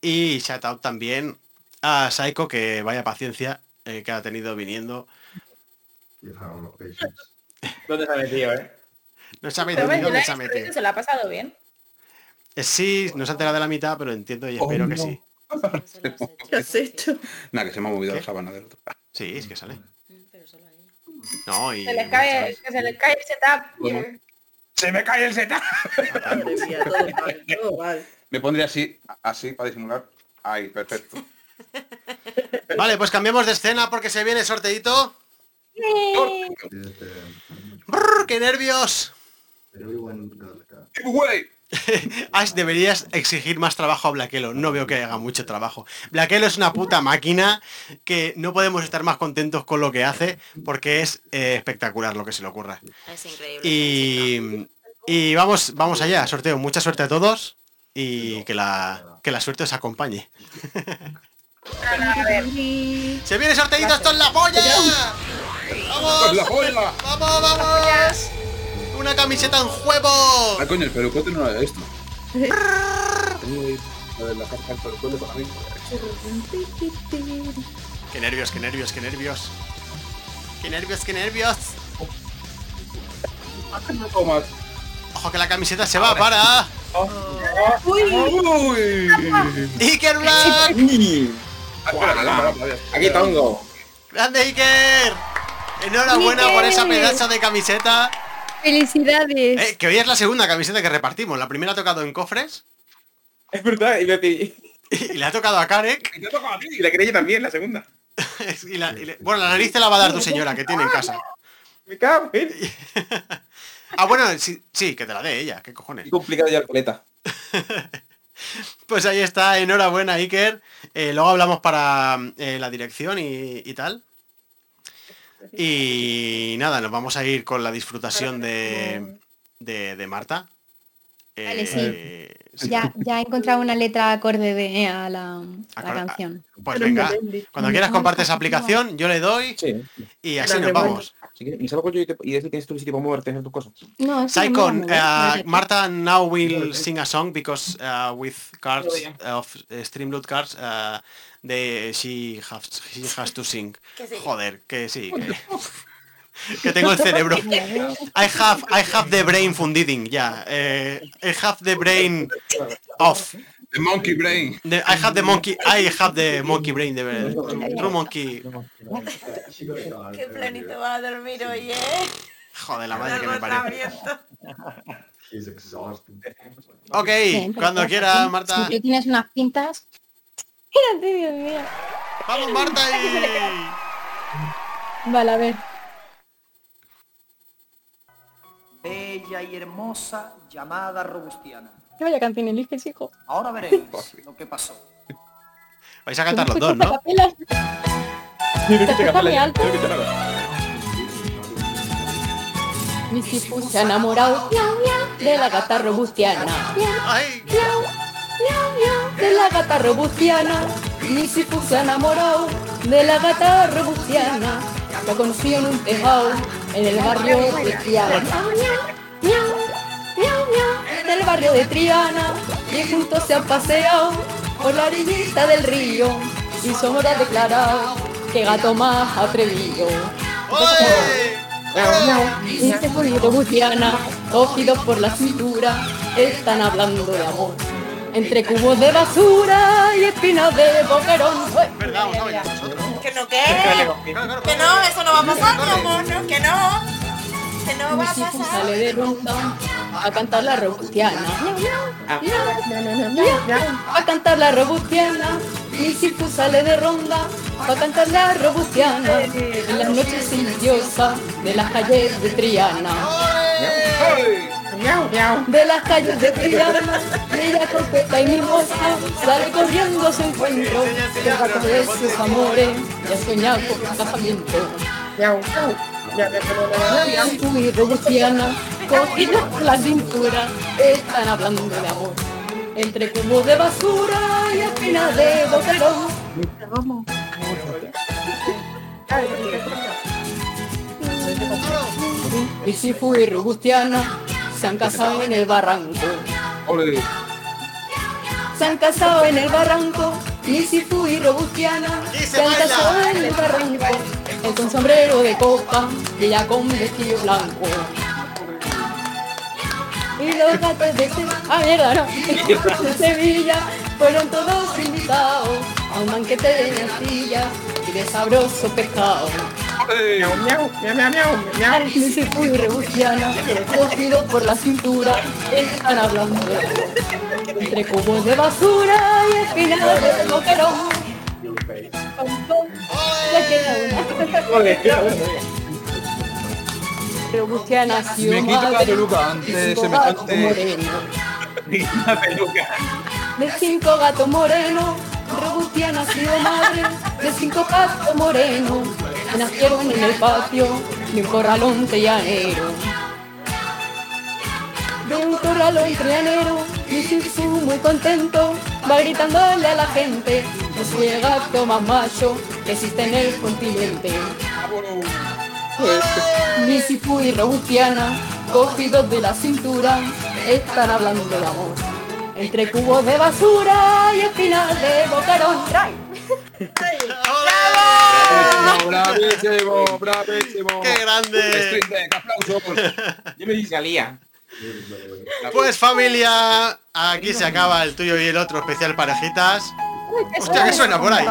y shout out también a Saiko que vaya paciencia eh, que ha tenido viniendo. ¿Dónde se ha metido, eh? No sabe Pero bueno, dónde la se ha experiencia metido. se la ha pasado bien. Eh, Sí, nos ha enterado de la mitad, pero entiendo y espero que sí. ¿Qué has hecho? Nada, que se me ha movido la sábana del otro. Sí, es que sale. No, y Se les cae, que se les cae el setup. Se me cae el setup. Madre mía, todo mal, todo mal. Me pondría así, así para disimular. Ahí, perfecto. Vale, pues cambiemos de escena porque se viene sorteito. Brr, ¡Qué nervios! Ash, deberías exigir más trabajo a Blaquelo. No veo que haga mucho trabajo. Blaquelo es una puta máquina que no podemos estar más contentos con lo que hace porque es eh, espectacular lo que se le ocurra. Es increíble. Y, y vamos, vamos allá, sorteo. Mucha suerte a todos y que la, que la suerte os acompañe. ¡Se viene sorteito! ¡Esto es la polla! ¡Vamos! ¡La polla! ¡Vamos, vamos! ¡Una camiseta en juego! Ah, coño, el pelucote no era esto. Tengo ahí la de la carta del pelucote para mí. Ah, ¡Qué nervios, qué nervios, qué nervios! ¡Qué nervios, qué nervios! ¡Ojo que la camiseta se va para... ¡Uy! ¡Iker Black! Ah, espera, espera, espera, espera. Aquí tongo. ¡Grande Iker! Enhorabuena por esa pedazo de camiseta. Felicidades. Eh, que hoy es la segunda camiseta que repartimos. La primera ha tocado en cofres. Es verdad, y, me- y- Y le ha tocado a Karek. [LAUGHS] y la quería yo también, la segunda. y la- y le- Bueno, la nariz te la va a dar tu señora que tiene en casa. Me cago en... Ah, bueno, sí, sí, que te la dé ella. ¿Qué cojones? Complicado ya el coleta. Pues ahí está. Enhorabuena, Iker. Eh, luego hablamos para eh, la dirección y, y tal. Y nada, nos vamos a ir con la disfrutación de, de, de Marta. Vale, sí. Eh, sí. Ya, ya he encontrado una letra acorde de- eh, a la, a la Acor- canción. Pues venga, cuando quieras compartes esa aplicación, yo le doy y así nos vamos. Así que, y salgo yo y, te, y es que tienes tu sitio para moverte hacer tus cosas. No, eso no Saikon, me uh, da miedo. Marta now will sing a song because uh, with cards of uh, Streamloot cards uh, they, she, has, she has to [LAUGHS] sing. Que sí. Joder, que sí. Que, [LAUGHS] que tengo [LAUGHS] el cerebro. I have, I have the brain fundiding, ya. Eh, I have the brain off. The monkey brain. The- I have the monkey, I have the monkey brain, the true monkey. Qué planito va a dormir hoy, ¿eh? Joder, la madre que me parió. He's exhausted. Ok, Bien, cuando perfecto. quiera, Sí, Marta. Tú tienes unas pintas. Mírate, Dios mío. Vamos, [LAUGHS] Marta. Vale, a ver. Bella y hermosa llamada Robustiana. Que vaya canción eliges, hijo. Ahora veréis lo que pasó. Vais a cantar los dos, ¿no? Capelas. Cantame alto. Mi tipo se ha enamorado miau, miau, de la gata robustiana. Miau, miau, miau, miau, de la gata robustiana. Mi tipo se ha enamorado de la gata robustiana. La conocí en un tejado en el barrio de Triana. Miau, miau, miau, del barrio de Triana. Y juntos se han paseado por la orillita del río. Y somos ha declarado que gato más atrevido. Miau, miau, Y se fue robustiana, cogidos por la cintura, están hablando de amor. Entre cubos de basura y espinas de boquerón. ¡Ué! Que no, que. Que no, eso no va a pasar, mi amor. no, Que no. Que no va a Si tú pasar. sale de ronda a cantar la robustiana. A cantar la robustiana. Mi circo sale de ronda a cantar la robustiana. En las noches silenciosas de las calles de Triana. De las calles de Triana, ella corpeta y mimosa sale corriendo a su encuentro. El gato de sus amores y ha soñado con un casamiento. Tú y Robustiana, cogidas por la cintura, están hablando de amor. Entre cubos de basura y espinas de botelón. Y si fui Robustiana, se han casado en el barranco. Se han casado en el barranco. Y si fui Robustiana, se han baila. casado en el barranco. Él con sombrero de copa y ella con vestido blanco. Y los gatos de Sevilla, ah, mierda, no. Y los gatos de Sevilla fueron todos invitados a un banquete de nacilla y de sabroso pescado. Miau, miau, miau, miau, miau. Y si fui Robustiana, cogido por la cintura, están hablando de amor. Entre cubos de basura y espinas de boquerón. Pom, pom, le queda una. Robustiana ha sido Me quito la madre peluca de antes, cinco semejante- [LAUGHS] gatos morenos. De cinco gatos morenos, Robustiana ha sido madre de cinco gatos morenos. que Nacieron en el patio de un corralón tellanero. De un corralón trianero, y Sirsu muy contento va gritándole a la gente. No soy el gato más macho que existe en el continente. Misifu y Robustiana, cogidos de la cintura, están hablando del amor. Entre cubos de basura y espinas de bocarón. ¡Ay! Bravísimo, bravísimo. ¡Qué grande! Sprintec, aplausos. Yo me dije Alía. Pues familia, aquí se acaba el tuyo y el otro especial parejitas. Hostia, ¿qué suena por ahí?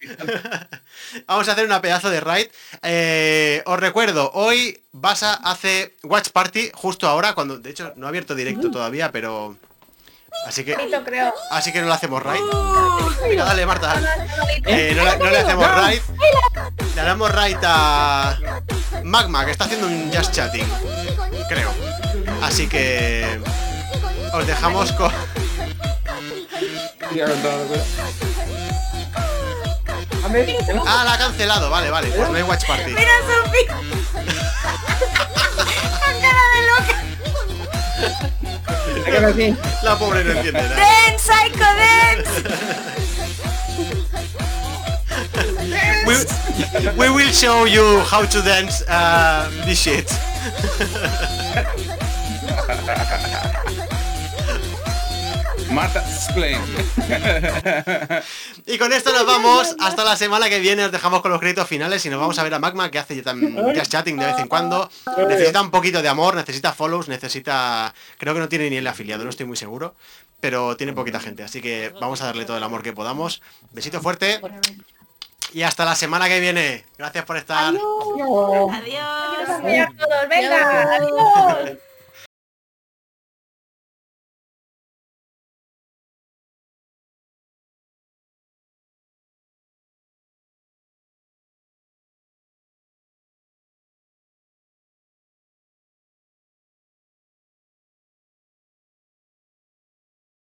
[LAUGHS] Vamos a hacer una pedazo de raid. Eh, os recuerdo, hoy Basa hace Watch Party justo ahora, cuando de hecho no ha abierto directo todavía, pero... Así que... Ni lo creo. Así que no le hacemos raid. Venga, dale, Marta. dale. Eh, no, le- no le hacemos No. raid. Le haremos raid a Magma, que está haciendo un just chatting. Creo. Así que os dejamos con. Ah, la ha cancelado, vale, vale. Pues no hay watch party. Mm. Mira, Sofi. Con cara de loca. [LAUGHS] La pobre no entiende nada. Dance, psycho, dance. We, we will show you how to dance uh, this shit. Marta Splain. Y con esto nos vamos. Hasta la semana que viene. Os dejamos con los créditos finales y nos vamos a ver a Magma que hace ya tan- just chatting de vez en cuando. Necesita un poquito de amor, necesita follows, necesita. Creo que no tiene ni el afiliado, no estoy muy seguro. Pero tiene poquita gente. Así que vamos a darle todo el amor que podamos. Besito fuerte. Y hasta la semana que viene. Gracias por estar. Adiós. Adiós. Venga, adiós.